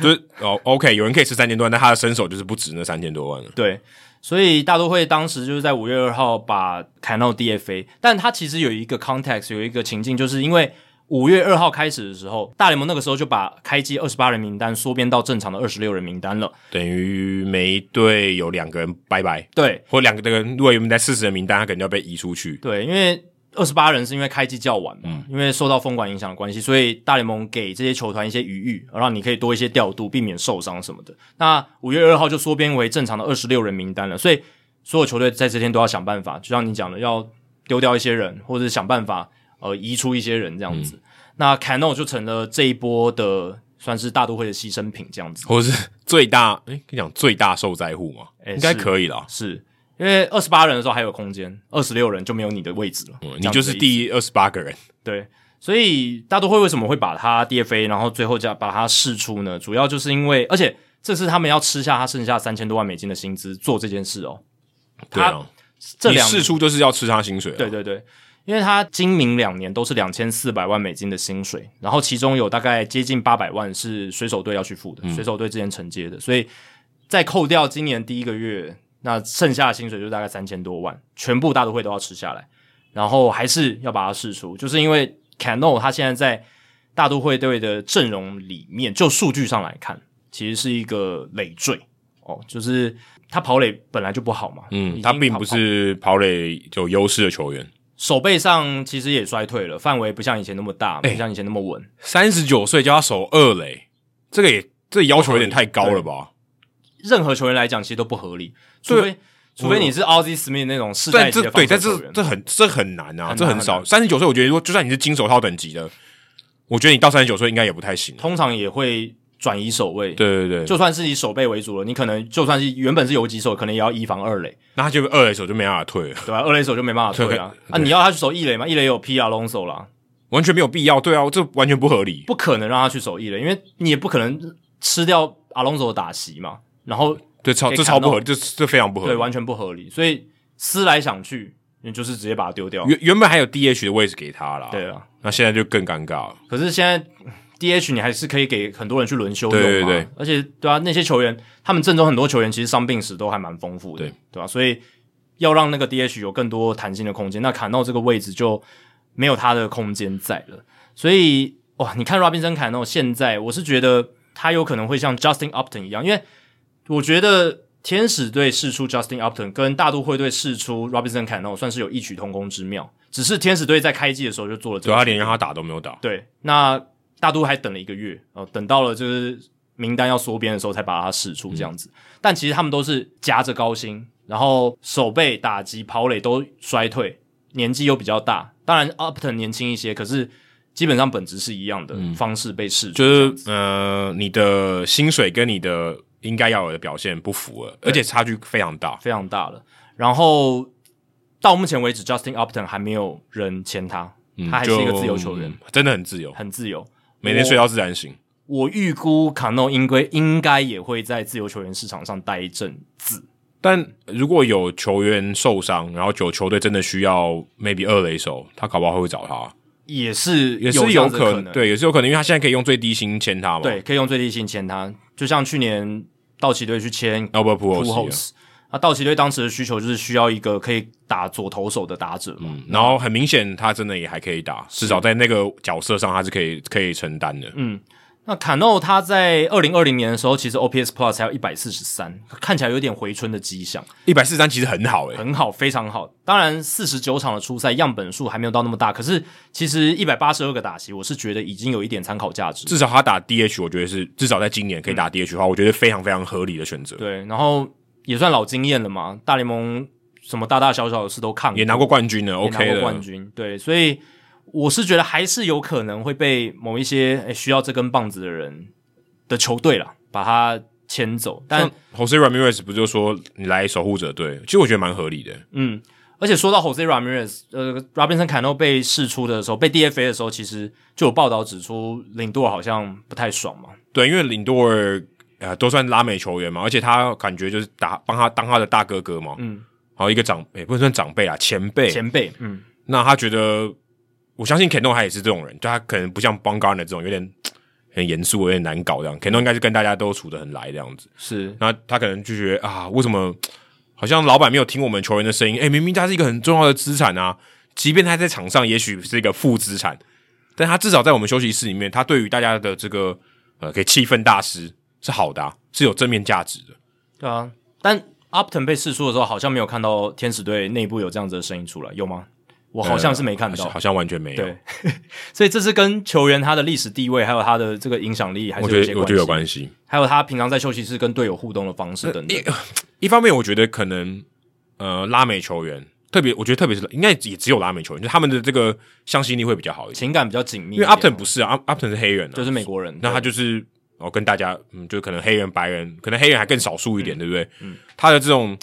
S2: 就是哦，OK，有人可以吃三千多万，但他的身手就是不止那三千多万啊了。
S1: 对，所以大都会当时就是在五月二号把凯诺 DFA，但他其实有一个 context，有一个情境，就是因为五月二号开始的时候，大联盟那个时候就把开机二十八人名单缩编到正常的二十六人名单了。
S2: 等于每一队有两个人拜拜，
S1: 对
S2: 或两个这个如果原本在四十人名单，他可能就要被移出去。
S1: 对，因为二十八人是因为开机较晚嘛，
S2: 嗯
S1: 因为受到风管影响的关系，所以大联盟给这些球团一些余裕，让你可以多一些调度，避免受伤什么的。那五月二号就缩编为正常的二十六人名单了，所以所有球队在这天都要想办法，就像你讲的，要丢掉一些人，或者是想办法呃移出一些人这样
S2: 嗯
S1: 子。那 Cano 就成了这一波的算是大都会的牺牲品这样子，
S2: 或者是最大，哎、跟你讲最大受灾户嘛，
S1: 诶
S2: 应该
S1: 哎是
S2: 可以啦。
S1: 是因为二十八人的时候还有空间，二十六人就没有你的位置了，
S2: 嗯，
S1: 这
S2: 你
S1: 样
S2: 就
S1: 子
S2: 是
S1: 的意思
S2: 第二十八个人，
S1: 对，所以大都会为什么会把他 DFA，然后最后加把他释出呢？主要就是因为，而且这是他们要吃下他剩下三千多万美金的薪资做这件事哦。
S2: 对啊，
S1: 这
S2: 你
S1: 两
S2: 试出就是要吃他薪水、啊，
S1: 对，对对，因为他今明两年都是两千四百万美金的薪水，然后其中有大概接近八百万是水手队要去付的，
S2: 嗯
S1: 水手队之前承接的，所以再扣掉今年第一个月，那剩下的薪水就大概三千多万，全部大都会都要吃下来，然后还是要把它释出，就是因为 Cano 他现在在大都会队的阵容里面，就数据上来看，其实是一个累赘哦，就是他跑垒本来就不好嘛，已
S2: 嗯，
S1: 经
S2: 他并
S1: 跑
S2: 不是跑垒有优势的球员，
S1: 手背上其实也衰退了，范围不像以前那么大，
S2: 哎
S1: 不像以前那么稳。
S2: 三十九岁就要守二垒，这个也这个要求有点太高了吧？
S1: 任何球员来讲，其实都不合理，除
S2: 对
S1: 非除非你是 Ozzy Smith 那种世代
S2: 但
S1: 级
S2: 这
S1: 的防
S2: 对，但
S1: 守
S2: 这
S1: 球员。
S2: 这很这很难
S1: 很
S2: 啊，
S1: 难
S2: 这很
S1: 很
S2: 少。三十九岁，我觉得说就算你是金手套等级的，我觉得你到三十九岁应该也不太行啊、
S1: 通常也会转移守卫。，
S2: 对对对，
S1: 就算是以守备为主了，你可能就算是原本是游击手，可能也要一防二垒，
S2: 那他就二垒手就没办法退了，
S1: 对吧、二垒手就没办法推啊。啊，你要他去守一垒吗？一垒有 P R Longo 啦，
S2: 完全没有必要。对啊，这完全不合理。
S1: 不可能让他去守一垒，因为你也不可能吃掉阿隆索的打席嘛。然后
S2: 对，超
S1: 给
S2: 这
S1: 砍
S2: 超不
S1: 到
S2: 合理，这这非常不合
S1: 对，
S2: 理。
S1: 完全不合理。所以思来想去，你就是直接把他丢掉。
S2: 原原本还有 DH 的位置给他啦，
S1: 对啊，
S2: 那现在就更尴尬了。
S1: 可是现在 DH 你还是可以给很多人去轮休用嘛，
S2: 对对对
S1: 而且对啊，那些球员他们阵中很多球员其实伤病史都还蛮丰富的，
S2: 对
S1: 对吧、所以要让那个 DH 有更多弹性的空间，那砍到这个位置就没有他的空间在了。所以哇，你看 Robinson 砍到现在，我是觉得他有可能会像 Justin Upton 一样，因为我觉得。天使队试出 Justin Upton 跟大都会队试出 Robinson Cano 算是有异曲同工之妙，只是天使队在开季的时候就做了这
S2: 对
S1: 个决定，
S2: 他连让他打都没有打，
S1: 对，那大都还等了一个月，呃，等到了就是名单要缩编的时候才把它释出这样子。但其实他们都是夹着高薪，然后手背、打击、跑垒都衰退，年纪又比较大。当然，Upton 年轻一些，可是基本上本质是一样的、方式被释出
S2: 嗯就
S1: 这样子，
S2: 是呃，你的薪水跟你的应该要有的表现不符了，而且差距非常大。
S1: 非常大了。然后到目前为止，Justin Upton 还没有人签他，他还是一个
S2: 就
S1: 自由球员，
S2: 嗯真的很自由，
S1: 很自由。
S2: 嗯每天
S1: 我
S2: 睡到自然醒。
S1: 我预估卡诺应该应该也会在自由球员市场上待一阵子。
S2: 但如果有球员受伤，然后有球队真的需要 maybe 二垒手，他搞不好会找他，
S1: 也是
S2: 也
S1: 有
S2: 是
S1: 这样子
S2: 可
S1: 可能，
S2: 对，也是有可能，因为他现在可以用最低薪签他嘛。
S1: 对，可以用最低薪签他，就像去年道奇队去签
S2: Albert
S1: p u
S2: Pujols 一
S1: 后 o
S2: 样
S1: s 啊，道奇队当时的需求就是需要一个可以打左投手的打者嘛，
S2: 嗯然后很明显，他真的也还可以打，至少在那个角色上他是可以可以承担的。
S1: 嗯那卡诺他在二零二零年的时候，其实 OPS Plus 才有一百四十三，看起来有点回春的迹象，
S2: 一百四十三其实很好欸诶、
S1: 很好，非常好。当然，四十九场的初赛样本数还没有到那么大，可是其实一百八十二个打席，我是觉得已经有一点参考价值了。
S2: 至少他打 DH，我觉得是至少在今年可以打 DH 的话，我觉得非常非常合理的选择。
S1: 嗯对，然后也算老经验了嘛，大联盟什么大大小小的事都看过，
S2: 也拿过冠军了
S1: 也拿
S2: ，OK
S1: 过
S2: 的。
S1: 冠军，对，所以我是觉得还是有可能会被某一些、诶需要这根棒子的人的球队啦，把他牵走。但
S2: 但 Jose Ramirez 不就说你来守护者队，其实我觉得蛮合理的。
S1: 嗯，而且说到 Jose Ramirez，呃，Robinson Cano 被释出的时候，被 DFA 的时候，其实就有报道指出，领舵好像不太爽嘛，
S2: 对，因为林多尔呃都算拉美球员嘛，而且他感觉就是打帮他当他的大哥哥嘛，嗯，然后一个长也、不能算长辈啊，前辈。
S1: 前辈，嗯，
S2: 那他觉得，我相信 Keno 他也是这种人，就他可能不像 b o n g a r n 这种有点很严肃、有点难搞这样。Keno 应该是跟大家都处得很来这样子，
S1: 是
S2: 那他可能就觉得啊，为什么好像老板没有听我们球员的声音？哎、明明他是一个很重要的资产啊，即便他在场上也许是一个负资产，但他至少在我们休息室里面，他对于大家的这个呃给气氛大师是好的、啊，是有正面价值的。
S1: 对啊，但 Upton 被释出的时候，好像没有看到天使队内部有这样子的声音出来，有吗？我好像是没看
S2: 好
S1: 到
S2: 呃像，好像完全没有
S1: 对。 所以这是跟球员他的历史地位，还有他的这个影响力，还
S2: 我
S1: 是有
S2: 觉
S1: 一些
S2: 得我
S1: 关
S2: 觉
S1: 系。
S2: 得有关系。呃
S1: 还有他平常在休息室跟队友互动的方式等等。
S2: 一方面，我觉得可能呃拉美球员，特别我觉得特别是应该也只有拉美球员，就他们的这个向心力会比较好一点。
S1: 情感比较紧密一
S2: 因
S1: 点，
S2: 为 Upton 不是啊，Up- Upton 是黑人啊，
S1: 就是美国人，
S2: 那他
S1: 对
S2: 就是哦，跟大家嗯，就可能黑人、白人，可能黑人还更少数一点，对不对？嗯，他的这种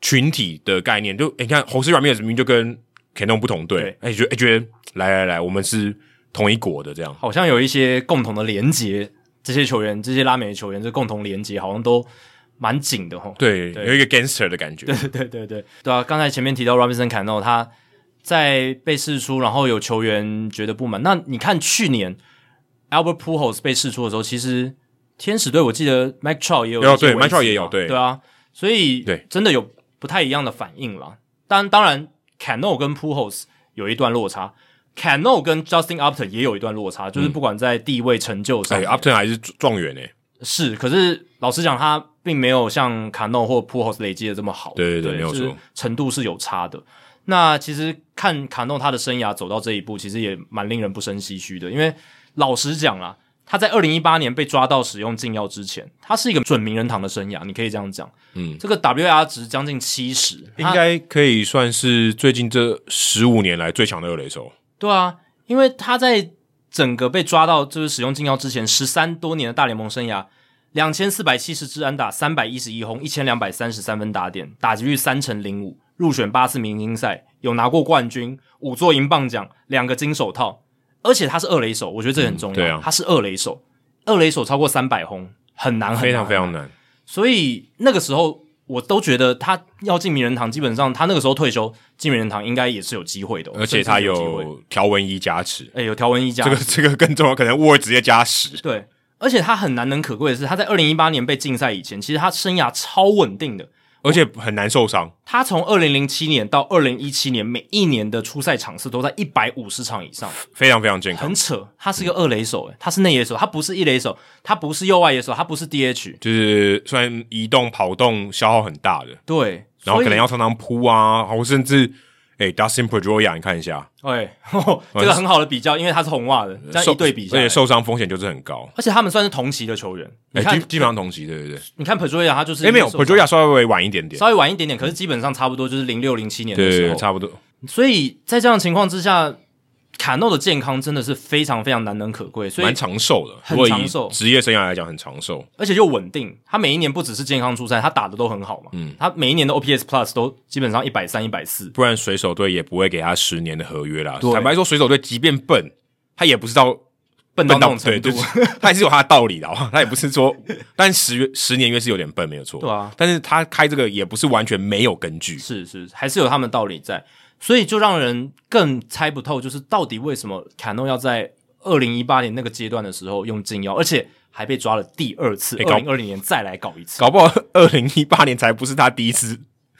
S2: 群体的概念，就、诶你看侯斯软面明明就跟 Canon 不同队
S1: 对，
S2: 哎、觉得、诶觉得来来来，我们是同一国的这样，
S1: 好像有一些共同的连结，这些球员，这些拉美球员，这共同连结好像都蛮紧的哈。
S2: 对，
S1: 对
S2: 有一个 gangster 的感觉，
S1: 对 对对对对啊！刚才前面提到 Robinson Cano，他在被释出，然后有球员觉得不满。那你看去年 Albert Pujols 被释出的时候，其实天使队我记得 Mike Trout 也有
S2: 有
S1: 一些
S2: 哦对
S1: 危机
S2: Mike Trout 也
S1: 嘛
S2: 有对
S1: 对啊，所以
S2: 对
S1: 真的有不太一样的反应啦。当当然 Cano 跟 Pujols 有一段落差。Cano 跟 Justin Upton 也有一段落差，就是不管在地位成就上
S2: 嗯哎、
S1: 面、
S2: u p t o n 还是状元哎、
S1: 是，可是老实讲，他并没有像卡诺或 p u j o s 累积的这么好。
S2: 对对对没有
S1: 就是
S2: 错
S1: 程度是有差的。那其实看卡诺他的生涯走到这一步，其实也蛮令人不生唏嘘的。因为老实讲啦，他在二零一八年被抓到使用禁药之前，他是一个准名人堂的生涯，你可以这样讲。
S2: 嗯，
S1: 这个 WR 值将近七十，
S2: 应该可以算是最近这十五年来最强的二垒手，
S1: 对啊，因为他在整个被抓到就是使用禁药之前十三多年的大联盟生涯，两千四百七十支安打，三百一十一轰，一千两百三十三分打点，打击率三成零五，入选八次明星赛，有拿过冠军，五座银棒奖，两个金手套，而且他是二垒手，我觉得这个很重要，
S2: 嗯对啊
S1: 他是二垒手，二垒手超过三百轰很难很难，啊
S2: 非常非常难。
S1: 所以那个时候我都觉得他要进名人堂，基本上他那个时候退休进名人堂应该也是有机会的哦、
S2: 而且他
S1: 甚至有机会，
S2: 有条纹衣加持，
S1: 哎、有条纹一家，
S2: 这个这个更重要，可能沃尔直接加十。
S1: 对，而且他很难能可贵的是，他在二零一八年被禁赛以前，其实他生涯超稳定的。
S2: 而且很难受伤，
S1: 他从二零零七年到二零一七年，每一年的出赛场次都在一百五十场以上，
S2: 非常非常健康，
S1: 很扯。他是一
S2: 嗯
S1: 个二垒手、哎，他是内野手，他不是一垒手，他不是右外野手，他不是 DH。
S2: 就是虽然移动跑动消耗很大的，
S1: 对，
S2: 然后
S1: 所
S2: 可
S1: 以
S2: 能要常常扑啊，或甚至哎、Dustin Pedroia，你看一下，
S1: 哎、 这个很好的比较，因为他是红袜的，这样一对比下
S2: 而
S1: 来
S2: 且呃受伤风险就是很高。
S1: 而且他们算是同期的球员。你
S2: 哎、
S1: 看，
S2: 基基本上同级，对对对。
S1: 你看 p e d r o y a 他就是
S2: 哎、没有
S1: 受伤
S2: ，Pedroia 稍微晚一点点，
S1: 稍微晚一点点，可是基本上差不多就是零六零七年的
S2: 对
S1: 时
S2: 对
S1: 候，
S2: 对，差不多。
S1: 所以在这样的情况之下，卡诺的健康真的是非常非常难能可贵，所以
S2: 蛮长寿的，
S1: 很
S2: 如果
S1: 长
S2: 以
S1: 寿
S2: 职业生涯来讲很长寿，
S1: 而且又稳定。他每一年不只是健康出赛，他打的都很好嘛。嗯，他每一年的 OPS Plus 都基本上一百三、一百四。
S2: 不然水手队也不会给他十年的合约啦。
S1: 对
S2: 坦白说，水手队即便笨，他也不知道
S1: 笨到那
S2: 笨到
S1: 种
S2: 对，
S1: 程度
S2: 就，是 他还是有他的道理的哦，他也不是说，但十月十年约是有点笨，没有错。
S1: 对啊，
S2: 但是他开这个也不是完全没有根据，
S1: 是是，还是有他们道理在，所以就让人更猜不透，就是到底为什么卡诺要在二零一八年那个阶段的时候用禁药，而且还被抓了第二次，
S2: 哎
S1: 二
S2: 搞
S1: 零二零年再来搞一次，
S2: 搞不好二零一八年才不是他第一次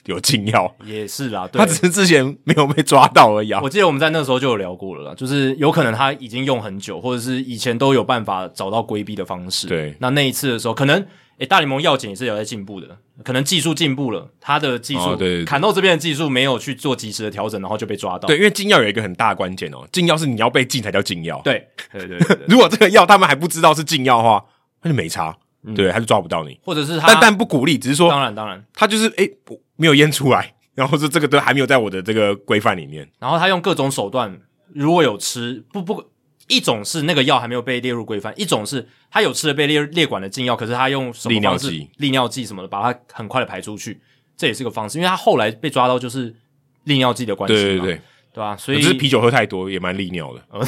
S2: 有禁药，
S1: 也是啦，对
S2: 他，只是之前没有被抓到而已啊
S1: 我。记得我们在那时候就有聊过了啦，就是有可能他已经用很久，或者是以前都有办法找到规避的方式。
S2: 对
S1: 那那一次的时候，可能诶、大联盟药检也是有在进步的，可能技术进步了，他的技术、
S2: 哦对对对
S1: 砍到这边的技术没有去做及时的调整，然后就被抓到。
S2: 对，因为禁药有一个很大的关键哦，禁药是你要被禁才叫禁药。，
S1: 对对对 对对，
S2: 如果这个药他们还不知道是禁药的话，那就没差，对，他就抓不到你。
S1: 或者嗯是他
S2: 但但不鼓励，只是说
S1: 当然当然，
S2: 他就是哎、我没有验出来， 然后说这个都还没有在我的这个规范 里面。
S1: 然后他用各种手段，如果有吃不不。一种是那个药还没有被列入规范，一种是他有吃了被列列管的禁药，可是他用什么
S2: 利尿
S1: 方式
S2: 剂、
S1: 利尿剂什么的，把它很快的排出去，这也是个方式。因为他后来被抓到就是利尿剂的关系嘛，
S2: 对对
S1: 对，
S2: 对，
S1: 吧、所
S2: 可
S1: 以
S2: 是啤酒喝太多也蛮利尿的。
S1: 呃，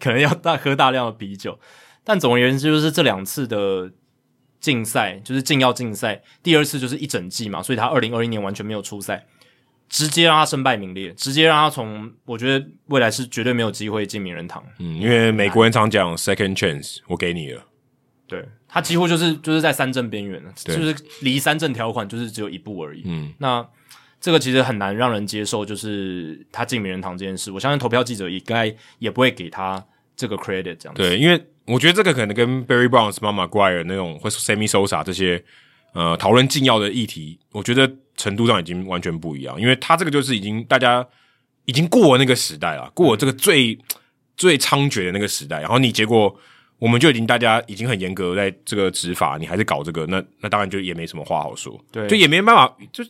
S1: 可能要大喝大量的啤酒。但总而言之，就是这两次的竞赛，就是禁药竞赛，第二次就是一整季嘛，所以他二零二一年完全没有出赛，直接让他身败名裂，直接让他从我觉得未来是绝对没有机会进名人堂。
S2: 嗯，因为美国人常讲 second chance，我给你了。
S1: 对他几乎就是就是在三阵边缘了，就
S2: 对
S1: 是离三阵条款就是只有一步而已。
S2: 嗯，
S1: 那这个其实很难让人接受，就是他进名人堂这件事，我相信投票记者应该也不会给他这个 credit 这样子。
S2: 对，因为我觉得这个可能跟 Barry Bonds、妈妈 Guire 那种或是 Sammy Sosa 这些呃讨论禁药的议题，我觉得程度上已经完全不一样，因为他这个就是已经大家已经过了那个时代了，过了这个最最猖獗的那个时代，然后你结果。我们就已经大家已经很严格在这个执法，你还是搞这个，那那当然就也没什么话好说，
S1: 对
S2: 就也没办法，就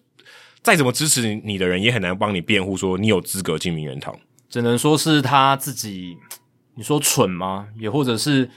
S2: 再怎么支持你的人也很难帮你辩护，说你有资格进名人堂。
S1: 只能说是他自己，你说蠢吗？也或者是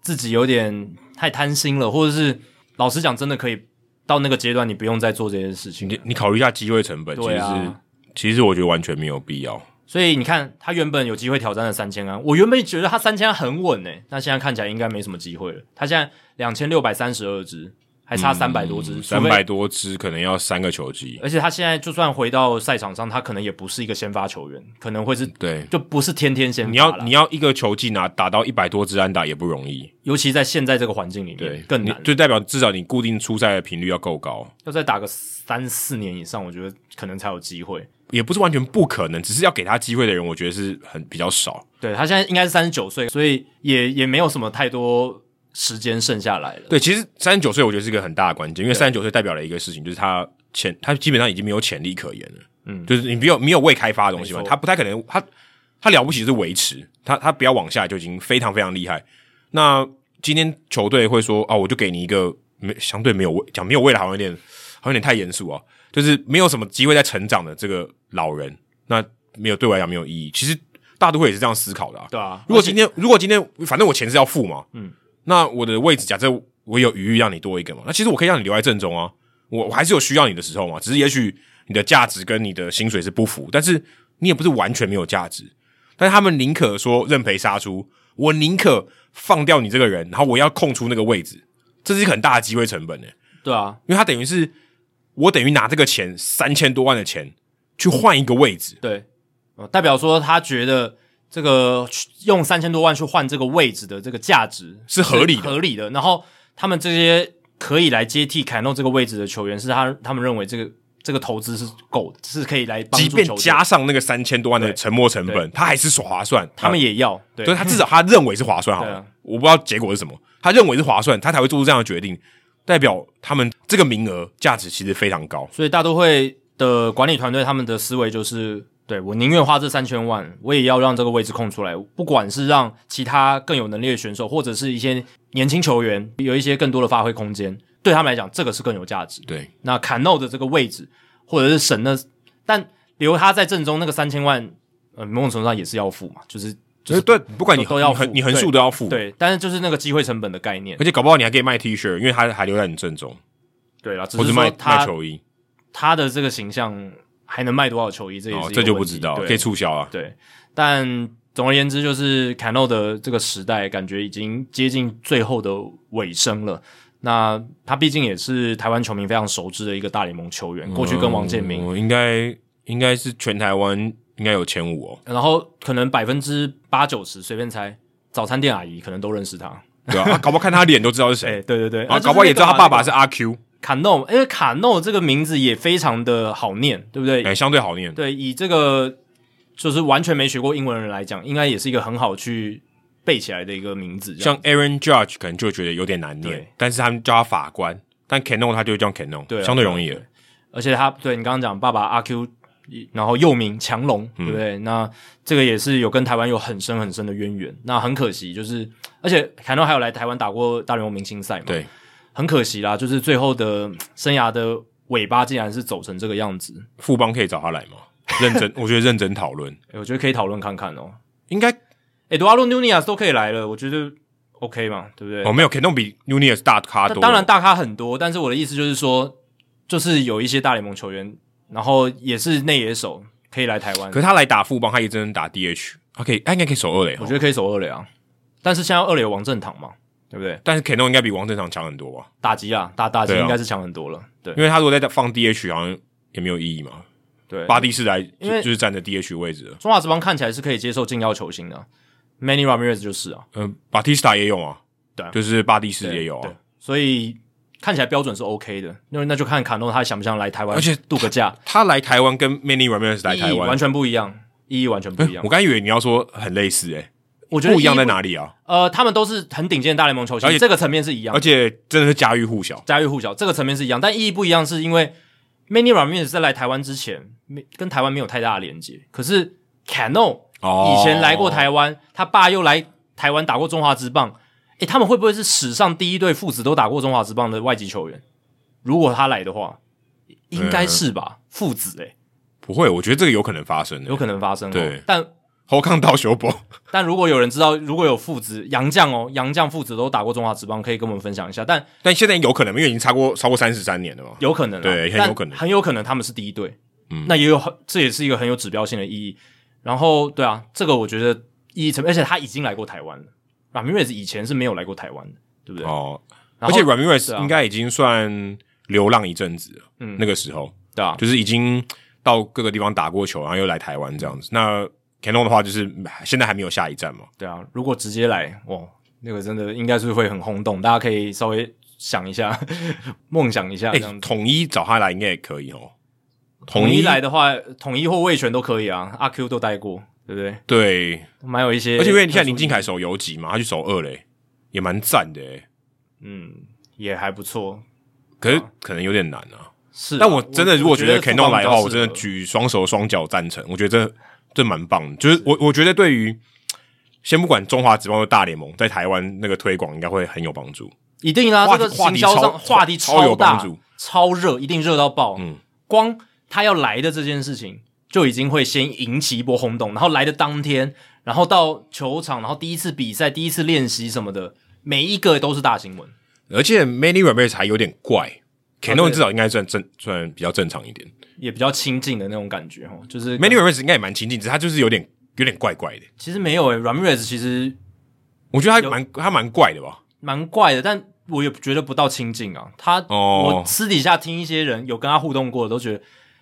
S1: 自己有点太贪心了，或者是老实讲，真的可以到那个阶段，你不用再做这件事情。
S2: 你你考虑一下机会成本，其
S1: 对
S2: 实
S1: 啊
S2: 是其实我觉得完全没有必要。
S1: 所以你看，他原本有机会挑战了三千安，我原本觉得他三千安很稳诶、欸那现在看起来应该没什么机会了。他现在两千六百三十二只，还差三百多只，除
S2: 嗯三
S1: 非呃
S2: 百多支可能要三个球季，
S1: 而且他现在就算回到赛场上，他可能也不是一个先发球员，可能会是
S2: 对，
S1: 就不是天天先发
S2: 你要
S1: 啦
S2: 你要一个球季拿打到一百多支安打也不容易，
S1: 尤其在现在这个环境里面更难
S2: 你。就代表至少你固定出赛的频率要够高，
S1: 要再打个三四年以上，我觉得可能才有机会。
S2: 也不是完全不可能，只是要给他机会的人，我觉得是很比较少。
S1: 对他现在应该是三十九岁，所以也也没有什么太多时间剩下来了。
S2: 对，其实三十九岁我觉得是一个很大的关键，因为三十九岁代表了一个事情，就是他潜他基本上已经没有潜力可言了。
S1: 嗯
S2: 就是你没有没有未开发的东西嘛
S1: 没，错
S2: 他不太可能，他他了不起是维持，他他不要往下就已经非常非常厉害。那今天球队会说啊，我就给你一个没相对没有未讲没有未来，好像有点好像有点太严肃啊，就是没有什么机会在成长的这个老人，那没有对我来讲没有意义。其实大都会也是这样思考的啊。
S1: 对啊
S2: 如果今天如果今天反正我钱是要付嘛，嗯，那我的位置假设我有余裕让你多一个嘛，那其实我可以让你留在正中啊，我我还是有需要你的时候嘛，只是也许你的价值跟你的薪水是不符，但是你也不是完全没有价值。但是他们宁可说认赔杀出，我宁可放掉你这个人，然后我要空出那个位置，这是一个很大的机会成本呢、
S1: 对啊，
S2: 因为他等于是我等于拿这个钱三千多万的钱去换一个位置，
S1: 对，呃代表说他觉得这个用三千多万去换这个位置的这个价值
S2: 是合理的
S1: 合理的。然后他们这些可以来接替凯诺这个位置的球员，是他他们认为这个这个投资是够的，是可以来帮
S2: 即
S1: 助
S2: 便
S1: 球队
S2: 加上那个三千多万的沉没成本，他还是耍划算。
S1: 他们
S2: 也，
S1: 也要对
S2: 就是他至少他认为是划算好
S1: 对
S2: 了
S1: 啊。
S2: 我不知道结果是什么，他认为是划算，他才会做出这样的决定，代表他们这个名额价值其实非常高。
S1: 所以大都会的管理团队他们的思维就是，对我宁愿花这三千万，我也要让这个位置空出来，不管是让其他更有能力的选手，或者是一些年轻球员有一些更多的发挥空间，对他们来讲，这个是更有价值。
S2: 对，
S1: 那坎诺的这个位置，或者是神的，但留他在正中那个三千万，呃，某种程度上也是要付嘛，就是
S2: 就
S1: 就是是
S2: 对，不管你
S1: 都要付
S2: 你横你横竖
S1: 对
S2: 都要付，，
S1: 对，但是就是那个机会成本的概念
S2: 而，且搞不好你还可以卖 T 恤，因为他还留在你正中，
S1: 对啦，只
S2: 或
S1: 是
S2: 者
S1: 说
S2: 卖卖
S1: 他
S2: 球衣，
S1: 他的这个形象还能卖多少球衣，这也是
S2: 哦，
S1: 一个
S2: 这就不
S1: 问题
S2: 知道，
S1: 对
S2: 可以促销啊。
S1: 对，但总而言之，就是坎诺的这个时代，感觉已经接近最后的尾声了。那他毕竟也是台湾球迷非常熟知的一个大联盟球员，过去跟王建民
S2: 嗯应该应该是全台湾应该有前五哦，
S1: 然后可能百分之八九十随便猜，早餐店阿姨可能都认识他。
S2: 对吧？啊搞不好看他脸都知道是 谁，
S1: 对对对
S2: 然啊后搞不好也知道他
S1: 啊
S2: 爸爸是阿 Q，
S1: 卡诺，因为卡诺这个名字也非常的好念，对不对？
S2: 哎，相对好念。
S1: 对，以这个就是完全没学过英文的人来讲，应该也是一个很好去背起来的一个名字。这样
S2: 像 Aaron Judge 可能就觉得有点难念
S1: 对，
S2: 但是他们叫他法官，但 Canon 他就会叫 Canon，
S1: 对啊
S2: 相对容易了。
S1: 而且他对你刚刚讲爸爸阿 Q，然后又名强龙，对
S2: 嗯
S1: 不对？那这个也是有跟台湾有很深很深的渊源。那很可惜，就是而且卡诺还有来台湾打过大联盟明星赛嘛，
S2: 对，
S1: 很可惜啦，就是最后的嗯生涯的尾巴竟然是走成这个样子。
S2: 富邦可以找他来吗？认真， 我觉得认真讨论，
S1: 诶我觉得可以讨论看看哦。
S2: 应该
S1: 诶多阿洛纽尼亚斯都可以来了，我觉得 OK 嘛，对不对？
S2: 哦没有 Canon 比 Nunez 大咖
S1: 那
S2: 多，
S1: 当然大咖很多，但是我的意思就是说，就是有一些大联盟球员，然后也是内野手可以来台湾
S2: 可，是他来打富邦，他也真的打 DH，他可以，他应该可以守二垒哦。
S1: 我觉得可以守二垒啊。但是现在二垒有王正堂嘛，对不对？
S2: 但是 Canon 应该比王正常强很多吧？
S1: 打击啊，打打击
S2: 对啊
S1: 应该是强很多了，对
S2: 因为他如果再放 DH，好像也没有意义嘛。
S1: 对。
S2: 巴蒂是来就
S1: 因为
S2: 就是站在 DH 位置了，
S1: 中华职棒看起来是可以接受禁药球星的啊，Manny Ramirez 就是啊。
S2: 嗯，巴蒂斯塔也有啊，
S1: 对啊
S2: 就是巴蒂斯
S1: 对
S2: 也有啊
S1: 对，所以看起来标准是 OK 的。那那就看卡诺他想不想来台湾，
S2: 而且
S1: 度个假，
S2: 他来台湾跟 Many Ramirez 来
S1: 意
S2: 台
S1: 义
S2: 湾嗯
S1: 完全不一样，意义完全不一样
S2: 哎我。刚以为你要说很类似、欸，
S1: 我觉得
S2: 不一样在
S1: 意义？
S2: 哪里啊？
S1: 呃，他们都是很顶尖的大联盟球
S2: 而且
S1: 星，这个层面是一样
S2: 而
S1: 的，
S2: 且真的是家喻户晓，
S1: 家喻户晓，这个层面是一样，但意义不一样，是因为 Many Ramirez 在来台湾之前，没跟台湾没有太大的连接，可是 Cano
S2: 哦
S1: 以前来过台湾，他爸又来台湾打过中华职棒。诶，他们会不会是史上第一对父子都打过中华职棒的外籍球员？如果他来的话，应该是吧？父子诶、
S2: 不会，我觉得这个有可能发生、欸，
S1: 有可能发生、哦。
S2: 对
S1: 但
S2: 侯康到修博，
S1: 但如果有人知道，如果有父子杨将哦，杨将父子都打过中华职棒，可以跟我们分享一下。但
S2: 但现在有可能，因为已经超过超过三十三年了嘛。
S1: 有可能、啊，
S2: 对很
S1: 但
S2: 有可能
S1: 很有可能他们是第一队。
S2: 嗯
S1: 那也有很，这也是一个很有指标性的意义。然后，对啊，这个我觉得意义层面，而且他已经来过台湾了。r 啊 a m i r 以前是没有来过台湾的，对不对？
S2: 哦，
S1: 然
S2: 而
S1: 后
S2: 且 Ramirez
S1: 对啊
S2: 应该已经算流浪一阵子了，
S1: 嗯
S2: 那个时候
S1: 对啊，
S2: 就是已经到各个地方打过球，然后又来台湾这样子。那 Canon 的话，就是现在还没有下一站嘛。
S1: 对啊，如果直接来，哇，那个真的应该是会很轰动，大家可以稍微想一下， 梦想一下
S2: 哎、
S1: 这样子。
S2: 统一找他来应该也可以哦。
S1: 统
S2: 一
S1: 一来的话，统一或魏权都可以啊，阿 Q 都带过，对不对？
S2: 对，
S1: 蛮有一些，
S2: 而且因为你看林敬凯，守游击嘛，他去守二垒也蛮赞的、欸，
S1: 嗯，也还不错。
S2: 可是可能有点难啊。
S1: 是啊，
S2: 但我真的如果觉
S1: 觉
S2: 得 Canon 来的话，我真的
S1: 去
S2: 举双手双脚赞成。我觉得这这蛮棒的，就是我我觉得对于先不管中华职棒的大联盟在台湾那个推广，应该会很有帮助。
S1: 一定啊，
S2: 话
S1: 这
S2: 题
S1: 个行销上
S2: 话
S1: 话
S2: 题
S1: 题
S2: 超超有帮
S1: 大
S2: 助，
S1: 超热，一定热到爆。
S2: 嗯
S1: 光他要来的这件事情就已经会先引起一波轰动，然后来的当天，然后到球场，然后第一次比赛、第一次练习什么的，每一个都是大新闻。
S2: 而且 Manny Ramirez 还有点怪，Cano
S1: 对
S2: 至少应该算正算比较正常一点
S1: 也比较亲近的那种感觉哦，就是
S2: ，Manny Ramirez 应该也蛮亲近，只是他就是有点有点怪怪的。
S1: 其实没有诶、r a m i r e z 其实
S2: 我觉得他蛮他蛮怪的吧，
S1: 蛮怪的，但我也觉得不到亲近啊。他、
S2: 哦
S1: 我私底下听一些人有跟他互动过的，都觉得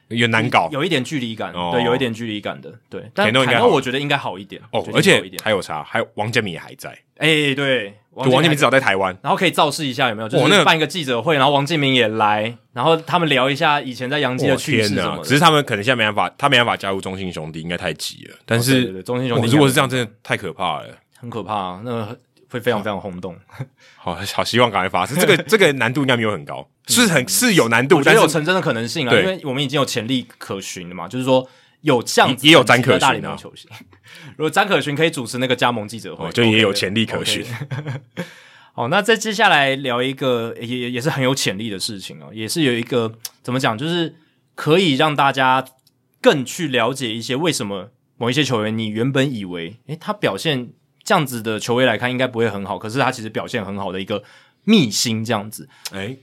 S2: 有点难搞
S1: 有一点距离感，
S2: 哦
S1: 对，有一点距离感的，对。但
S2: Cano 应该
S1: 凯
S2: 好
S1: 诺我觉得应该好一点
S2: 哦
S1: 我觉。得
S2: 而
S1: 应该好
S2: 且
S1: 一点
S2: 还有啥？还有王建民也还在，
S1: 哎、对，
S2: 对王建民至少在台湾，
S1: 然后可以造势一下，有没有？就
S2: 哇那
S1: 是
S2: 个
S1: 办一个记者会，然后王建民也来，然后他们聊一下以前在洋基的
S2: 我
S1: 趣事
S2: 天
S1: 什么的。
S2: 只是他们可能现在没办法，他没办法加入中信兄弟，应该太急了。但
S1: 哦对对
S2: 是
S1: 对中信兄弟
S2: 哇如果是这样，真的太可怕了。
S1: 很可怕、啊，那会非常非常轰动。
S2: 好好，希望赶快发生。这个这个难度应该没有很高，是很是有
S1: 嗯
S2: 难
S1: 我
S2: 度，
S1: 觉
S2: 但
S1: 得有
S2: 是
S1: 成真的可能性啊，
S2: 对
S1: 因为我们已经有潜力可循了嘛，就是说有这样子
S2: 也也有詹可
S1: 的
S2: 勋啊
S1: 大联盟球星。 如果詹可勋可以主持那个加盟记者会，
S2: 哦就也
S1: OK
S2: 有
S1: 的
S2: 潜力可循
S1: OK 好，那再接下来聊一个也也也是很有潜力的事情哦，也是有一个怎么讲，就是可以让大家更去了解一些为什么某一些球员，你原本以为诶他表现这样子的球员来看应该不会很好，可是他其实表现很好的一个秘辛这样子。
S2: 哎，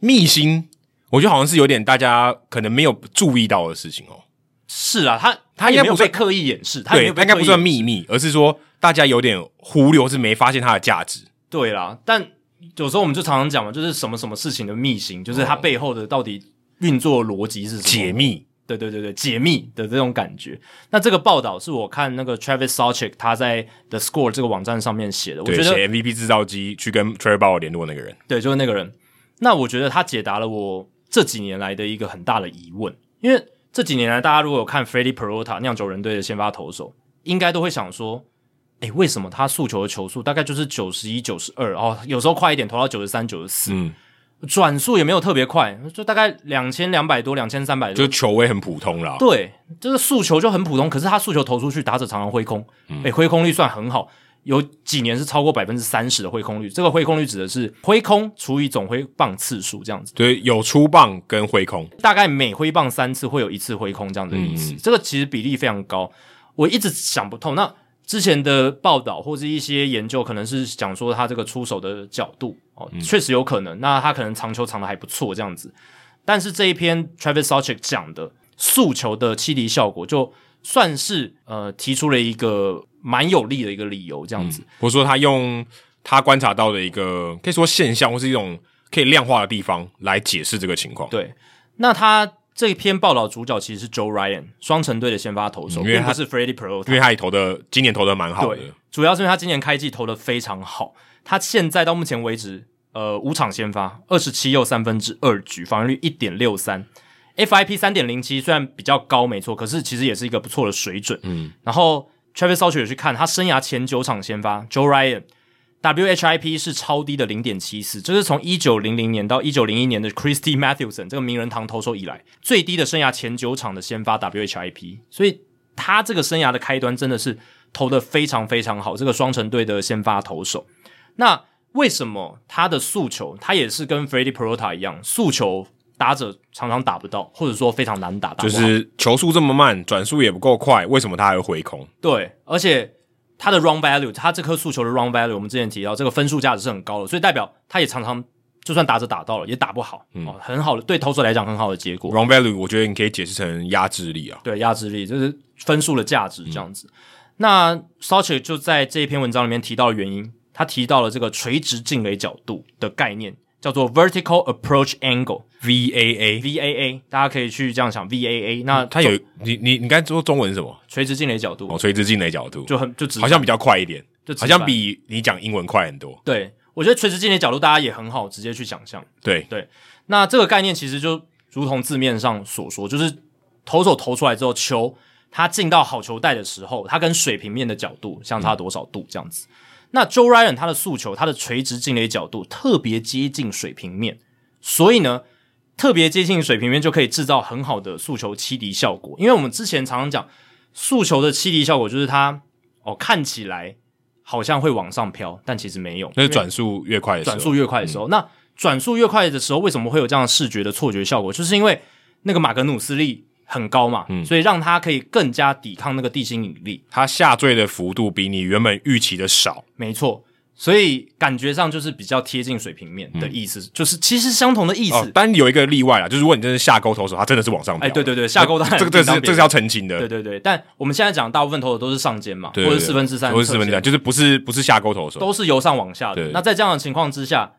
S2: 密星，我觉得好像是有点大家可能没有注意到的事情哦。
S1: 是啊，他
S2: 他
S1: 他也
S2: 应该
S1: 没有
S2: 不算
S1: 被刻意掩饰，他也没
S2: 对，
S1: 有被
S2: 他应该不算
S1: 刻意掩饰。
S2: 秘密，而是说大家有点忽略，或是没发现它的价值。
S1: 对啦，但有时候我们就常常讲嘛，就是什么什么事情的秘辛，就是
S2: 哦
S1: 它背后的到底运作逻辑是什么？
S2: 解密，
S1: 对对对对，解密的这种感觉。那这个报道是我看那个 Travis s a c h i k 他在 The Score 这个网站上面写的，我
S2: 对，
S1: 觉得
S2: 写 MVP 制造机去跟 t r e v o r 联络那个人，
S1: 对，就是那个人。那我觉得他解答了我这几年来的一个很大的疑问，因为这几年来大家如果有看 Freddie Perota 酿酒人队的先发投手，应该都会想说，诶，为什么他诉求的球速大概就是九十一、九十二，哦，有时候快一点投到九十三、九十四，
S2: 嗯，
S1: 转速也没有特别快，就大概两千两百多、两千三百多
S2: 就，球威很普通啦。
S1: 对，就是诉求就很普通，可是他诉求投出去，打者常常挥空，哎、挥空率算很好，有几年是超过百分之三十的挥空率。这个挥空率指的是挥空除以总挥棒次数这样子，
S2: 对，有出棒跟挥空，
S1: 大概每挥棒三次会有一次挥空这样的意
S2: 嗯
S1: 思。这个其实比例非常高，我一直想不透。那之前的报道或是一些研究，可能是讲说他这个出手的角度哦，
S2: 嗯
S1: 确实有可能。那他可能长球长的还不错这样子，但是这一篇 Travis s a c h i k 讲的诉求的欺敌效果，就算是呃提出了一个蛮有力的一个理由这样子。
S2: 或者说他用他观察到的一个可以说现象，或是一种可以量化的地方来解释这个情况。
S1: 对，那他这篇报道主角其实是 Joe Ryan 双城队的先发投手，
S2: 嗯因为
S1: 并不
S2: 他
S1: 是 Freddie Peralta。
S2: 因为他也投的今年投的蛮好的，
S1: 对，主要是因为他今年开季投的非常好，他现在到目前为止，呃，五场先发，二十七又三分之二局，防御率一点六三，FIP 三点零七，虽然比较高，没错，可是其实也是一个不错的水准。嗯，然后 Travis s a u c h 也去看他生涯前九场先发，Joe Ryan。WHIP 是超低的零点七四，这是从一九零零年到一九零一年的 Christy Mathewson 这个名人堂投手以来最低的生涯前九场的先发 WHIP，所以他这个生涯的开端真的是投的非常非常好，这个双城队的先发投手。那为什么他的诉求，他也是跟 Freddie Perota 一样，诉求打者常常打不到，或者说非常难打，打不
S2: 就
S1: 好
S2: 是球速这么慢，转速也不够快，为什么他还会挥空？
S1: 对，而且他的 run value，他这颗诉求的 run value，我们之前提到这个分数价值是很高的，所以代表他也常常就算打者打到了，也打不好，哦，很好的对投手来讲很好的结果。
S2: 嗯 Wrong value，我觉得你可以解释成压制力啊。
S1: 对压制力，就是分数的价值这样
S2: 嗯
S1: 子。那 s a c h 就在这一篇文章里面提到了原因，他提到了这个垂直进垒角度的概念，叫做 vertical approach angle（VAA）。
S2: VAA，
S1: 大家可以去这样想 VAA。那
S2: 嗯它有你你你刚才说中文是什么？
S1: 垂直进垒角度，
S2: 哦，垂直进垒角度，
S1: 就很就直
S2: 好像比较快一点，
S1: 就直
S2: 好像
S1: 白
S2: 比你讲英文快很多。
S1: 对。我觉得垂直进垒角度大家也很好直接去想象。
S2: 对，
S1: 那这个概念其实就如同字面上所说，就是投手投出来之后，球它进到好球带的时候，它跟水平面的角度相差多少度这样子。那 Joe Ryan 他的诉求，他的垂直进垒角度特别接近水平面，所以呢，特别接近水平面就可以制造很好的诉求欺敌效果。因为我们之前常常讲诉求的欺敌效果，就是它哦看起来好像会往上飘，但其实没有，
S2: 那是转速越快的时候
S1: 转速越快的
S2: 嗯
S1: 时候，那转速越快的时候，为什么会有这样视觉的错觉效果？就是因为那个马格努斯利很高嘛，
S2: 嗯
S1: 所以让他可以更加抵抗那个地心引力。
S2: 他下坠的幅度比你原本预期的少，
S1: 没错，所以感觉上就是比较贴近水平面的意思，就是其实相同的意思。
S2: 嗯哦，但有一个例外啦，就是如果你真是下勾投手，他真的是往上飘。
S1: 哎对对对下勾当然
S2: 这个这
S1: 另
S2: 个
S1: 当
S2: 是
S1: 别
S2: 这个是要澄清的，
S1: 对对对，但我们现在讲大部分投手都是上肩嘛，
S2: 对对对
S1: 或者四分之三，
S2: 或者四分之三，，就是不是不是下勾投手，
S1: 都是由上往下的
S2: 对。
S1: 那在这样的情况之下，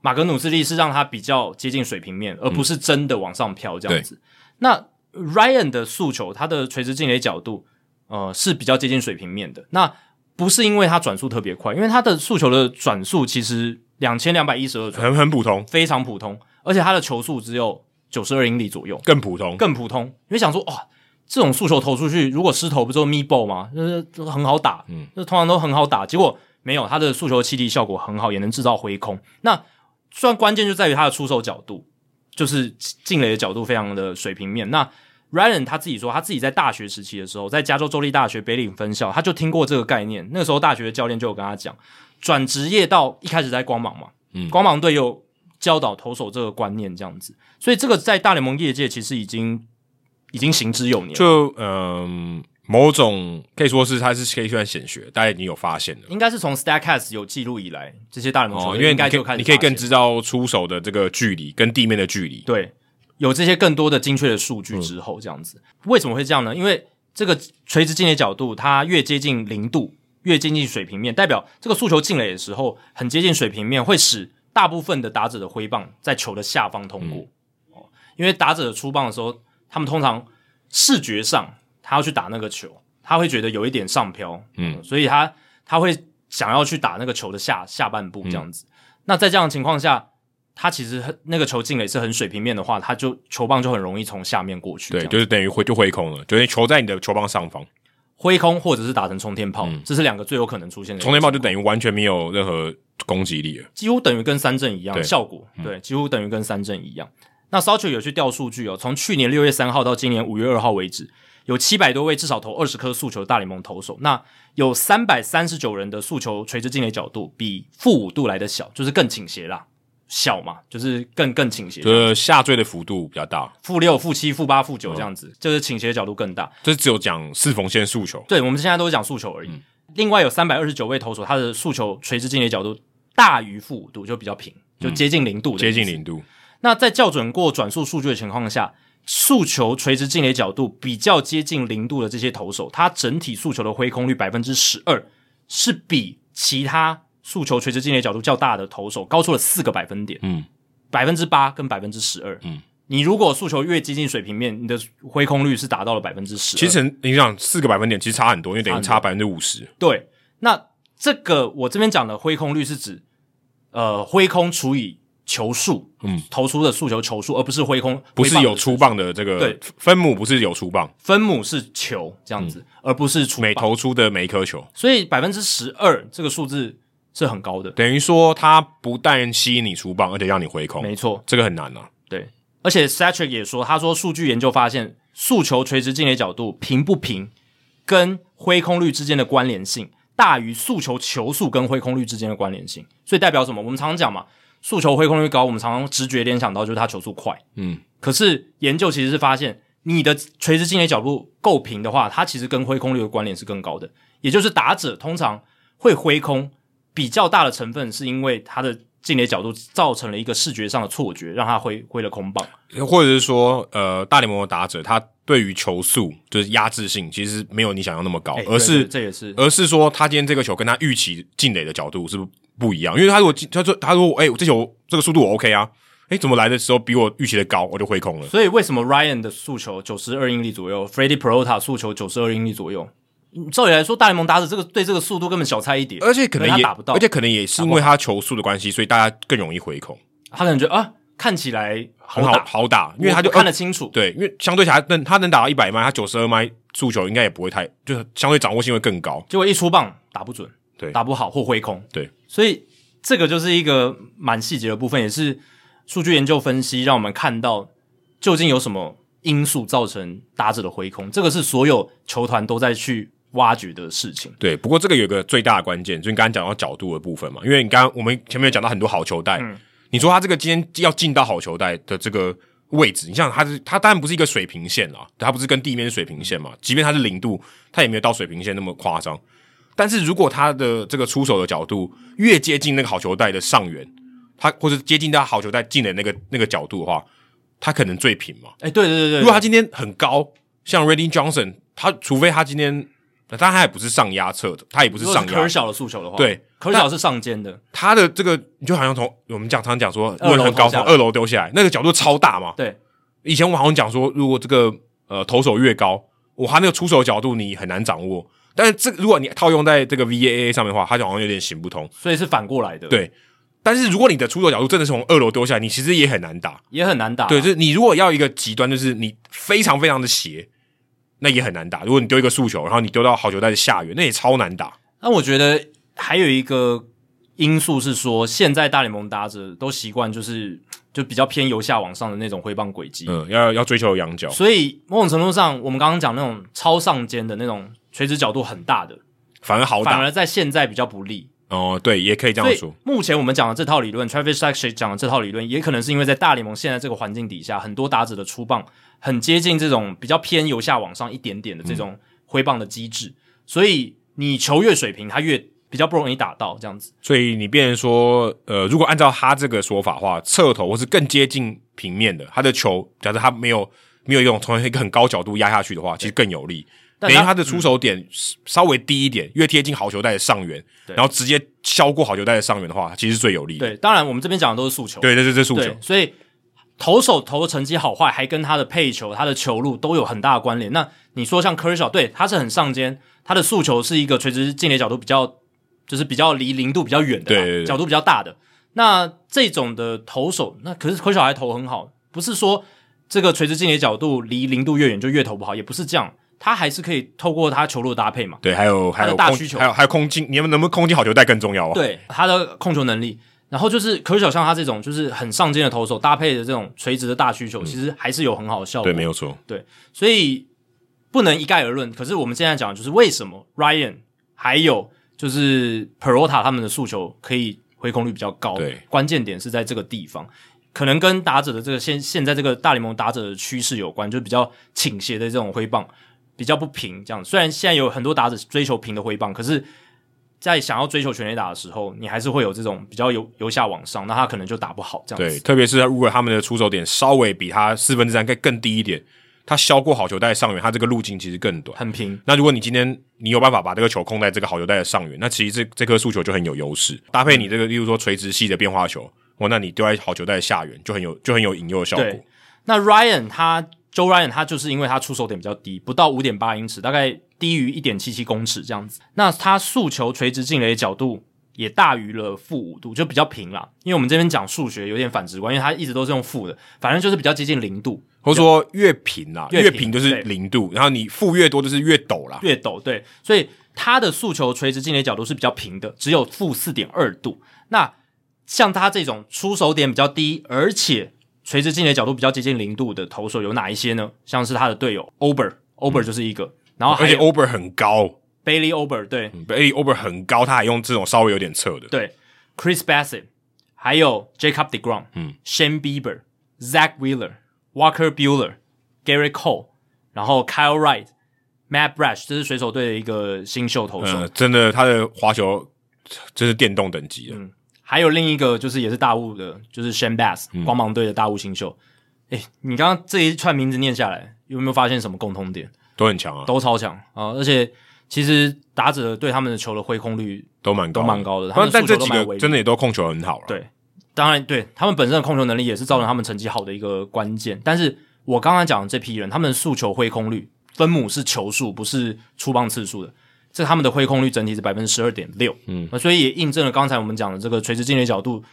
S1: 马格努斯利是让他比较接近水平面，而不是真的往上飘这样子。那 Ryan 的诉求，他的垂直进垒角度，呃，是比较接近水平面的。那不是因为他转速特别快，因为他的诉求的转速其实两千两百一十二转，
S2: 很很普通，
S1: 非常普通，而且他的球速只有九十二英里左右，
S2: 更普通，
S1: 更普通。因为想说，哇、这种速球投出去，如果失投不就 me ball 吗？就是就是很好打，嗯，就通常都很好打。结果没有，他的速球的气力效果很好，也能制造挥空。那虽然关键就在于他的出手角度，就是进垒的角度非常的水平面。那 Ryan 他自己说，他自己在大学时期的时候，在加州州立大学北岭分校，他就听过这个概念。那个时候大学的教练就有跟他讲，转职业到一开始在光芒嘛，
S2: 嗯
S1: 光芒队有教导投手这个观念，这样子。所以这个在大联盟业界其实已经已经行之有年了，
S2: 就嗯、某种可以说是它是可以算显学，大家已经有发现了。
S1: 应该是从 Statcast 有记录以来，这些大联盟球
S2: 哦，
S1: 队
S2: 因为
S1: 应
S2: 你
S1: 该
S2: 可以
S1: 就开始
S2: 你可以更
S1: 发现
S2: 知道出手的这个距离跟地面的距离，
S1: 对有这些更多的精确的数据之后，这样子、为什么会这样呢？因为这个垂直进垒角度它越接近零度，越接近水平面，代表这个速球进垒的时候很接近水平面，会使大部分的打者的挥棒在球的下方通过。哦，因为打者的出棒的时候，他们通常视觉上他要去打那个球，他会觉得有一点上飘，
S2: 嗯
S1: 呃所以他他会想要去打那个球的下下半部这样
S2: 嗯
S1: 子。那在这样的情况下，他其实很那个球进垒是很水平面的话，他就球棒就很容易从下面过去，
S2: 对，
S1: 这样
S2: 就是等于挥就挥空了，就是球在你的球棒上方，
S1: 挥空或者是打成冲天炮，这是两个最有可能出现的。
S2: 充嗯电炮就等于完全没有任何攻击力了。
S1: 几乎等于跟三振一样
S2: 对嗯
S1: 效果，对，几乎等于跟三振一样。那 s o c h 有去调数据哦，从去年六月三号到今年五月二号为止，有七百多位至少投二十颗速球的大联盟投手，那有三百三十九人的速球垂直进垒角度比负五度来的小，就是更倾斜啦，小嘛，就是更更倾斜
S2: 就，是下坠的幅度比较大，
S1: 负六、负七、负八、负
S2: 嗯
S1: 九这样子，就是倾斜角度更大。
S2: 这只有讲四缝线诉求，
S1: 对，我们现在都是讲速球而已。
S2: 嗯
S1: 另外有三百二十九位投手，他的速球垂直进垒角度大于负五度，就比较平，就接近零度、
S2: 嗯接近。零度，
S1: 那在校准过转速数据的情况下，速球垂直进垒角度比较接近零度的这些投手，他整体速球的挥空率百分之十二，是比其他速球垂直进垒角度较大的投手高出了四个百分点，
S2: 嗯，
S1: 百分之八跟百分之十二，
S2: 嗯。
S1: 你如果速球越接近水平面，你的挥空率是达到了百分之十。
S2: 其实你想四个百分点其实差很多，因为等于差百分之五十，
S1: 对，那这个我这边讲的挥空率是指，呃，挥空除以球数，嗯，投出的速球球数，而不是挥空，
S2: 不是
S1: 挥棒的
S2: 有出棒的这个
S1: 对
S2: 分母，不是有出棒，
S1: 分母是球这样子，而不是出
S2: 每
S1: 棒。
S2: 投出的每一颗球，
S1: 所以百分之十二这个数字是很高的，
S2: 等于说它不但吸引你出棒，而且让你回空，
S1: 没错，
S2: 这个很难啊。
S1: 对。而且 Satrick 也说，他说数据研究发现，速球垂直进垒角度平不平，跟挥空率之间的关联性大于速球球速跟挥空率之间的关联性，所以代表什么？我们常常讲嘛，速球挥空率高，我们常常直觉联想到就是它球速快，
S2: 嗯，
S1: 可是研究其实是发现，你的垂直进垒角度够平的话，它其实跟挥空率的关联是更高的。也就是打者通常会挥空比较大的成分，是因为他的进垒角度造成了一个视觉上的错觉，让他挥挥了空棒。
S2: 或者是说，呃，大联盟的打者他对于球速就是压制性，其实没有你想象那么高，
S1: 哎对
S2: 而是
S1: 对这也是
S2: 而是说他今天这个球跟他预期进垒的角度是不不一样，因为他如果进他说他说哎、这球这个速度我 OK 啊，哎、怎么来的时候比我预期的高，我就挥空了。
S1: 所以为什么 Ryan 的诉求九十二英里左右，Freddy Perota 诉求九十二英里左右？嗯照理来说，大联盟打者这个对这个速度根本小菜一碟，
S2: 而且可能
S1: 他
S2: 也
S1: 打不到，
S2: 而且可能也是因为他球速的关系，所以大家更容易回空，
S1: 他可能觉得啊，看起来
S2: 很好
S1: 打，
S2: 好打，因为他就
S1: 我看得清楚，
S2: 对，因为相对起来能他能打到一百迈，他九十二迈速球应该也不会太，就是相对掌握性会更高。
S1: 结果一出棒打不准，
S2: 对
S1: 打不好或挥空，
S2: 对，
S1: 所以这个就是一个蛮细节的部分，也是数据研究分析让我们看到究竟有什么因素造成打者的挥空，这个是所有球团都在去挖掘的事情。
S2: 对，不过这个有一个最大的关键，就你刚刚讲到角度的部分嘛，因为你刚刚我们前面有讲到很多好球带，你说他这个今天要进到好球带的这个位置，你像它是它当然不是一个水平线啦，它不是跟地面是水平线嘛，即便它是零度，它也没有到水平线那么夸张。但是如果他的这个出手的角度越接近那个好球带的上缘，他或者接近到好球带进的那个那个角度的话，他可能最平嘛。
S1: 哎、对对对对，
S2: 如果他今天很高，像 r e d d y Johnson，他除非他今天，但他也不是上压侧的，他也不是
S1: 如果
S2: 上
S1: 是
S2: 压
S1: 可，小的诉求的话，
S2: 对
S1: 可小是上肩的，
S2: 他的这个你就好像从我们讲常常讲说，
S1: 二楼
S2: 如果很高
S1: 投下
S2: 从
S1: 来
S2: 二楼丢下来，那个角度超大嘛。
S1: 对，
S2: 以前我好像讲说，如果这个呃投手越高，哇，他那个出手角度你很难掌握。但是这个如果你套用在这个 VAA 上面的话，他就好像有点行不通。
S1: 所以是反过来的，
S2: 对但是如果你的出手角度真的是从二楼丢下来，你其实也很难打。
S1: 也很难打、
S2: 对，就是你如果要一个极端，就是你非常非常的斜，那也很难打。如果你丢一个速球，然后你丢到好球带的下缘，那也超难打。
S1: 那我觉得还有一个因素是说，现在大联盟打者都习惯就是就比较偏由下往上的那种挥棒轨迹，
S2: 嗯，要要追求仰角，
S1: 所以某种程度上，我们刚刚讲那种超上肩的那种垂直角度很大的，
S2: 反而好
S1: 反
S2: 打。
S1: 而在现在比较不利。
S2: 哦，对，也可以这
S1: 所
S2: 样
S1: 以
S2: 说。
S1: 目前我们讲的这套理论，Travis s a c h e 讲的这套理论，也可能是因为在大联盟现在这个环境底下，很多打者的出棒很接近这种比较偏由下往上一点点的这
S2: 嗯
S1: 种挥棒的机制，所以你球越水平，它越比较不容易打到这样子。
S2: 所以你变成说，呃，如果按照他这个说法的话，侧头或是更接近平面的，他的球，假设他没有没有用从一个很高角度压下去的话，其实更有力。
S1: 但
S2: 等于
S1: 他
S2: 他的出手点稍微低一点，越贴近好球带的上缘，
S1: 对
S2: 然后直接削过好球带的上缘的话，其实是最有力的。
S1: 对，当然我们这边讲的都是速球，
S2: 对，这是这是速球
S1: 对，。所以投手投的成绩好坏，还跟他的配球、他的球路都有很大的关联。那你说像 Kershaw，对，他是很上肩，他的速球是一个垂直进垒角度比较，就是比较离零度比较远的啦，
S2: 对对对
S1: 角度比较大的。那这种的投手，那可是 Kershaw 还投很好，不是说这个垂直进垒角度离零度越远就越投不好，也不是这样，他还是可以透过他球路的搭配嘛。
S2: 对，还有还
S1: 的
S2: 有
S1: 大
S2: 空
S1: 需求
S2: 还有还有空进，你们能不能空进好球带更重要啊？，
S1: 对他的控球能力。然后就是可小像他这种就是很上进的投手，搭配的这种垂直的大需求，其实还是有很好的效果。
S2: 嗯对，没有错。
S1: 所以不能一概而论。可是我们现在讲的就是为什么 Ryan 还有就是 Perota 他们的诉求可以回空率比较高，
S2: 对，
S1: 关键点是在这个地方，可能跟打者的这个现现在这个大联盟打者的趋势有关，就比较倾斜的这种挥棒比较不平这样。虽然现在有很多打者追求平的挥棒，可是。在想要追求全垒打的时候，你还是会有这种比较由由下往上，那他可能就打不好这样
S2: 对，
S1: 子。
S2: 特别是如果他们的出手点稍微比他四分之三更更低一点，他削过好球带上缘，他这个路径其实更短。
S1: 很平，
S2: 那如果你今天你有办法把这个球控在这个好球带的上缘，那其实这这颗速球就很有优势。搭配你这个，
S1: 嗯
S2: 例如说垂直系的变化球，哇，那你丢在好球带的下缘就很有就很有引诱的效果。
S1: 对，那 Ryan 他 Joe Ryan 他就是因为他出手点比较低，不到五点八英尺，大概低于一点七七公尺这样子。那他速球垂直进垒的角度也大于了负五度，就比较平啦。因为我们这边讲数学有点反直观，因为他一直都是用负的，反正就是比较接近零度，
S2: 或者说越平啦，
S1: 越
S2: 越
S1: 平
S2: 平就是
S1: 对
S2: 零度，然后你负越多就是越陡啦。
S1: 越陡对，所以他的速球垂直进垒角度是比较平的，只有负四点二度。那像他这种出手点比较低，而且垂直进垒角度比较接近零度的投手有哪一些呢？像是他的队友 Ober。Ober 就是一个，然后还
S2: 嗯而且嗯
S1: 有
S2: over 很高，
S1: Bailey Ober 对、
S2: 而且 over 很高，他还用这种稍微有点侧的。
S1: 对，Chris Bassett，还有 Jacob Degrom，
S2: 嗯
S1: ，Shane Bieber、Zach Wheeler、Walker Bueller、Gary Cole，然后 Kyle Wright、Matt Brash，这是水手队的一个新秀投手，
S2: 嗯、真的，他的滑球真是电动等级的。
S1: 嗯还有另一个就是也是大雾的，就是 Shane Bass，光芒队的大雾新秀。哎、你刚刚这一串名字念下来，有没有发现什么共通点？
S2: 都很强啊，都
S1: 都超强啊、而且其实打者对他们的球的挥空率
S2: 都蛮高，
S1: 都蛮高的他
S2: 但
S1: 们
S2: 但
S1: 速球
S2: 这
S1: 都
S2: 几
S1: 蛮
S2: 个
S1: 威力
S2: 真的也都控球很好了。啊
S1: 对，当然对他们本身的控球能力也是造成他们成绩好的一个关键。但是我刚刚讲的这批人，他们的速球挥空率分母是球数，不是出棒次数的。这他们的挥空率整体是百分之十二点六，嗯，那所以也印证了刚才我们讲的这个垂直进垒角度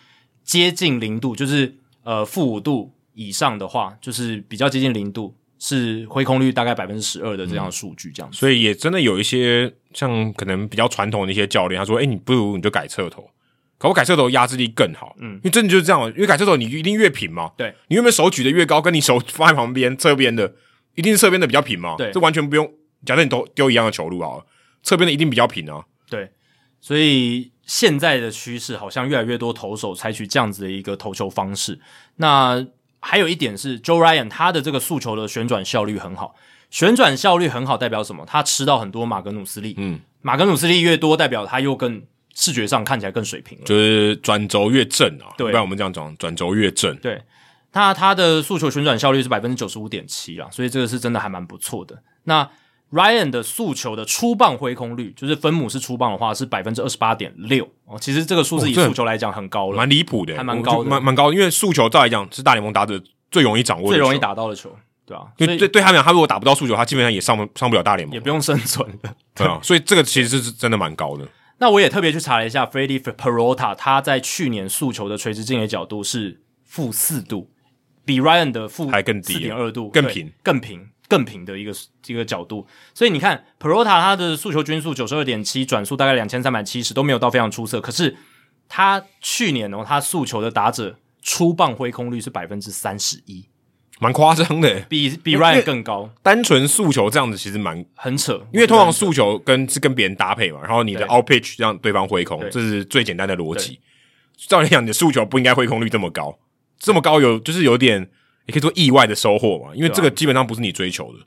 S1: 接近零度，就是呃负五度以上的话，就是比较接近零度，是挥空率大概百分之十二的这样的数据，这样子。
S2: 所以也真的有一些像可能比较传统的一些教练，他说：“哎、你不如你就改侧头，可我改侧头压制力更好。”嗯，因为真的就是这样，因为改侧头你一定越平嘛。
S1: 对，
S2: 你原本手举的越高，跟你手放在旁边侧边的，一定是侧边的比较平嘛。
S1: 对
S2: 这完全不用。假设你都丢一样的球路好了，侧边的一定比较平啊。
S1: 对，所以现在的趋势好像越来越多投手采取这样子的一个投球方式。那还有一点是 Joe Ryan 他的这个速球的旋转效率很好，旋转效率很好代表什么？他吃到很多马格努斯力，
S2: 嗯，
S1: 马格努斯力越多，代表他又更视觉上看起来更水平了。
S2: 就是转轴越正啊，
S1: 对
S2: 不然我们这样讲，转轴越正，啊
S1: 对，那他的速球旋转效率是百分之九十五点七啦，所以这个是真的还蛮不错的。那 Ryan 的速球的出棒挥空率，就是分母是出棒的话是百分之二十八点六哦，其实这个数字以
S2: 哦这
S1: 速球来讲很高了，
S2: 蛮离谱的，
S1: 还蛮
S2: 我
S1: 高的
S2: 就蛮蛮高的，因为速球照来讲是大联盟打者最容易掌握
S1: 最
S2: 的，
S1: 容易。打到的球，对啊，
S2: 对
S1: 所以
S2: 对，对他们讲，他如果打不到速球，他基本上也上不上不了大联盟
S1: 也，不用生存了。
S2: 对啊，所以这个其实是真的蛮高的。
S1: 那我也特别去查了一下 Freddy Perota，他在去年诉求的垂直进垒角度是负四度，比 Ryan 的负
S2: 还更低
S1: 四点二度，
S2: 更
S1: 对
S2: 平，
S1: 更平，更平的一个一个角度。所以你看 Perota 他的诉求均速九十二点七，转速大概两千三百七十，都没有到非常出色。可是他去年哦，他诉求的打者出棒挥空率是百分之三十一，
S2: 蛮夸张的欸，
S1: 比比
S2: 因为
S1: Ryan 更高，
S2: 单纯速球这样子其实蛮，
S1: 很扯。
S2: 因为通常速球跟是跟别人搭配嘛，然后你的
S1: 对
S2: out pitch 让对方挥空
S1: 对，
S2: 这是最简单的逻辑。照理讲，你的速球不应该挥空率这么高，这么高有就是有点也可以说意外的收获嘛，因
S1: 啊
S2: 为这个基本上不是你追求的。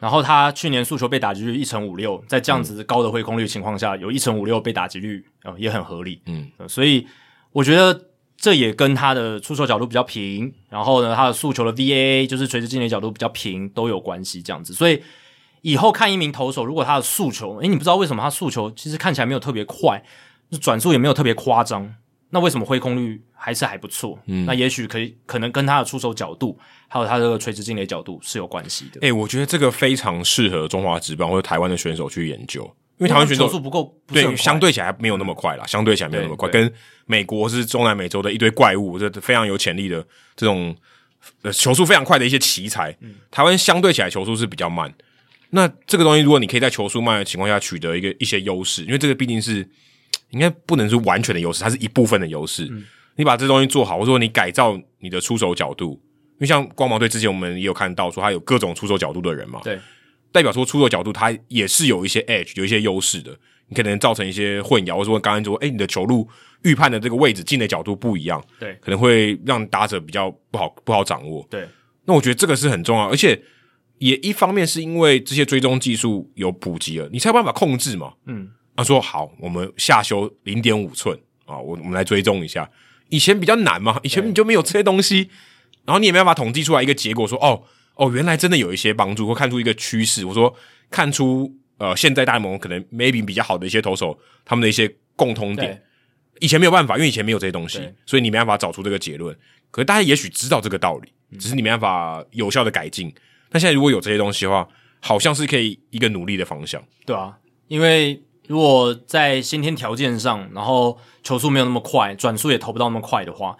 S1: 然后他去年诉求被打击率一成五六，在这样子高的挥空率情况下，有一成五六被打击率，呃，也很合理。
S2: 嗯
S1: 呃所以我觉得这也跟他的出手角度比较平，然后呢，他的诉求的 VAA 就是垂直进垒角度比较平都有关系。这样子，所以以后看一名投手，如果他的诉求，诶，你不知道为什么他诉求其实看起来没有特别快，就转速也没有特别夸张，那为什么挥空率还是还不错？嗯，那也许可以可能跟他的出手角度还有他的垂直进垒角度是有关系的。
S2: 诶、我觉得这个非常适合中华职棒或者台湾的选手去研究，因为台湾选手
S1: 球速不够，不是很快
S2: 对相对起来没有那么快啦，相对起来没有那么快，
S1: 对
S2: 跟美国是中南美洲的一堆怪物，这非常有潜力的这种呃球速非常快的一些奇才，
S1: 嗯
S2: 台湾相对起来球速是比较慢。那这个东西，如果你可以在球速慢的情况下取得一个一些优势，因为这个毕竟是应该不能是完全的优势，它是一部分的优势。
S1: 嗯
S2: 你把这东西做好，或者说你改造你的出手角度，因为像光芒队之前我们也有看到说他有各种出手角度的人嘛，
S1: 对
S2: 代表说出手角度它也是有一些 edge，有一些优势的。你可能造成一些混淆，或者说刚刚说，哎、你的球路预判的这个位置进的角度不一样，
S1: 对
S2: 可能会让打者比较不好不好掌握。
S1: 对
S2: 那我觉得这个是很重要，而且也一方面是因为这些追踪技术有普及了，你才有办法控制嘛。
S1: 嗯，
S2: 他说好，我们下修零点五寸啊，我我们来追踪一下。以前比较难嘛，以前你就没有这些东西，然后你也没办法统计出来一个结果说哦哦，原来真的有一些帮助，或看出一个趋势。我说看出呃，现在大联盟可能 maybe 比较好的一些投手，他们的一些共通点
S1: 对，
S2: 以前没有办法，因为以前没有这些东西
S1: 对，
S2: 所以你没办法找出这个结论。可是大家也许知道这个道理，
S1: 嗯
S2: 只是你没办法有效的改进。那现在如果有这些东西的话，好像是可以一个努力的方向。
S1: 对啊，因为如果在先天条件上，然后球速没有那么快，转速也投不到那么快的话，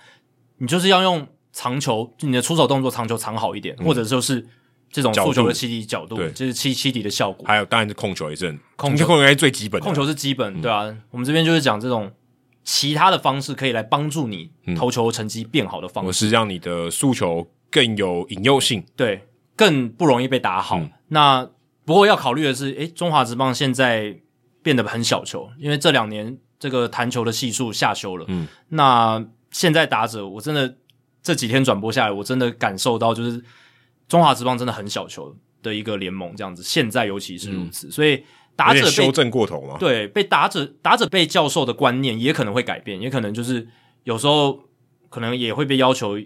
S1: 你就是要用长球，你的出手动作长球藏好一点，或者就是这种
S2: 角度
S1: 速球的七底角度，
S2: 对
S1: 就是七七底的效果。
S2: 还有当然是控球也是很，
S1: 控球
S2: 应该控球应该是最基本的。
S1: 控球是基本，对啊，我们这边就是讲这种其他的方式可以来帮助你投球成绩变好的方式
S2: 我。是让你的诉求更有引诱性，
S1: 对，更不容易被打
S2: 嗯
S1: 好。那不过要考虑的是，诶，中华职棒现在变得很小球，因为这两年这个弹球的系数下修了。
S2: 嗯，
S1: 那现在打者，我真的这几天转播下来，我真的感受到，就是中华职棒真的很小球的一个联盟，这样子。现在尤其是如此，所以打
S2: 嗯有
S1: 者
S2: 点
S1: 被
S2: 修正过头嘛。
S1: 对，被打者打者被教授的观念也可能会改变，也可能就是有时候可能也会被要求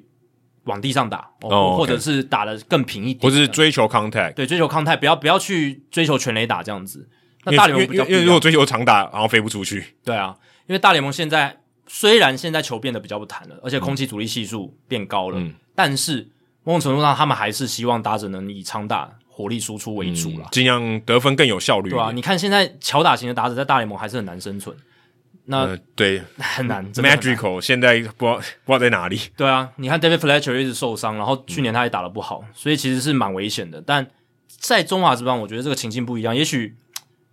S1: 往地上打，哦
S2: 哦，OK
S1: 或者是打的更平一点，
S2: 或者是追求 contact，
S1: 对追求康泰，不要不要去追求全垒打这样子。那
S2: 因为
S1: 大联盟
S2: 因
S1: 比较
S2: 为因
S1: 不
S2: 为因为
S1: 一
S2: 如果
S1: 样，
S2: 追求长打，然后飞不出去，
S1: 对啊，因为大联盟现在虽然现在球变得比较不弹了，而且空气阻力系数变高了，
S2: 嗯
S1: 但是某种程度上他们还是希望打者能以长打火力输出为主啦。
S2: 尽量得分更有效率一
S1: 对
S2: 点。
S1: 啊，你看现在巧打型的打者在大联盟还是很难生存，那、
S2: 呃，对
S1: 很难。真的很难
S2: ，Magical 现在不知道不知道在 哪里，
S1: 对啊，你看 David Fletcher 一直受伤，然后去年他也打得不好，所以其实是蛮危险的。但在中华职棒，我觉得这个情境不一样，也许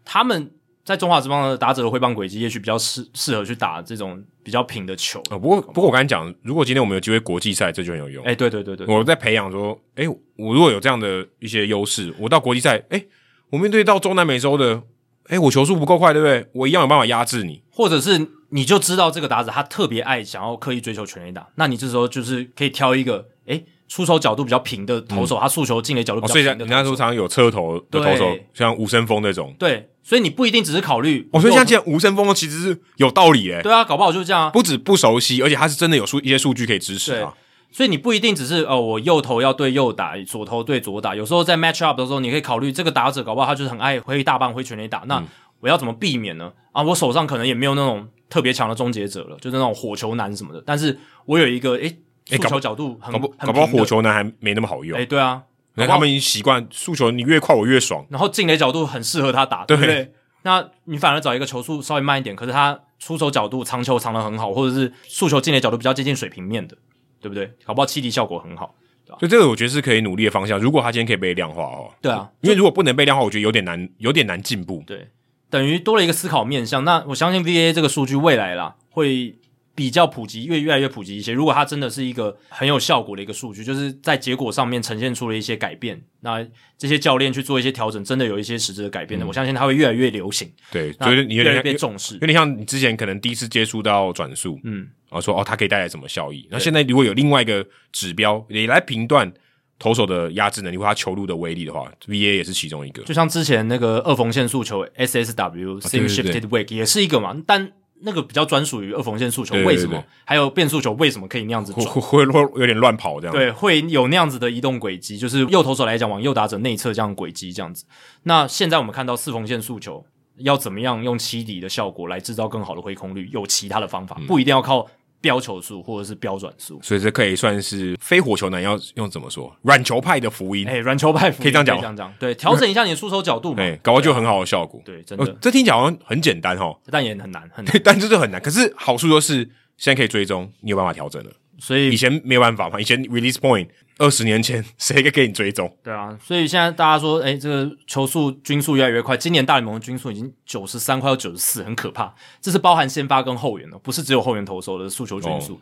S1: 他们在中华职棒的打者的挥棒轨迹，也许比较适适合去打这种比较平的球。
S2: 呃，不过不过我刚才讲，如果今天我们有机会国际赛，这就很有用。
S1: 哎、对对对对，
S2: 我在培养说，哎、我如果有这样的一些优势，我到国际赛，哎、我面对到中南美洲的，哎、我球速不够快，对不对？我一样有办法压制你。
S1: 或者是你就知道这个打者他特别爱想要刻意追求全垒打，那你这时候就是可以挑一个，哎、出手角度比较平的投手，他速球进垒角度
S2: 哦，
S1: 比较
S2: 所以
S1: 平
S2: 像
S1: 的
S2: 你
S1: 投手。
S2: 那时候常常有车头的投手
S1: 对，
S2: 像吴森峰那种。
S1: 对，所以你不一定只是考虑
S2: 哦，所以
S1: 右
S2: 像现在吴森峰其实是有道理诶、
S1: 对啊，搞不好就是这样啊。
S2: 不止不熟悉，而且他是真的有数一些数据可以支持啊。
S1: 所以你不一定只是哦，我右投要对右打，左投对左打。有时候在 match up 的时候，你可以考虑这个打者搞不好他就是很爱挥大棒、挥全垒打，那
S2: 嗯
S1: 我要怎么避免呢？啊，我手上可能也没有那种特别强的终结者了，就是那种火球男什么的。但是我有一个诶，
S2: 诶
S1: 速
S2: 搞不
S1: 球角度很
S2: 搞不
S1: 很
S2: 搞不好
S1: 平的
S2: 火球男还没那么好用
S1: 诶，，对啊，
S2: 那、
S1: 搞不好
S2: 他们已经习惯速球，你越快我越爽。
S1: 然后进垒角度很适合他打，对不对？那你反而找一个球速稍微慢一点，可是他出手角度长球藏的很好，或者是速球进垒角度比较接近水平面的，对不对？搞不好气敌效果很好。
S2: 所以这个我觉得是可以努力的方向。如果他今天可以被量化哦，
S1: 对啊，
S2: 因为如果不能被量化，我觉得有点难，有点难进步。
S1: 对，等于多了一个思考面向。那我相信 VA 这个数据未来啦会比较普及，越越来越普及一些。如果它真的是一个很有效果的一个数据，就是在结果上面呈现出了一些改变，那这些教练去做一些调整，真的有一些实质的改变的，我相信它会越来越流行，
S2: 对，
S1: 那
S2: 所嗯以你有
S1: 越来越
S2: 点
S1: 被
S2: 有
S1: 重视
S2: 有。点像你之前可能第一次接触到转速，
S1: 嗯，
S2: 然后说哦，它可以带来什么效益？那现在如果有另外一个指标也来评断投手的压制能力或他球路的威力的话，VA 也是其中一个。
S1: 就像之前那个二缝线速球 SSW
S2: 哦对
S1: Sim
S2: 对
S1: Shifted Wake 也是一个嘛，但那个比较专属于二缝线速球，
S2: 对对
S1: 为什么
S2: 对？
S1: 还有变速球为什么可以那样子
S2: 会
S1: 转？
S2: 会会有点乱跑这样。，
S1: 对，会有那样子的移动轨迹，就是右投手来讲往右打者内侧这样轨迹这样子。那现在我们看到四缝线速球要怎么样用七底的效果来制造更好的挥空率，有其他的方
S2: 嗯
S1: 法，不一定要靠标球速或者是标转速。
S2: 所以这可以算是非火球男要用怎么说软球派的福音，
S1: 哎、软球派
S2: 嗯可以这样讲
S1: 这样讲，对，调整一下你的出手角度嘛，
S2: 哎，搞到就有很好的效果。
S1: 对，啊真的，
S2: 呃，这听起来好像很简单哦，
S1: 但也很难，很难，
S2: 对但这就很难。可是好处就是现在可以追踪，你有办法调整了。
S1: 所以
S2: 以前没有办法嘛，以前 release point 二十年前谁可以给你追踪？
S1: 对啊，所以现在大家说，哎，这个球速均速越来越快，今年大联盟的均速已经九十三快到九十四，很可怕。这是包含先发跟后援的，不是只有后援投手的速球均
S2: 哦
S1: 速。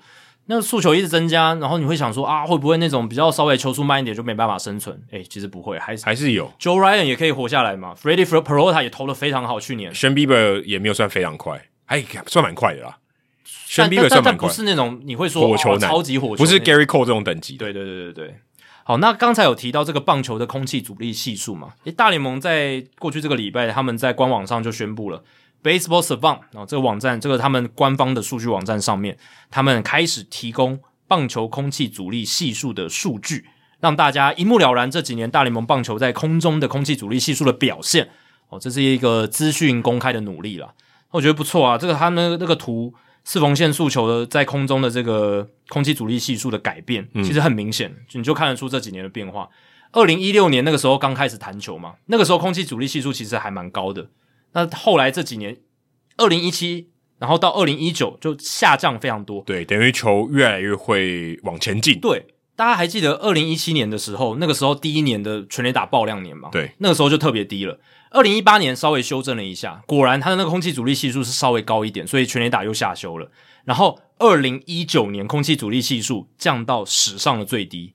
S1: 那速球一直增加，然后你会想说啊，会不会那种比较稍微球速慢一点就没办法生存？哎，其实不会，还是
S2: 还是有
S1: Joe Ryan 也可以活下来嘛，Freddie Fro- Peralta 也投的非常好，去年
S2: s h a n Bieber 也没有算非常快，还算蛮快的啦。s h a
S1: 但
S2: n Bieber
S1: 但
S2: 算
S1: 但
S2: 蛮
S1: 但不
S2: 快，
S1: 是那种你会说
S2: 火球
S1: 哦
S2: 男
S1: 超级火球，
S2: 不是 Gary Cole 这种等级的。
S1: 对对对对对。好，那刚才有提到这个棒球的空气阻力系数嘛？诶，大联盟在过去这个礼拜，他们在官网上就宣布了，Baseball Savant 啊、这个网站，这个他们官方的数据网站上面，他们开始提供棒球空气阻力系数的数据，让大家一目了然这几年大联盟棒球在空中的空气阻力系数的表现。哦，这是一个资讯公开的努力啦。我觉得不错啊，这个他们那个图四缝线速球的在空中的这个空气阻力系数的改变，其实很明显，你就看得出这几年的变化。二零一六年那个时候刚开始弹球嘛，那个时候空气阻力系数其实还蛮高的。那后来这几年，二零一七，然后到二零一九就下降非常多。
S2: 对，等于球越来越会往前进。
S1: 对，大家还记得二零一七年的时候，那个时候第一年的全垒打爆量年嘛，
S2: 对，
S1: 那个时候就特别低了。二零一八年稍微修正了一下，果然它的那个空气阻力系数是稍微高一点，所以全垒打又下修了。然后二零一九年空气阻力系数降到史上的最低，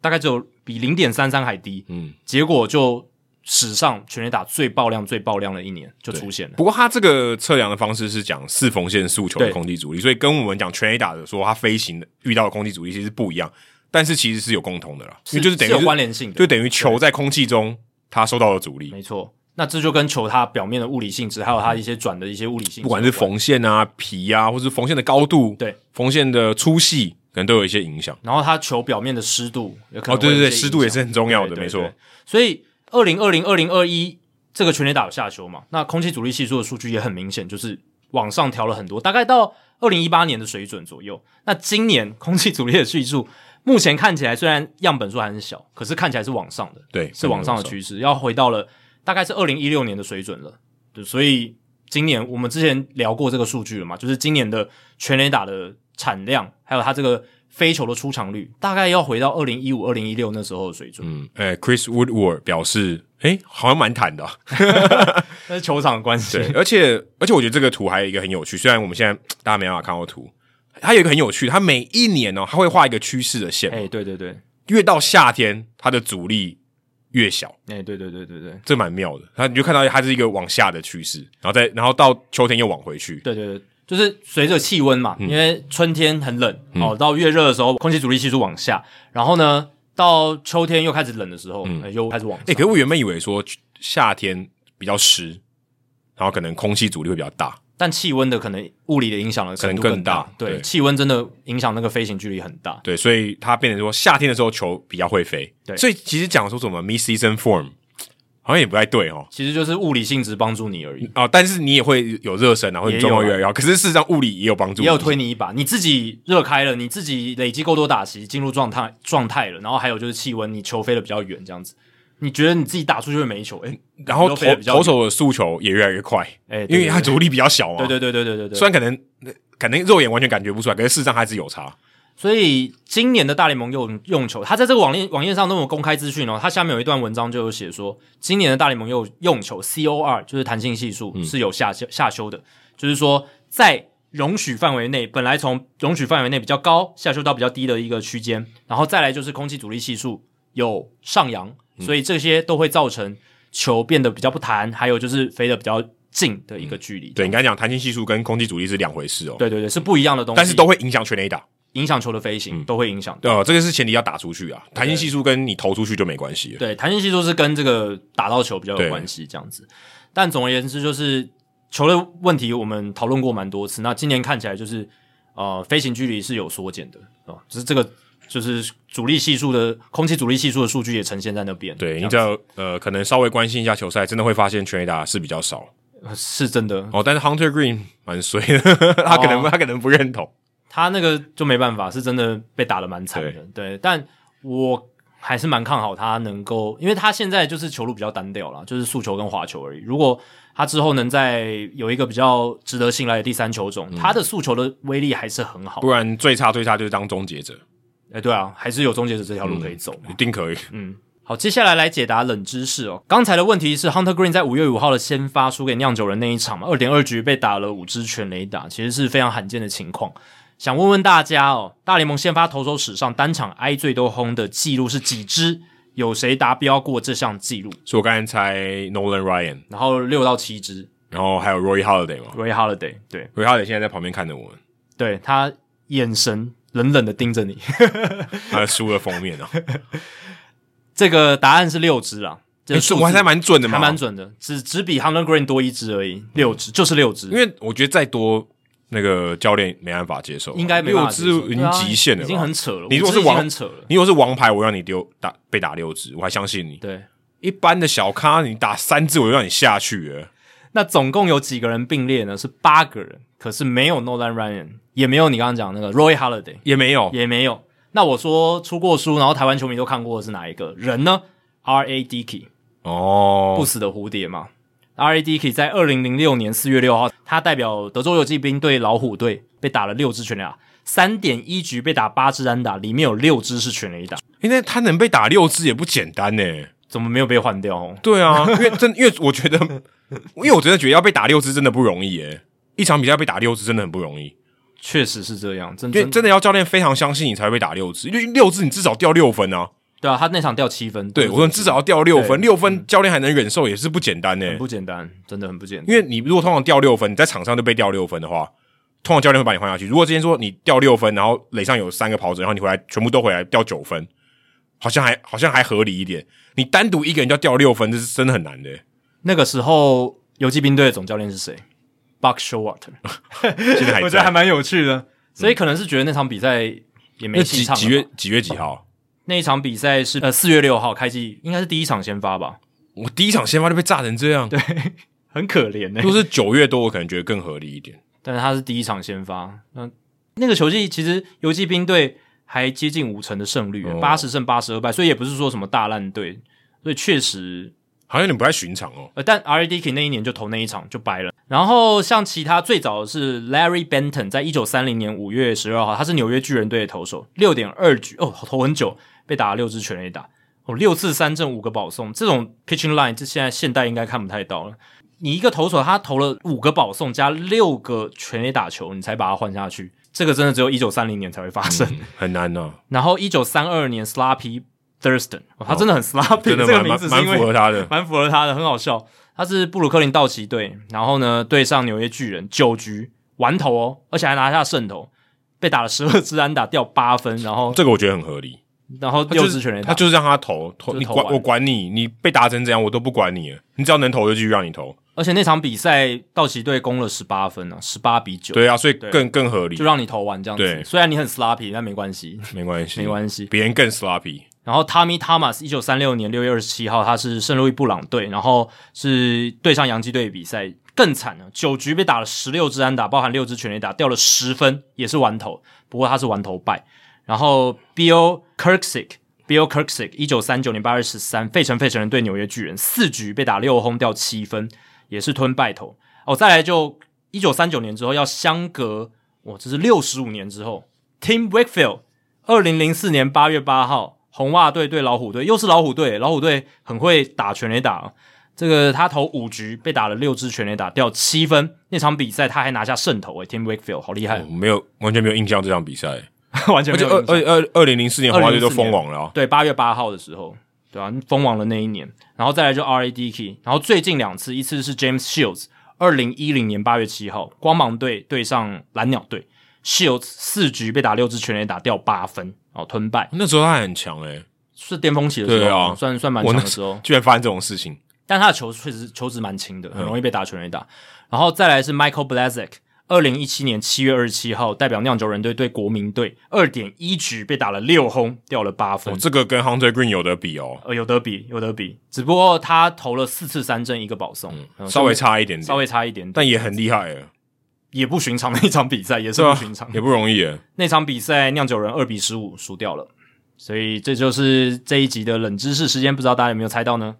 S1: 大概只有比零点三三还低，
S2: 嗯，
S1: 结果就史上全垒打最爆量、最爆量的一年就出现了。
S2: 不过他这个测量的方式是讲四缝线诉求的
S1: 对
S2: 空气阻力，所以跟我们讲全 A 打的说他飞行的遇到的空气阻力其实不一样，但是其实是有共同的啦，因为就是等于
S1: 有关
S2: 联，
S1: 联性的，嗯
S2: 就等于球在空气中它受到的阻力，
S1: 没错。那这就跟球它表面的物理性质，还有它一些转的一些物理性质有关，
S2: 不管是缝线啊、皮啊，或是缝线的高度，
S1: 对
S2: 缝线的粗细，可能都有一些影响。
S1: 然后它球表面的湿度也可能
S2: 哦，对对
S1: 会有
S2: 对，
S1: 一些
S2: 湿度也是很重
S1: 重
S2: 要的，没错。。
S1: 所以二零二零二零二一这个全垒打有下修嘛，那空气阻力系数的数据也很明显，就是往上调了很多，大概到二零一八年的水准左右。那今年 空气阻力的系数目前看起来虽然样本数还很小，可是看起来是往上的，
S2: 对
S1: 是往上的趋势，要回到了大概是二零一六年的水准了。对，所以今年我们之前聊过这个数据了嘛，就是今年的全垒打的产量，还有它这个飞球的出场率，大概要回到二零一五、二零一六那时候的水准。
S2: 嗯，哎，Chris Woodward 表示，哎，好像蛮坦的啊、
S1: 那是球场的关系
S2: 对，，而且而且我觉得这个图还有一个很有趣，虽然我们现在大家没办法看到图，它有一个很有趣，它每一年哦，它会画一个趋势的线，
S1: 哎、对对对，
S2: 越到夏天，它的阻力越小，
S1: 哎、对对对对对
S2: 这蛮妙的。它你就看到它是一个往下的趋势，然后再然后到秋天又往回去，
S1: 对对对，就是随着气温
S2: 嗯
S1: 嘛，因为春天很冷、哦，到越热的时候，空气阻力系数往下，然后呢，到秋天又开始冷的时候，呃又开始往上。
S2: 哎、可是我原本以为说夏天比较湿，然后可能空气阻力会比较大。
S1: 但气温的可能物理的影响的程度
S2: 可
S1: 更
S2: 能更大
S1: 对，
S2: 对
S1: 气温真的影响那个飞行距离很大。
S2: 对，所以它变成说夏天的时候球比较会飞。
S1: 对
S2: 所以其实讲说什么 mid season form 好像也不太对哦。
S1: 其实就是物理性质帮助你而已，
S2: 哦，但是你也会有热身啊，然后你
S1: 也
S2: 状况
S1: 有啊
S2: 越来越好。可是事实上物理也有帮助，
S1: 也有推你一把。你自己热开了，你自己累积够多打席，进入状态状态了，然后还有就是气温，你球飞得比较远，这样子，你觉得你自己打出去会没球？哎，
S2: 然
S1: 你
S2: 后
S1: 都
S2: 投
S1: 飞得比较
S2: 投手的速球也越来越快，
S1: 哎对
S2: 因为它阻力比较小嘛。啊
S1: 对对对对对对对。
S2: 虽然可能可能肉眼完全感觉不出来，可是事实上它还是有差。
S1: 所以今年的大联盟用用球，他在这个网页网页上都有公开资讯哦。他下面有一段文章就有写说，今年的大联盟用用球 COR 就是弹性系
S2: 嗯
S1: 数是有下修下修的，就是说在容许范围内，本来从容许范围内比较高下修到比较低的一个区间，然后再来就是空气阻力系数有上扬，
S2: 嗯
S1: 所以这些都会造成球变得比较不弹，还有就是飞得比较近的一个距离。
S2: 嗯对你刚才讲弹性系数跟空气阻力是两回事哦，
S1: 对对对，是不一样的东西，
S2: 但是都会影响全垒打。
S1: 影响球的飞行，都会影响。
S2: 对哦，这个是前提要打出去啊，弹性系数跟你投出去就没关系了。
S1: 对，弹性系数是跟这个打到球比较有
S2: 对
S1: 关系，这样子。但总而言之，就是球的问题，我们讨论过蛮多次。那今年看起来就是，呃，飞行距离是有缩减的哦，只是这个就是阻力系数的空气阻力系数的数据也呈现在那边。
S2: 对，你
S1: 这
S2: 只
S1: 样
S2: 要呃，可能稍微关心一下球赛，真的会发现全垒打是比较少
S1: 呃是真的，
S2: 哦。但是 Hunter Green 蛮衰的， 他可能、
S1: 哦
S2: 他可能不认同。
S1: 他那个就没办法，是真的被打的蛮惨的。对，但我还是蛮看好他能够，因为他现在就是球路比较单调啦，就是速球跟滑球而已。如果他之后能在有一个比较值得信赖的第三球种，他的速球的威力还是很好
S2: 不。然最差最差就是当终结者，
S1: 哎、对啊，还是有终结者这条路可以走嘛。
S2: 一定可以。
S1: 好，接下来来解答冷知识哦。刚才的问题是 Hunter Green 在五月五号的先发输给酿酒人那一场嘛，二点二局被打了五支全垒打，其实是非常罕见的情况。想问问大家哦，大联盟先发投手史上单场挨最多轰的记录是几支？有谁达标过这项记录？
S2: 所以我刚才猜 Nolan Ryan，
S1: 然后六到七支
S2: 然后还有 Roy Holiday 嘛
S1: Ray Holiday，对
S2: ，Roy Holiday 现在在旁边看着我们，
S1: 对，他眼神冷冷的盯着你。
S2: 他的书的封面 哦，
S1: 这个答案是六支啦，这个
S2: 诶
S1: 数字
S2: 我还是蛮准的嘛，
S1: 还蛮准的，只只比 Hunter Green 多一支而已，六支就是六支。
S2: 因为我觉得再多那个教练没办法接受，
S1: 应该没
S2: 六
S1: 办法接
S2: 支
S1: 受
S2: 已
S1: 对
S2: 经
S1: 啊
S2: 极限了吧，
S1: 已经很扯了。
S2: 你如果
S1: 五支
S2: 是
S1: 已经
S2: 王
S1: 很扯了，
S2: 你如果是王牌，我让你丢打被打六支，我还相信你。
S1: 对。
S2: 一般的小咖，你打三支我就让你下去了。
S1: 那总共有几个人并列呢？是八个人，可是没有 Nolan Ryan，也没有你刚刚讲那个 Roy Holiday，
S2: 也没有，
S1: 也没有。那我说出过书，然后台湾球迷都看过的是哪一个人呢？R A Dickey，
S2: 哦
S1: 不，死的蝴蝶嘛。R A Dickey 在二零零六年四月六号，他代表德州游骑兵对老虎队被打了六支全垒打，三点一局被打八支单打，里面有六支是全垒打，
S2: 因为他能被打六支也不简单呢。
S1: 怎么没有被换掉？哦？
S2: 对啊，因为真，因为我觉得，因为我真的觉得要被打六支真的不容易耶。一场比赛被打六支真的很不容易，
S1: 确实是这样，真
S2: 因
S1: 真
S2: 为真的要教练非常相信你才会被打六支，因为六支你至少掉六分啊。
S1: 对啊，他那场掉七分，
S2: 对，我说你至少要掉六分，
S1: 对嗯
S2: 六分教练还能忍受也是不简单呢。
S1: 很不简单，真的很不简单。
S2: 因为你如果通常掉六分，你在场上就被掉六分的话，通常教练会把你换下去。如果今天说你掉六分，然后垒上有三个跑者，然后你回来全部都回来掉九分，好像还好像还合理一点。你单独一个人就要掉六分，这是真的很难的。
S1: 那个时候游击兵队的总教练是谁？Buck Showalter，
S2: 现在 还
S1: 我觉得还
S2: 在，
S1: 蛮有趣的。所以可能是觉得那场比赛也没
S2: 那
S1: 戏
S2: 几
S1: 唱了吧
S2: 几月几月几号？
S1: 那一场比赛是呃四月六号开季，应该是第一场先发吧，
S2: 我第一场先发就被炸成这样。
S1: 很可怜欸呢、
S2: 如果是九月多，我可能觉得更合理一点。
S1: 但是他是第一场先发，那那个球季其实游击兵队还接近五成的胜率，
S2: 哦
S1: 八十、胜八十二败，所以也不是说什么大烂队，所以确实
S2: 好像有点不太寻常 哦。
S1: 呃，但 R A D K 那一年就投那一场就掰了。然后像其他最早的是 Larry Benton，在一九三零年五月十二号，他是纽约巨人队的投手，六点二局哦，投很久，被打了六支全垒打，哦，六次三振五个保送，这种 pitching line 这现在现代应该看不太到了。你一个投手他投了五个保送加六个全垒打球，你才把他换下去，这个真的只有一九三零年才会发生。
S2: 嗯很难呐、啊，
S1: 然后一九三二年 Slappy Thurston，、哦、他真的很 Slappy，、
S2: 真的
S1: 这个
S2: 蛮
S1: 名
S2: 蛮
S1: 字是
S2: 蛮
S1: 因为
S2: 符合他的。
S1: 蛮符合他的，很好笑。他是布鲁克林道奇队，然后呢对上纽约巨人，九局完投哦，而且还拿下胜投，被打了十二支安打，掉八分，然后
S2: 这个我觉得很合理。
S1: 然后
S2: 他就
S1: 六支
S2: 是
S1: 全垒打，
S2: 他就是让他投投，
S1: 就
S2: 你
S1: 投
S2: 管
S1: 完
S2: 我管你，你被打成怎样我都不管你了，你只要能投就继续让你投。
S1: 而且那场比赛道奇队攻了十八分啊，十八比九，
S2: 对啊，所以更更合理
S1: 就，让你投完这样子
S2: 对。
S1: 虽然你很 sloppy，但没关系，
S2: 没关系，
S1: 没关系。
S2: 别人更 sloppy。
S1: 然后 Tommy Thomas 一九三六年六月二十七号，他是圣路易布朗队，然后是对上洋基队的比赛，更惨了，九局被打了十六支安打，包含六支全垒打，掉了十分，也是完投，不过他是完投败。然后 Bill Kirksick。Bill Kirksick，一九三九年八月十三，费城费城人对纽约巨人，四局被打六轰掉七分，也是吞败投。哦，再来就一九三九年之后，要相隔哇，这是六十五年之后，Tim Wakefield 二零零四年八月八号，红袜队对老虎队，又是老虎队，老虎队很会打全垒打啊。这个他投五局被打了六支全垒打，掉七分。那场比赛他还拿下胜投、诶 t i m Wakefield 好厉害
S2: 我，没有完全没有印象这场比赛，
S1: 完全哎
S2: 嗯而
S1: 没
S2: 且
S1: 有
S2: 二
S1: 印象
S2: 二二二零零四年红袜队都封网了啊、
S1: 对，八月八号的时候，对啊，封王的那一年，然后再来就 R A D K，然后最近两次，一次是 James Shields，二零一零年八月七号，光芒队对上蓝鸟队，Shields 四局被打六支全垒打掉八分，哦，吞败
S2: 那时候他还很强诶、
S1: 是巅峰期的时候，
S2: 对啊
S1: 算算蛮
S2: 我
S1: 强
S2: 那
S1: 的时候，
S2: 居然发生这种事情，
S1: 但他的球确实球质蛮轻的，很容易被打全垒打。然后再来是 Michael Blazek，二零一七年七月二十七号代表酿酒人队对国民队，二点一局被打了六轰，掉了八分
S2: 哦、。这个跟 Hunter Green 有得比哦，
S1: 呃，有得比，有得比，只不过他投了四次三振，一个保送，嗯
S2: 稍微差一点点，
S1: 稍微差一点点，
S2: 但也很厉害诶、
S1: 也不寻常的一场比赛，也是不寻常。
S2: 啊也不容易诶、
S1: 那场比赛酿酒人二比十五输掉了，所以这就是这一集的冷知识时间，不知道大家有没有猜到呢？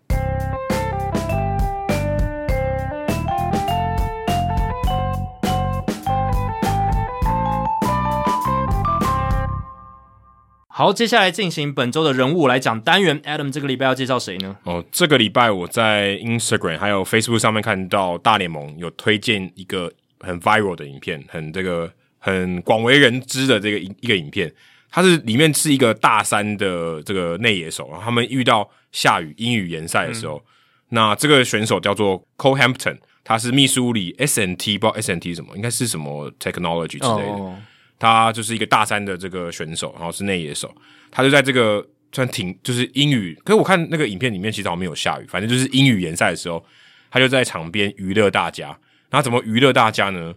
S1: 好，接下来进行本周的人物来讲单元。Adam 这个礼拜要介绍谁呢？
S2: 哦，这个礼拜我在 Instagram 还有 Facebook 上面看到大联盟有推荐一个很 viral 的影片，很这个很广为人知的这个一一个影片。它是里面是一个大三的这个内野手，然后他们遇到下雨英语联赛的时候，那这个选手叫做 Cole Hampton，他是密苏里 S N T，不知道 S N T 什么，应该是什么 technology 之类的。
S1: 哦
S2: 他就是一个大三的这个选手，然后是内野手，他就在这个算挺就是英语，可是我看那个影片里面其实好像没有下雨，反正就是英语联赛的时候，他就在场边娱乐大家。然后怎么娱乐大家呢？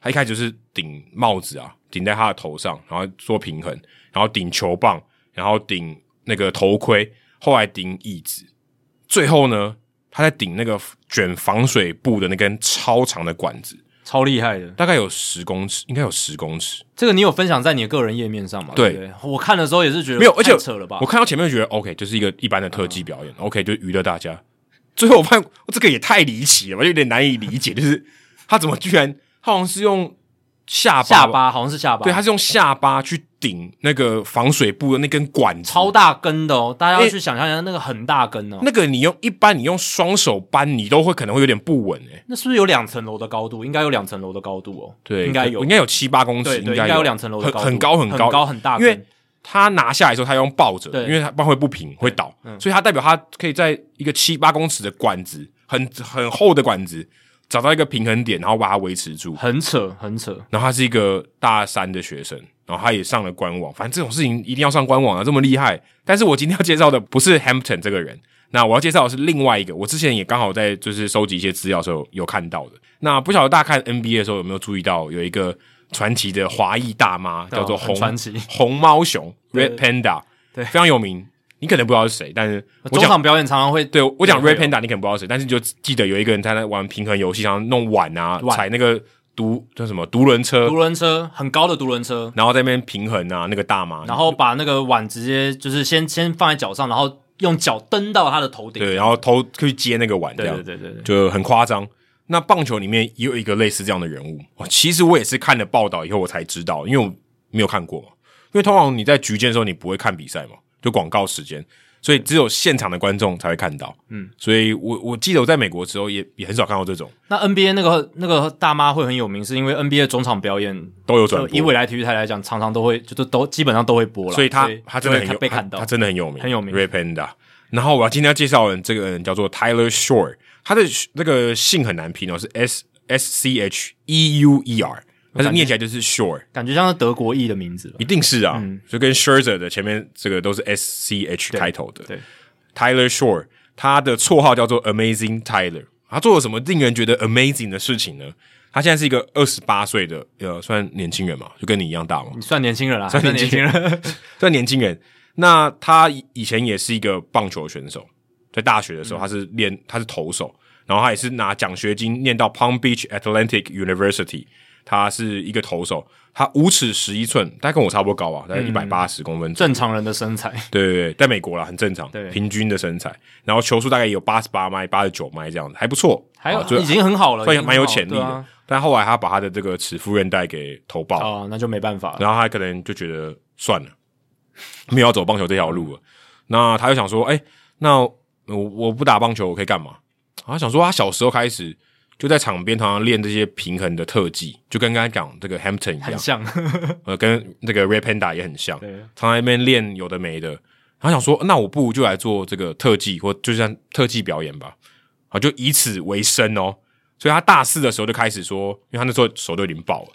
S2: 他一开始就是顶帽子啊，顶在他的头上，然后做平衡，然后顶球棒，然后顶那个头盔，后来顶椅子，最后呢，他在顶那个卷防水布的那根超长的管子，
S1: 超厉害的。
S2: 大概有十公尺，应该有十公尺。
S1: 这个你有分享在你的个人页面上吗？
S2: 对
S1: 不我看的时候也是觉得
S2: 没有，而且
S1: 太扯了吧嗯
S2: 我？看到前面就觉得 OK，就是一个一般的特技表演、o k 就娱乐大家。最后我发现哦这个也太离奇了吧，有点难以理解，就是 他怎么居然他好像是用下巴
S1: 下巴好像是下巴，
S2: 对，他是用下巴去顶那个防水布的那根管子，
S1: 超大根的哦，大家要
S2: 因为
S1: 去想象一下那个很大根哦，
S2: 那个你用一般你用双手扳，你都会可能会有点不稳诶、欸。
S1: 那是不是有两层楼的高度？应该有两层楼的高度哦，应该有
S2: 嗯应，该有七八公
S1: 对
S2: 尺，
S1: 对，应
S2: 该
S1: 该有两层楼的
S2: 很
S1: 高度，
S2: 很高很
S1: 很
S2: 高
S1: 高很大
S2: 因
S1: 根，
S2: 为他拿下来的时候，他用抱着，
S1: 对嗯
S2: 因为他不然会不平会倒，所以他代表他可以在一个七八公尺的管子，很很厚的管子，找到一个平衡点，然后把它维持住。
S1: 很扯很扯，
S2: 然后他是一个大三的学生，然后他也上了官网，反正这种事情一定要上官网啊，这么厉害。但是我今天要介绍的不是 Hampton 这个人，那我要介绍的是另外一个，我之前也刚好在就是收集一些资料的时候有看到的。那不晓得大家看 NBA 的时候有没有注意到有一个传奇的华裔大妈叫做
S1: 很
S2: 红
S1: 传奇
S2: 红猫熊
S1: 对
S2: Red Panda，
S1: 对
S2: 非常有名。你可能不知道是谁，但是我
S1: 中
S2: 讲
S1: 场表演常常会
S2: 对我讲
S1: 对
S2: Red
S1: 会有
S2: Panda，你可能不知道谁，但是你就记得有一个人他在玩平衡游戏，然后弄碗啊，
S1: 碗
S2: 踩那个独叫什么独轮车，
S1: 独轮车很高的独轮车，
S2: 然后在那边平衡啊，那个大妈，
S1: 然后把那个碗直接就是先先放在脚上，然后用脚蹬到他的头顶，
S2: 对，然后偷去接那个碗，这
S1: 对
S2: 样
S1: 对对对对，
S2: 就很夸张。那棒球里面也有一个类似这样的人物，哦，其实我也是看了报道以后我才知道，因为我没有看过嘛。因为通常你在局间的时候你不会看比赛嘛，就广告时间，所以只有现场的观众才会看到。
S1: 嗯，
S2: 所以我我记得我在美国的时候也也很少看到这种
S1: 那 NBA 那个那个大妈会很有名，是因为 NBA 中场表演
S2: 都有转
S1: 就以
S2: 播，
S1: 未来体育台来讲，常常都会就是都基本上都会播了，
S2: 所以他他真的
S1: 就会
S2: 很有
S1: 被看到
S2: 他，真的很有名，
S1: 很有名
S2: Ray Panda。然后我要今天要介绍的人，这个人叫做 Tyler Shore，他的那个姓很难拼哦，是 S S C H E U E R，但是念起来就是 Shore，
S1: 感觉像是德国裔的名字吧
S2: 一？定是啊，
S1: 嗯
S2: 就跟 Scherzer 的前面这个都是 S C H
S1: 对
S2: 开头的。
S1: 对
S2: Tyler Shore，他的绰号叫做 Amazing Tyler。他做了什么令人觉得 amazing 的事情呢？他现在是一个二十八岁的，呃，算年轻人嘛，就跟你一样大嘛，
S1: 你算年轻 人啦，
S2: 算
S1: 算
S2: 年
S1: 年
S2: 轻
S1: 轻人。
S2: 算年轻人。那他以以前也是一个棒球选手，在大学的
S1: 嗯
S2: 时候他是练他是投手，然后他也是拿奖学金念到 Palm Beach Atlantic University，他是一个投手，他五尺十一寸，大概跟我差不多高吧，大
S1: 嗯
S2: 概一百八十公分左右
S1: 正常人的身材，
S2: 对对对，在美国啦，很正常，
S1: 对
S2: 平均的身材，然后球速大概有八十八迈、八十九迈这样子，还不错，
S1: 还有
S2: 啊就
S1: 已经很好了，
S2: 算
S1: 已经很好
S2: 蛮有潜力
S1: 对
S2: 的。
S1: 啊
S2: 但后来他把他的这个齿腹韧带给投爆，
S1: 哦，那就没办法了。
S2: 然后他可能就觉得算了，没有要走棒球这条路了。那他就想说，哎、那我我不打棒球，我可以干嘛？他想说，他小时候开始就在场边常常练这些平衡的特技，就跟刚才讲这个 Hampton 一
S1: 很
S2: 样，
S1: 像，
S2: 呃，跟那个 Ray Panda 也很像。
S1: 对，
S2: 常在那边练有的没的。他想说，那我不如就来做这个特技，或就像特技表演吧，啊，就以此为生哦。所以他大四的时候就开始说，因为他那时候手都已经爆了，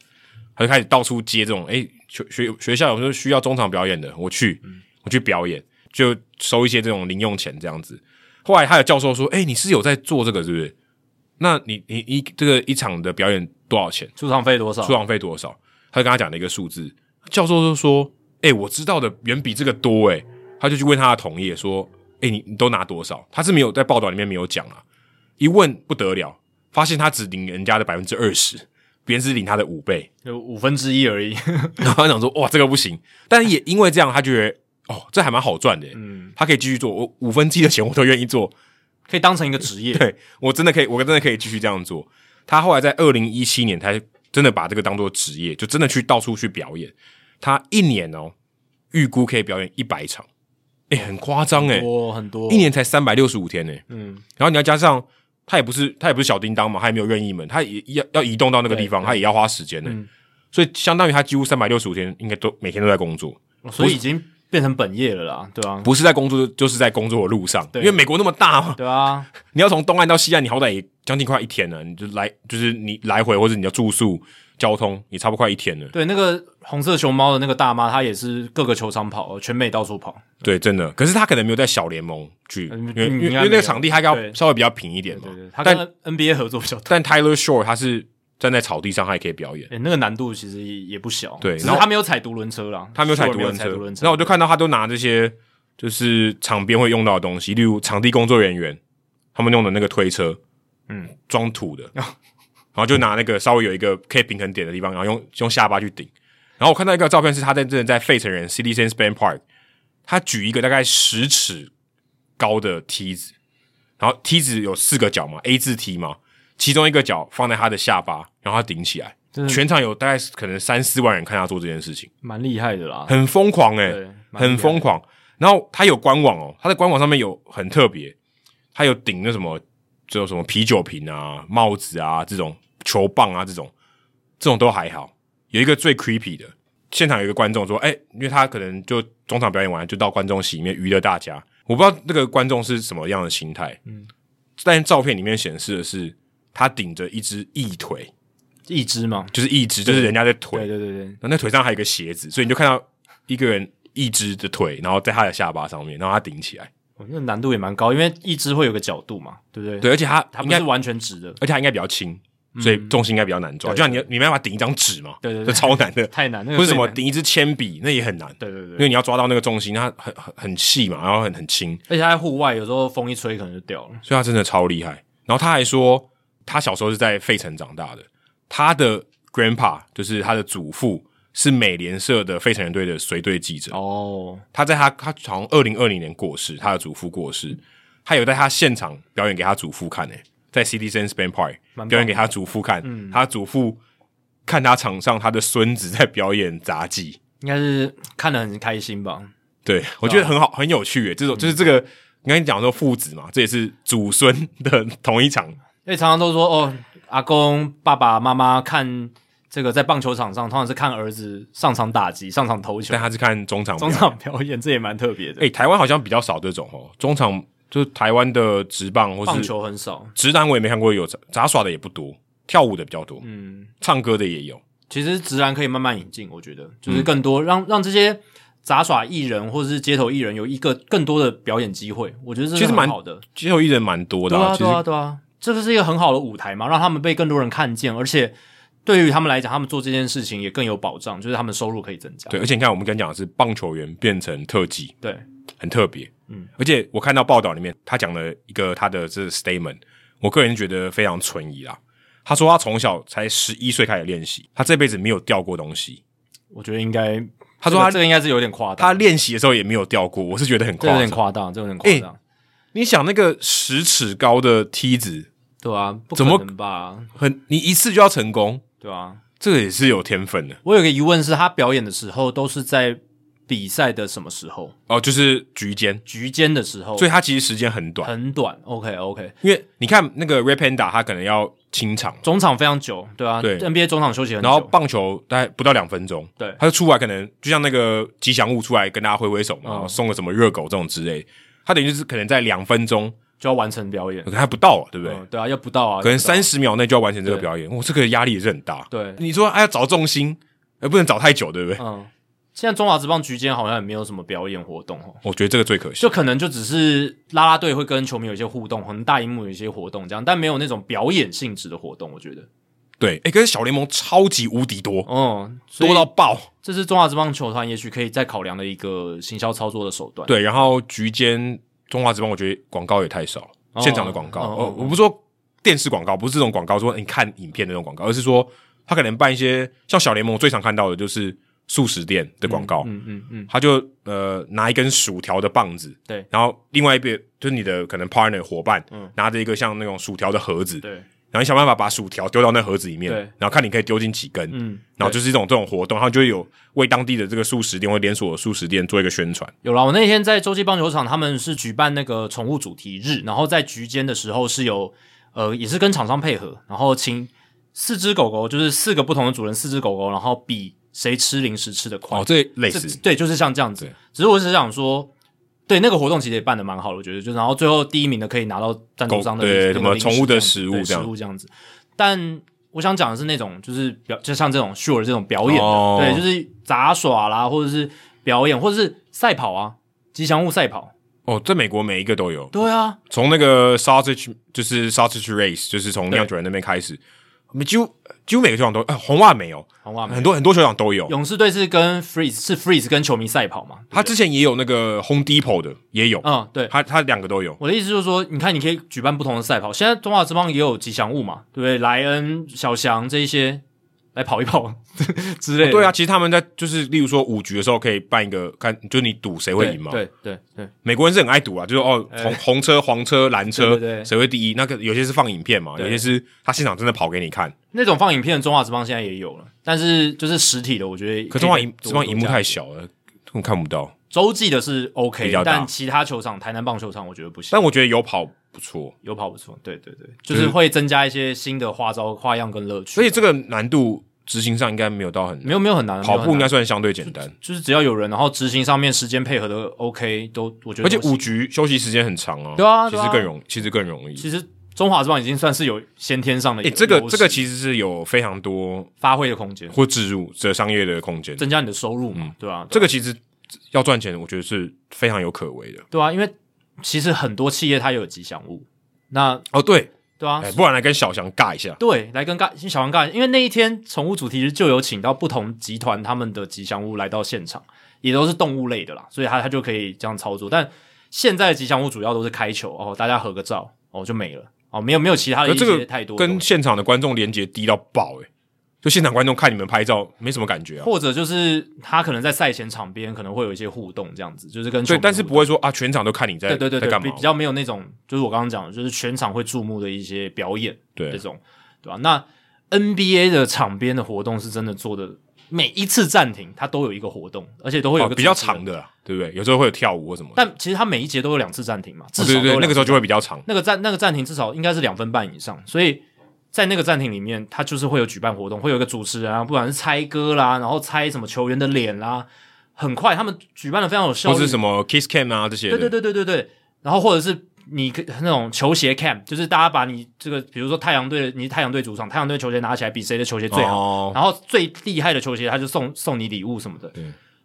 S2: 他就开始到处接这种，诶，学学学校有时候需要中场表演的，我去，我去表演，就收一些这种零用钱这样子。后来他的教授说，诶，你是有在做这个是不是？那你你一这个一场的表演多少钱？
S1: 出场费多少
S2: 出？场费多少？他就跟他讲了一个数字，教授就说：“哎、我知道的远比这个多哎、他就去问他的同业说：“哎、你你都拿多少？”他是没有在报道里面没有讲啊。一问不得了，发现他只领人家的百分之二十，别人是领他的五倍。
S1: 有五分之一而已。
S2: 然后他想说：“哇，这个不行。”但也因为这样，他觉得哦，这还蛮好赚的、嗯，他可以继续做，我五分之一的钱我都愿意做。
S1: 可以当成一个职业。
S2: 对我真的可以，我真的可以继续这样做。他后来在二零一七年，他真的把这个当做职业，就真的去到处去表演。他一年哦，预估可以表演一百场，哎、很夸张哎，
S1: 多很多，
S2: 一年才三百六十五天呢、
S1: 嗯，
S2: 然后你要加上他也不是他也不是小叮当嘛，他也没有任意门，他也要要移动到那个地方，他也要花时间呢、所以相当于他几乎三百六十五天应该都每天都在工作，
S1: 所以已经变成本业了啦，对啊，
S2: 不是在工作就是在工作的路上，因为美国那么大嘛，
S1: 对啊，
S2: 你要从东岸到西岸，你好歹也将近快一天了，你就来就是你来回或者你的住宿、交通，也差不多快一天了。
S1: 对那个红色熊猫的那个大妈，她也是各个球场跑，全美到处跑，
S2: 对，真的。可是他可能没有在小联盟去，
S1: 嗯
S2: 因为因为
S1: 应
S2: 因
S1: 该
S2: 为那
S1: 没
S2: 个
S1: 有
S2: 场地它要
S1: 对
S2: 稍微比较平一点嘛
S1: 对。对，她跟
S2: 但
S1: NBA 合作比较多，
S2: 但 Tyler Shore 他是站在草地上，他也可以表演。
S1: 诶那个难度其实也也不小，
S2: 对
S1: 只是
S2: 然后
S1: 她没有踩独轮车啦，
S2: 他没有踩
S1: 是我
S2: 独
S1: 没有
S2: 轮
S1: 踩
S2: 车
S1: 独轮，车，
S2: 然后我就看到他都拿这些就是场边会用到的东西，例如场地工作人员他们用的那个推车，
S1: 嗯，
S2: 装 土的，然后就拿那个稍微有一个可以平衡点的地方，然后用用下巴去顶。然后我看到一个照片是他在真的在费城人 Citizen Span Park，他举一个大概十尺高的梯子，然后梯子有四个角嘛，A 字梯嘛，其中一个角放在他的下巴，然后他顶起来
S1: 真。的
S2: 全场有大概可能三四万人看他做这件事情。
S1: 蛮厉害的啦，
S2: 很疯狂哎、
S1: 对蛮厉害的
S2: 很疯狂。然后他有官网哦，他的官网上面有很特别，他有顶那什么，就什么啤酒瓶啊、帽子啊这种球棒啊这种，这种都还好。有一个最 creepy 的，现场有一个观众说：“哎、因为他可能就中场表演完就到观众席里面娱乐大家，我不知道那个观众是什么样的心态。”嗯，但照片里面显示的是他顶着一只翼腿，
S1: 一只嘛，
S2: 就是一只，就是人家的腿
S1: 对，对对对，
S2: 然后那腿上还有一个鞋子，所以你就看到一个人一只的腿，然后在他的下巴上面，然后他顶起来。
S1: 我哦那个难度也蛮高，因为一只会有个角度嘛，对不对？，
S2: 对，而且他
S1: 它
S2: 应
S1: 不
S2: 该，
S1: 是完全直的，
S2: 而且他应该比较轻，所以重心应该比较难抓。
S1: 对
S2: 就像你，你没办法顶一张纸嘛，
S1: 对对
S2: 这
S1: 对
S2: 超难的。
S1: 太难，那个
S2: 不是什么
S1: 最难
S2: 顶一支铅笔，那也很难，
S1: 对对对
S2: 因，为你要抓到那个重心，它很很很细嘛，然后很很轻，
S1: 而且他在户外，有时候风一吹可能就掉了。
S2: 所以他真的超厉害。然后他还说，他小时候是在费城长大的，他的 grandpa 就是他的祖父是美联社的费城人队的随队记者。
S1: 哦，
S2: 他在他他从二零二零年过世，他的祖父过
S1: 嗯
S2: 世，他有在他现场表演给他祖父看诶、在 Citizen Span Park
S1: 蛮棒的嗯
S2: 表演给他祖父看，他祖父看他场上他的孙子在表演杂技，
S1: 应该是看得很开心吧？
S2: 对我觉得很好很有趣诶、欸这
S1: 嗯
S2: 种就是这个。我跟你讲说父子嘛，这也是祖孙的同一场，
S1: 因为常常都说哦，阿公、爸爸妈妈看这个在棒球场上，通常是看儿子上场打击、上场投球
S2: 但、他是看中场
S1: 中
S2: 表演。
S1: 场表演，这也蛮特别的。
S2: 哎、台湾好像比较少这种哦，中场就是台湾的职棒或
S1: 棒
S2: 是
S1: 球很少，
S2: 直男，我也没看过有杂杂耍的也不多，跳舞的比较多，
S1: 嗯，
S2: 唱歌的也有，
S1: 其实直男可以慢慢引进，我觉得就是更多、让让这些杂耍艺人或者是街头艺人有一个更多的表演机会，我觉得这
S2: 其
S1: 是
S2: 实
S1: 很
S2: 蛮
S1: 好的。
S2: 街头艺人蛮多的、
S1: 对啊，
S2: 其
S1: 对
S2: 实
S1: 啊，对啊，这个是一个很好的舞台嘛，让他们被更多人看见，而且对于他们来讲，他们做这件事情也更有保障，就是他们收入可以增加。
S2: 对，而且你看，我们刚讲的是棒球员变成特技，
S1: 对，
S2: 很特别。嗯，而且我看到报道里面，他讲了一个他的这 statement，我个人觉得非常存疑啦。他说他从小才十一岁开始练习，他这辈子没有掉过东西。
S1: 我觉得应该，
S2: 他说他
S1: 这个这个应该是有点夸
S2: 他
S1: 大，
S2: 练习的时候也没有掉过，我是觉得很
S1: 这有
S2: 夸
S1: 点
S2: 张。
S1: 夸大，这有点夸张，
S2: 你想那个十尺高的梯子，
S1: 对啊，不可
S2: 怎么
S1: 能吧？
S2: 很你一次就要成功，
S1: 对啊，
S2: 这个也是有天分的
S1: 我有个疑问是，他表演的时候都是在比赛的什么时候？
S2: 哦，就是局间，
S1: 局间的时候，
S2: 所以他其实时间很短。
S1: 很短。OK OK，
S2: 因为你看那个 Red Panda，他可能要清场，
S1: 中场非常久，对啊，
S2: 对
S1: NBA 中场休息很久，
S2: 然后棒球大概不到两分钟，
S1: 对
S2: 他就出来，可能就像那个吉祥物出来跟大家挥挥手嘛，
S1: 嗯
S2: 然后送个什么热狗这种之类，他等于就是可能在两分钟，
S1: 就要完成表演
S2: 可。能还不到，对不对？
S1: 嗯，对啊，要不到啊，
S2: 可能
S1: 要不到
S2: 三十秒内就要完成这个表演，哇，这个压力也是很大。
S1: 对，
S2: 你说哎要找重心，呃，不能找太久，对不对？
S1: 嗯，现在中华职棒局间好像也没有什么表演活动哦，
S2: 我觉得这个最可惜。
S1: 就可能就只是啦啦队会跟球迷有一些互动，可能大荧幕有一些活动这样，但没有那种表演性质的活动，我觉得，
S2: 对，哎，可是小联盟超级无敌多，
S1: 嗯，所以
S2: 多到爆。
S1: 这是中华职棒球团也许可以再考量的一个行销操作的手段。，
S2: 对，然后局间中华职棒，我觉得广告也太少了，
S1: 哦
S2: 现场的广告，
S1: 哦
S2: 哦
S1: 哦哦
S2: 我不是说电视广告，不是这种广告，说你看影片的那种广告，而是说他可能办一些像小联盟我最常看到的就是素食店的广告，
S1: 嗯嗯嗯，
S2: 他就呃拿一根薯条的棒子，
S1: 对
S2: 然后另外一边就是你的可能 partner 伙伴，
S1: 嗯
S2: 拿着一个像那种薯条的盒子，
S1: 对，
S2: 然后你想办法把薯条丢到那盒子里面
S1: 对，
S2: 然后看你可以丢进几根，
S1: 嗯，
S2: 然后就是一种这种活动，然后就会有为当地的这个素食店或连锁的素食店做一个宣传。
S1: 有啦，我那天在洲际棒球场，他们是举办那个宠物主题日，然后在局间的时候是有，呃，也是跟厂商配合，然后请四只狗狗，就是四个不同的主人，四只狗狗，然后比谁吃零食吃的快。
S2: 哦，这类
S1: 这
S2: 似
S1: 对，就是像这样子
S2: 对。
S1: 只是我只是想说，对那个活动其实也办的蛮好的，我觉得。就然后最后第一名的可以拿到赞助商的
S2: 狗
S1: 那个
S2: 对
S1: 那个
S2: 什么
S1: 零食
S2: 宠物的
S1: 这样
S2: 食物
S1: 对
S2: 这样
S1: 食物这样子。但我想讲的是那种，就是表，就像这种 sure 这种表演的，
S2: 哦
S1: 对，就是杂耍啦，或者是表演，或者是赛跑啊，吉祥物赛跑。
S2: 哦，在美国每一个都有，
S1: 对啊，
S2: 从那个 sausage 就是 sausage race，就是从
S1: 对
S2: 酿酒人那边开始，我们几乎几乎每个球场都，呃、红袜没有，
S1: 红袜
S2: 很多很多球场都有。
S1: 勇士队是跟 freeze 是 freeze 跟球迷赛跑嘛？
S2: 他之前也有那个 Home Depot 的，也有，
S1: 嗯，对。
S2: 他他两个都有。
S1: 我的意思就是说，你看，你可以举办不同的赛跑。现在中华之邦也有吉祥物嘛，对不对？莱恩、小翔这一些来跑一跑 之类的。
S2: 对啊，其实他们在就是，例如说五局的时候，可以办一个看，就是你赌谁
S1: 对，
S2: 会赢嘛？
S1: 对对对
S2: 美国人是很爱赌啊，就是哦，红红车、黄车、蓝车
S1: 对对，对
S2: 谁会第一？那个有些是放影片嘛，
S1: 对
S2: 有些是他现场真的跑给你看。
S1: 那种放影片的中华之邦现在也有了，但是就是实体的，我觉得
S2: 可中华
S1: 以
S2: 荧
S1: 多
S2: 中华荧幕
S1: 多加
S2: 太小了，根本看不到。
S1: 洲际的是 OK，
S2: 比较大
S1: 但其他球场，台南棒球场我觉得不行，
S2: 但我觉得有跑不错，
S1: 有跑不错。对对对，就是会增加一些新的花招、花样跟乐趣。
S2: 所以这个难度执行上应该没有到很难
S1: 没有没有很难，
S2: 跑
S1: 没
S2: 步应
S1: 有很难
S2: 该算相对简单，
S1: 就是只要有人，然后执行上面时间配合的 OK，都我觉得
S2: 而且
S1: 都行
S2: 五局休息时间很长啊。
S1: 对啊
S2: 其
S1: 对
S2: 实
S1: 啊
S2: 更容，其实更容易。
S1: 其实中华之棒已经算是有先天上的
S2: 诶，
S1: 一
S2: 这个
S1: 优势
S2: 这个其实是有非常多
S1: 发挥的空间，
S2: 或置入这商业的空间。
S1: 增加你的收入嘛，对吧、
S2: 这
S1: 这
S2: 个其实要赚钱，我觉得是非常有可为的。
S1: 对啊，因为其实很多企业它也有吉祥物，那
S2: 哦，对，
S1: 对啊，
S2: 哎、不然来跟小翔尬一下。
S1: 对，来跟尬小王尬，因为那一天宠物主题日就有请到不同集团他们的吉祥物来到现场，也都是动物类的啦，所以他他就可以这样操作。但现在的吉祥物主要都是开球哦，大家合个照哦就没了哦，没有没有其他的
S2: 可
S1: 一
S2: 这
S1: 些
S2: 个
S1: 太多的
S2: 跟
S1: 东西
S2: 现场的观众连接低到爆、欸，就现场观众看你们拍照没什么感觉啊。
S1: 或者就是他可能在赛前场边可能会有一些互动，这样子就是跟球
S2: 对，
S1: 迷
S2: 但是
S1: 互
S2: 不会说啊，全场都看你在
S1: 对对对
S2: 在
S1: 对，
S2: 干嘛
S1: 比？比较没有那种，就是我刚刚讲的，就是全场会注目的一些表演，
S2: 对
S1: 这种，对吧、那 NBA 的场边的活动是真的做的，每一次暂停它都有一个活动，而且都会有一
S2: 哦
S1: 个、
S2: 比较长，的啦，对不对？有时候会有跳舞或什么的。
S1: 但其实它每一节都有两次暂停嘛，至
S2: 哦
S1: 少、
S2: 对对对，那个时候就会比较长。
S1: 那个暂那个暂停至少应该是两分半以上，所以在那个暂停里面，它就是会有举办活动，会有一个主持人啊，不管是猜歌啦，然后猜什么球员的脸啦，很快他们举办的非常有效
S2: 或
S1: 率
S2: 是，什么 kiss cam 啊这些的，
S1: 对对对对对对，然后或者是你可那种球鞋 cam，就是大家把你这个，比如说太阳队，你是太阳队主场，太阳队球鞋拿起来比谁的球鞋最好，
S2: 哦
S1: 然后最厉害的球鞋他就送送你礼物什么的，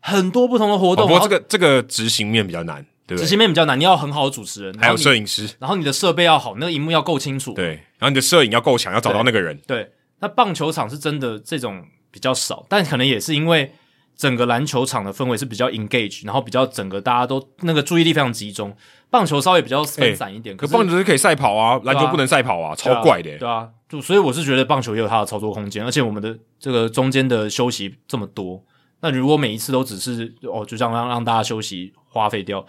S1: 很多不同的活
S2: 哦
S1: 动。
S2: 不过
S1: 然后
S2: 这个这个执行面比较难，对不
S1: 执
S2: 对？
S1: 行面比较难，你要很好的主持人，
S2: 还
S1: 然
S2: 有
S1: 后你
S2: 摄影师，
S1: 然后你的设备要好，那个荧幕要够清楚。
S2: 对，然后你的摄影要够强，要找到那个人，
S1: 对，那棒球场是真的这种比较少，但可能也是因为整个篮球场的氛围是比较 engage，然后比较整个大家都那个注意力非常集中，棒球稍微比较分散一点。
S2: 哎可
S1: 是
S2: 棒球是可以赛跑啊，篮球不能赛跑啊，
S1: 对啊
S2: 超怪的欸。
S1: 对啊，就所以我是觉得棒球也有它的操作空间，而且我们的这个中间的休息这么多，那如果每一次都只是哦，就这样让让大家休息花费掉，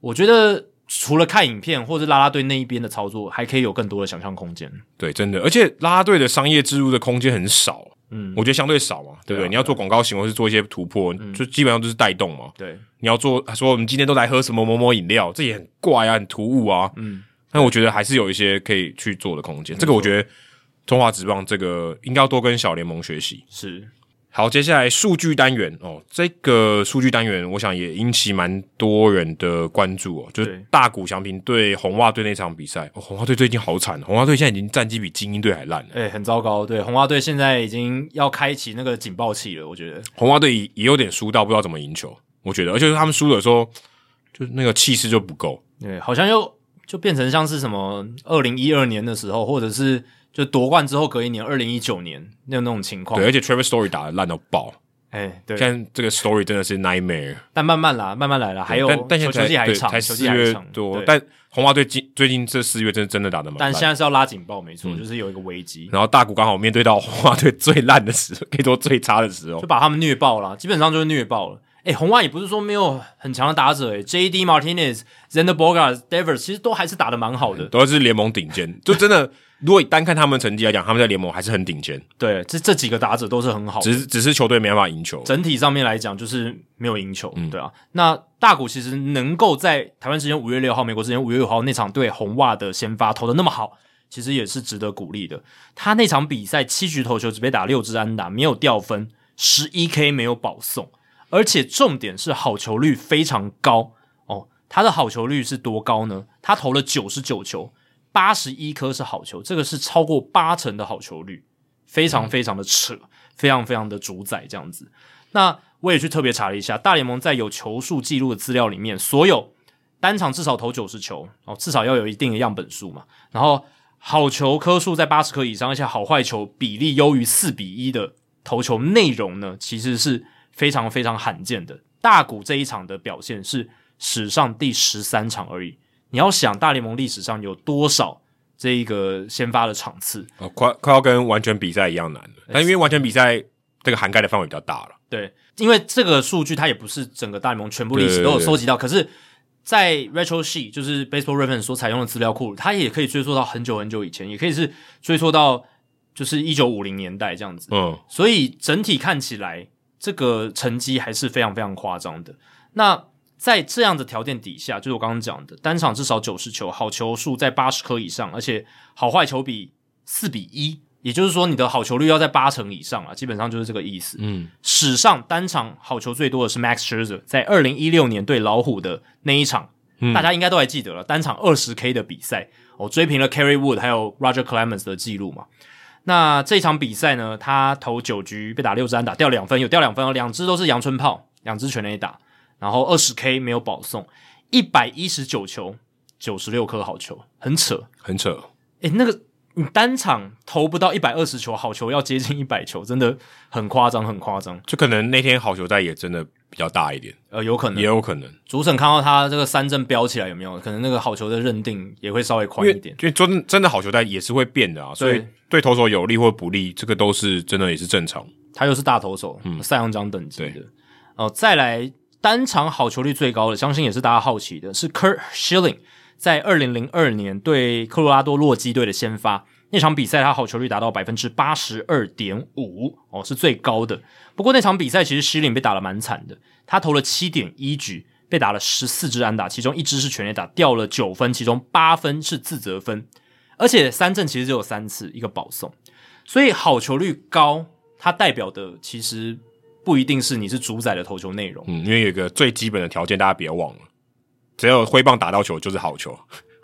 S1: 我觉得除了看影片或者啦啦队那一边的操作，还可以有更多的想象空间。
S2: 对，真的，而且啦啦队的商业植入的空间很少，
S1: 嗯
S2: 我觉得相对少嘛，对不
S1: 对
S2: 对？
S1: 啊嗯
S2: 你要做广告行为是做一些突破，就基本上就是带动嘛。
S1: 对，
S2: 你要做说我们今天都来喝什么某某饮料，这也很怪啊，很突兀啊。
S1: 嗯，
S2: 但我觉得还是有一些可以去做的空间。这个我觉得中华职棒这个应该要多跟小联盟学习。
S1: 是，
S2: 好，接下来数据单元哦，这个数据单元我想也引起蛮多人的关注哦，就是
S1: 对
S2: 大谷翔平对红袜队那场比赛，哦、红袜队最近好惨，哦红袜队现在已经战绩比精英队还烂了，
S1: 哎、很糟糕。对，红袜队现在已经要开启那个警报器了，我觉得。
S2: 红袜队也也有点输到不知道怎么赢球，我觉得，而且他们输的时候，就是那个气势就不够，
S1: 对，好像又就变成像是什么二零一二年的时候，或者是就夺冠之后隔一年二零一九年那那种情况
S2: 对，。而且 Trevor Story 打的烂到爆，
S1: 哎、对，
S2: 现在这个 Story 真的是 nightmare。
S1: 但慢慢啦，慢慢来啦，还有
S2: 但但现
S1: 球球
S2: 在
S1: 季还
S2: 对
S1: 长，
S2: 才
S1: 球
S2: 四
S1: 季还
S2: 月
S1: 长，
S2: 多，
S1: 对
S2: 但红袜队今最近这四月真的真的打的蛮烂
S1: 但
S2: 的
S1: 现。在是要拉警报，没
S2: 嗯
S1: 错，就是有一个危机，
S2: 然后大谷刚好面对到红袜队最烂的时候，可以说最差的时候
S1: 就，把他们虐爆了，基本上就是虐爆了。哎、红袜也不是说没有很强的打者、诶 j d Martinez、Zander Bogarts、Devers 其实都还是打的蛮好的。
S2: 都是联盟顶尖。就真的，如果单看他们成绩来讲，他们在联盟还是很顶尖，
S1: 对，这这几个打者都是很好的
S2: 只是只是球队没办法赢球。
S1: 整体上面来讲就是没有赢球，对啊。那大谷其实能够在台湾时间五月六号、美国时间五月六号那场对红袜的先发投的那么好，其实也是值得鼓励的。他那场比赛七局投球只被打六支安打，没有掉分，十一 K 没有保送，而且重点是好球率非常高哦。他的好球率是多高呢？他投了九十九球，八十一颗是好球，这个是超过八成的好球率，非常非常的扯，非常非常的主宰这样子。那我也去特别查了一下，大联盟在有球数记录的资料里面，所有单场至少投九十球哦，至少要有一定的样本数嘛。然后好球颗数在八十颗以上，而且好坏球比例优于四比一的投球内容呢，其实是非常非常罕见的。大谷这一场的表现是史上第十三场而已。你要想大联盟历史上有多少这一个先发的场次，
S2: 哦，快快要跟完全比赛一样难了。但因为完全比赛这个涵盖的范围比较大了，
S1: 对，因为这个数据它也不是整个大联盟全部历史
S2: 对
S1: 都有收集到，可是，在 Retro Sheet 就是 Baseball Reference 所采用的资料库，它也可以追溯到很久很久以前，也可以是追溯到就是一九五零年代这样子。
S2: 嗯，
S1: 所以整体看起来，这个成绩还是非常非常夸张的。那在这样的条件底下，就是我刚刚讲的，单场至少九十球，好球数在八十颗以上，而且好坏球比四比一，也就是说你的好球率要在八成以上啊，基本上就是这个意思。
S2: 嗯，
S1: 史上单场好球最多的是 Max Scherzer，在二零一六年对老虎的那一场，大家应该都还记得了，单场二十 K 的比赛，哦，追平了 Kerry Wood 还有 Roger Clemens 的记录嘛。那这场比赛呢，他投九局被打六支安打，掉两分，有掉两分哦，两支都是阳春炮，两支全垒打，然后二十 K 没有保送，一百一十九球，九十六颗好球，很扯。
S2: 很扯。
S1: 诶、那个你单场投不到一百二十球，好球要接近一百球，真的很夸张，很夸张。
S2: 就可能那天好球赛也真的比较大一点，
S1: 呃，有可能
S2: 也有可能，
S1: 主审看到他这个三振标起来有没有，可能那个好球的认定也会稍微
S2: 因
S1: 宽
S2: 为
S1: 一点。
S2: 因为真真的好球赛也是会变的啊，所以对投手有利或不利，这个都是真的也是正常。
S1: 他又是大投手，赛扬奖等级的
S2: 嗯对。
S1: 哦、再来单场好球率最高的，相信也是大家好奇的，是 Kurt Schilling 在二零零二年对科罗拉多洛基队的先发那场比赛，他好球率达到百分之八十二点五，哦，是最高的。不过那场比赛其实 Schilling 被打得蛮惨的，他投了七点一局，被打了十四支安打，其中一支是全垒打，掉了九分，其中八分是自责分，而且三振其实只有三次，一个保送。所以好球率高，它代表的其实不一定是你是主宰的投球内容，
S2: 嗯，因为有一个最基本的条件，大家别忘了，只要挥棒打到球就是好球，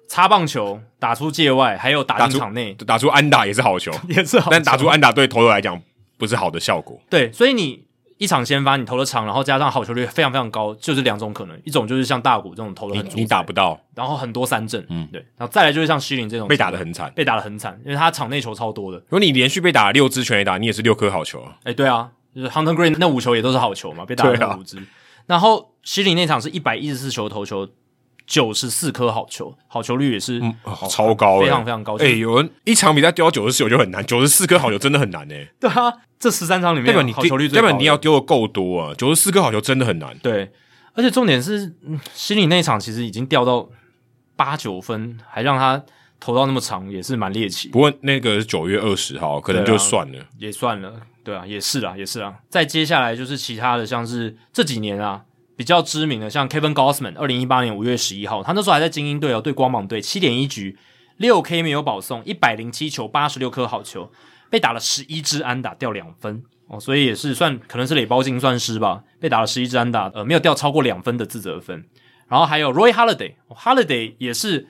S1: 擦棒球打出界外，还有打
S2: 打
S1: 进
S2: 出
S1: 场内
S2: 打出安打也是好球，
S1: 也是好球，
S2: 但打出安打对投手来讲不是好的效果。
S1: 对，所以你一场先发，你投的长，然后加上好球率非常非常高，就是两种可能，一种就是像大谷这种投的
S2: 你
S1: 很出彩
S2: 你打不到，
S1: 然后很多三振，嗯，对，然后再来就是像西林这种
S2: 被打得很惨。
S1: 被打的很惨，因为他场内球超多的，
S2: 如果你连续被打了六支全垒打，你也是六颗好球啊。
S1: 哎，对啊，就是 Hunter Green 那五球也都是好球嘛，被打
S2: 对
S1: 了
S2: 啊
S1: 五支。然后西林那场是一百一十四球投球，九十四颗好球，好球率也是、
S2: 哦超高欸，
S1: 非常非常高
S2: 哎、有人一场比赛丢到九十四球就很难，九十四颗好球真的很难哎、
S1: 对啊，这十三场里面
S2: 代表你
S1: 好球率最
S2: 代
S1: 高的，
S2: 表你要丢的够多啊，九十四颗好球真的很难。
S1: 对，而且重点是，嗯西林那场其实已经掉到八九分，还让他投到那么长，也是蛮猎奇的。
S2: 不过那个是九月二十号，可能
S1: 对啊
S2: 就算了。
S1: 也算了，对啊，也是啦，也是啦。再接下来就是其他的，像是这几年啊比较知名的，像 Kevin Gossman，二零一八年五月十一号，他那时候还在精英队哦，对光芒队七点一局，六 K 没有保送，一百零七球，八十六颗好球，被打了十一支安打，掉两分哦，所以也是算可能是垒包精算师吧，被打了十一支安打，呃，没有掉超过两分的自责分。然后还有 Roy Holiday，Holiday、也是。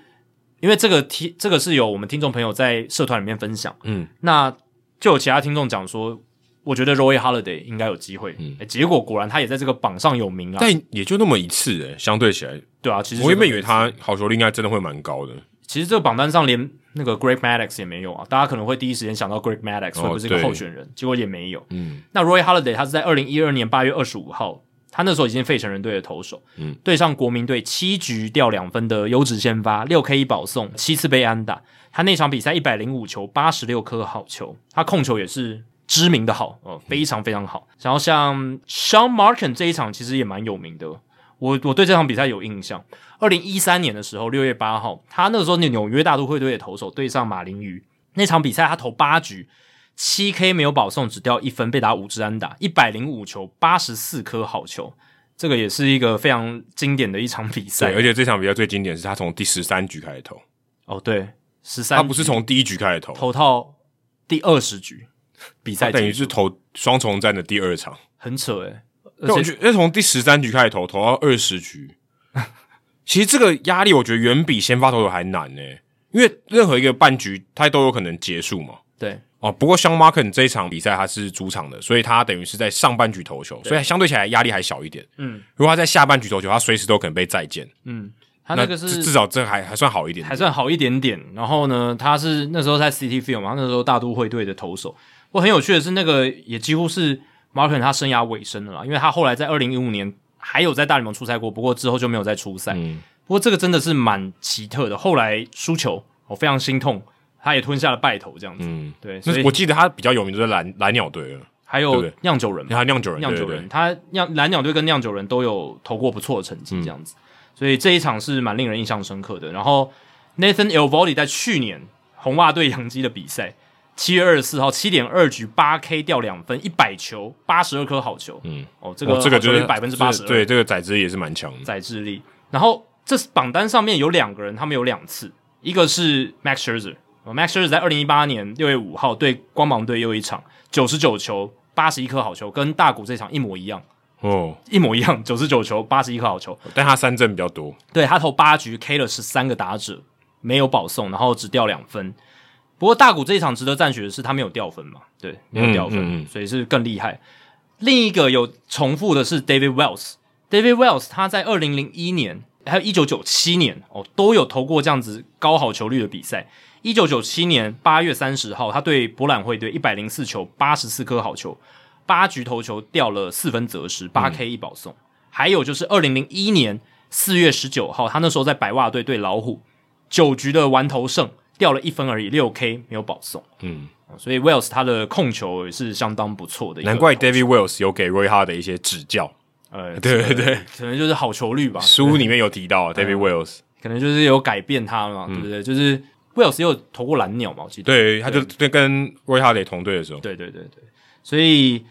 S1: 因为这个听这个是有我们听众朋友在社团里面分享，
S2: 嗯，
S1: 那就有其他听众讲说，我觉得 Roy Holiday 应该有机会，嗯、结果果然他也在这个榜上有名啊，
S2: 但也就那么一次哎、相对起来，
S1: 对啊，其实
S2: 我原本以为他好球率应该真的会蛮高的，
S1: 其实这个榜单上连那个 Greg Maddox 也没有啊，大家可能会第一时间想到 Greg Maddox
S2: 哦
S1: 会不会是个
S2: 对
S1: 候选人，结果也没有。
S2: 嗯，
S1: 那 Roy Holiday 他是在二零一二年八月二十五号，他那时候已经费城人队的投手，
S2: 嗯，
S1: 对上国民队七局掉两分的优质先发，六 K 一保送，七次被安打。他那场比赛一百零五球，八十六颗好球，他控球也是知名的好，
S2: 嗯
S1: 呃，非常非常好。然后像 Sean Markin 这一场其实也蛮有名的，我我对这场比赛有印象。二零一三年的时候，六月八号，他那个时候纽约大都会队的投手对上马林鱼那场比赛，他投八局，七 K 没有保送，只掉一分，被打五支安打，一百零五球，八十四颗好球，这个也是一个非常经典的一场比
S2: 对，
S1: 赛
S2: 而。且这场比赛最经典是他从第十三局开始投，
S1: 哦，对，十三，
S2: 他不是从第一局开始投，
S1: 投到第二十局比
S2: 他
S1: 赛
S2: 哦等
S1: 结
S2: 于
S1: 束，
S2: 是投双重战的第二场。
S1: 很扯诶、而
S2: 但我
S1: 且
S2: 觉得哎从第十三局开始投，投到二 十局，其实这个压力我觉得远比先发投手还难呢、因为任何一个半局他都有可能结束嘛。
S1: 对
S2: 哦，不过香马肯这一场比赛他是主场的，所以他等于是在上半局投球，所以相对起来压力还小一点。
S1: 嗯，
S2: 如果他在下半局投球，他随时都可能被再见。
S1: 他那
S2: 至
S1: 个是
S2: 至少这还还算好一点
S1: 还算好一点点。然后呢，他是那时候在 City Field 嘛，他那时候大都会队的投手。不过很有趣的是，那个也几乎是 Martin 他生涯尾声了啦，因为他后来在二零一五年还有在大联盟出赛过，不过之后就没有再出赛。
S2: 嗯
S1: 不过这个真的是蛮奇特的，后来输球，我、非常心痛，他也吞下了败投这样子。
S2: 嗯，
S1: 对，所
S2: 那
S1: 以
S2: 我记得他比较有名就是蓝蓝鸟队了，
S1: 还
S2: 对不
S1: 有
S2: 对
S1: 酿酒人嘛
S2: 然后酿酒人，
S1: 酿酒
S2: 对
S1: 人，，他酿蓝鸟队跟酿酒人都有投过不错的成
S2: 嗯
S1: 绩，这样子，所以这一场是蛮令人印象深刻的。然后 Nathan e l v o d y 在去年红袜对洋基的比赛，七月二十四号七点二局八 K 掉两分，一百球八十二颗好球，
S2: 嗯，
S1: 哦，这
S2: 对
S1: 个、
S2: 对哦这个
S1: 就
S2: 就是是
S1: 百分之八十
S2: 这对这个宰制也是蛮强的。
S1: 载智力。然后这榜单上面有两个人，他们有两次，一个是 Max Scherzer。呃 Max Scherzer 在二零一八年六月五号对光芒队又一场九十九球八十一颗好球，跟大谷这场一模一样。
S2: 哦，
S1: 一模一样，九十九球，八十一颗好球。
S2: 但他三振比较多，
S1: 对他投八局 K 了十三个打者，没有保送，然后只掉两分。不过大谷这一场值得赞许的是，他没有掉分嘛，对，没有掉分，
S2: 嗯嗯嗯
S1: 所以是更厉害。另一个有重复的是 David Wells，David Wells 他在二零零一年还有一九九七年哦都有投过这样子高好球率的比赛。一九九七年八月三十号，他对博览会队一百零四球，八十四颗好球，八局投球掉了四分则失，
S2: 嗯
S1: 八 K 一保送。还有就是二零零一年四月十九号，他那时候在白袜队对老虎九局的完投胜，掉了一分而已，六 K 没有保送。
S2: 嗯，
S1: 哦所以 Wells 他的控球也是相当不错的一个，
S2: 难怪 David Wells 有给 Roy Hart 的一些指教。
S1: 呃，
S2: 对对对，
S1: 可能就是好球率吧，
S2: 书里面有提到 David Wells，
S1: 可能就是有改变他了嘛，
S2: 嗯
S1: 对不对？就是 Wells 也有投过蓝鸟嘛，我记得。
S2: 对，他就跟 Roy Hart 同队的时候，
S1: 对对对对，所以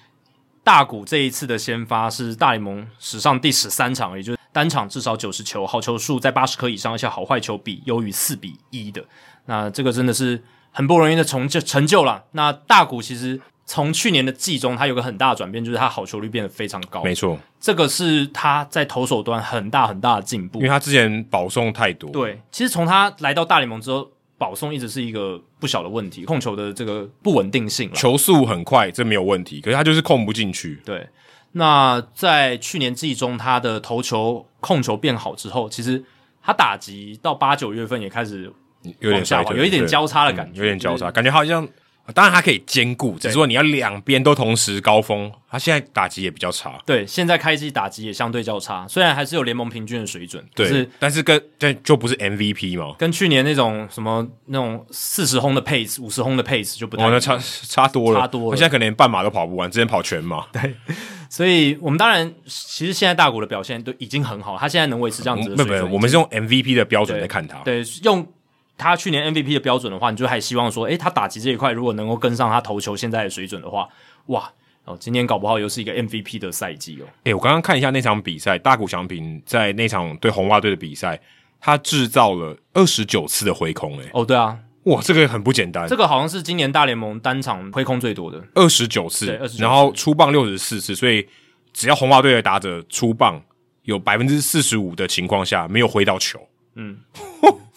S1: 大谷这一次的先发是大联盟史上第十三场，也就是单场至少九十球，好球数在八十颗以上，而且好坏球比优于四比一的。那这个真的是很不容易的成就成就了。那大谷其实从去年的季中，他有个很大的转变，就是他好球率变得非常高。
S2: 没错，
S1: 这个是他在投手端很大很大的进步
S2: 因为。他之前保送太多，
S1: 对，其实从他来到大联盟之后，保送一直是一个不小的问题，控球的这个不稳定性啦。
S2: 球速很快，这没有问题，可是他就是控不进去。
S1: 对，那在去年季中，他的投球控球变好之后，其实他打击到八九月份也开始
S2: 有点
S1: 往下
S2: 衰
S1: 滑，
S2: 退
S1: 有一点
S2: 对
S1: 交叉的
S2: 嗯
S1: 感觉，
S2: 有点交
S1: 就是
S2: 叉，感觉好像。当然，它可以兼顾，只是说你要两边都同时高峰。他现在打击也比较差，
S1: 对，现在开机打击也相对较差，虽然还是有联盟平均的水准，可
S2: 对
S1: 是，
S2: 但是跟但就不是 MVP 嘛，
S1: 跟去年那种什么那种四十轰的 pace、五十轰的 pace 就不太
S2: 哦，
S1: 一
S2: 那
S1: 样。
S2: 差差多了，
S1: 差多了
S2: 他现在可能连半马都跑不完，之前跑全马，
S1: 所以我们当然其实现在大谷的表现都已经很好，他现在能维持这样子的
S2: 没
S1: 水准
S2: 有嗯没有，
S1: 已
S2: 我们是用 MVP 的标准
S1: 对
S2: 在看他。
S1: 对用他去年 MVP 的标准的话，你就还希望说，诶，他打击这一块如果能够跟上他投球现在的水准的话，哇哦，今天搞不好又是一个 MVP 的赛季哦。
S2: 诶，我刚刚看一下那场比赛，大谷翔平在那场对红袜队的比赛，他制造了二十九次的回空、诶，
S1: 哦，对啊，
S2: 哇，这个很不简单
S1: 这，个好像是今年大联盟单场挥空最多的，
S2: 二十九次
S1: 对29，次
S2: 然后出棒六十四次，所以只要红袜队的打者出棒有百分之四十五的情况下没有挥到球，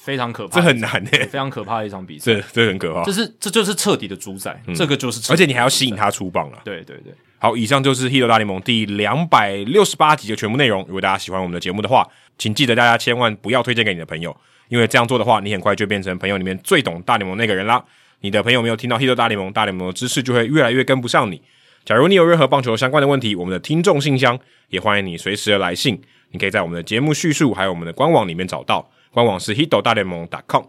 S1: 非常可怕，
S2: 这很难诶、
S1: 非常可怕的一场比赛。
S2: 这这很可怕
S1: 这。是这就是彻底的主宰，这个就是彻
S2: 嗯而
S1: 底的主宰，
S2: 且你还要吸引他出棒啊了。
S1: 对对对，
S2: 好，以上就是《Hit 大联盟》第两百六十八集的全部内容。如果大家喜欢我们的节目的话，请记得大家千万不要推荐给你的朋友，因为这样做的话，你很快就变成朋友里面最懂大联盟那个人啦。你的朋友没有听到《Hit 大联盟》，大联盟的知识就会越来越跟不上你。假如你有任何棒球相关的问题，我们的听众信箱也欢迎你随时的来信，你可以在我们的节目叙述还有我们的官网里面找到，官网是 hito 大联盟 .com。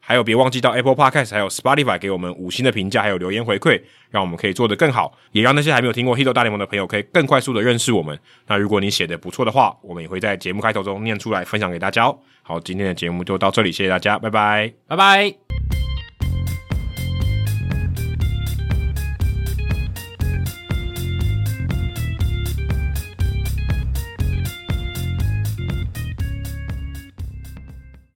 S2: 还有，别忘记到 Apple Podcast 还有 Spotify 给我们五星的评价，还有留言回馈，让我们可以做得更好，也让那些还没有听过《Hito 大联盟》的朋友可以更快速的认识我们。那如果你写的不错的话，我们也会在节目开头中念出来，分享给大家哦。好，今天的节目就到这里，谢谢大家，拜拜。
S1: 拜拜。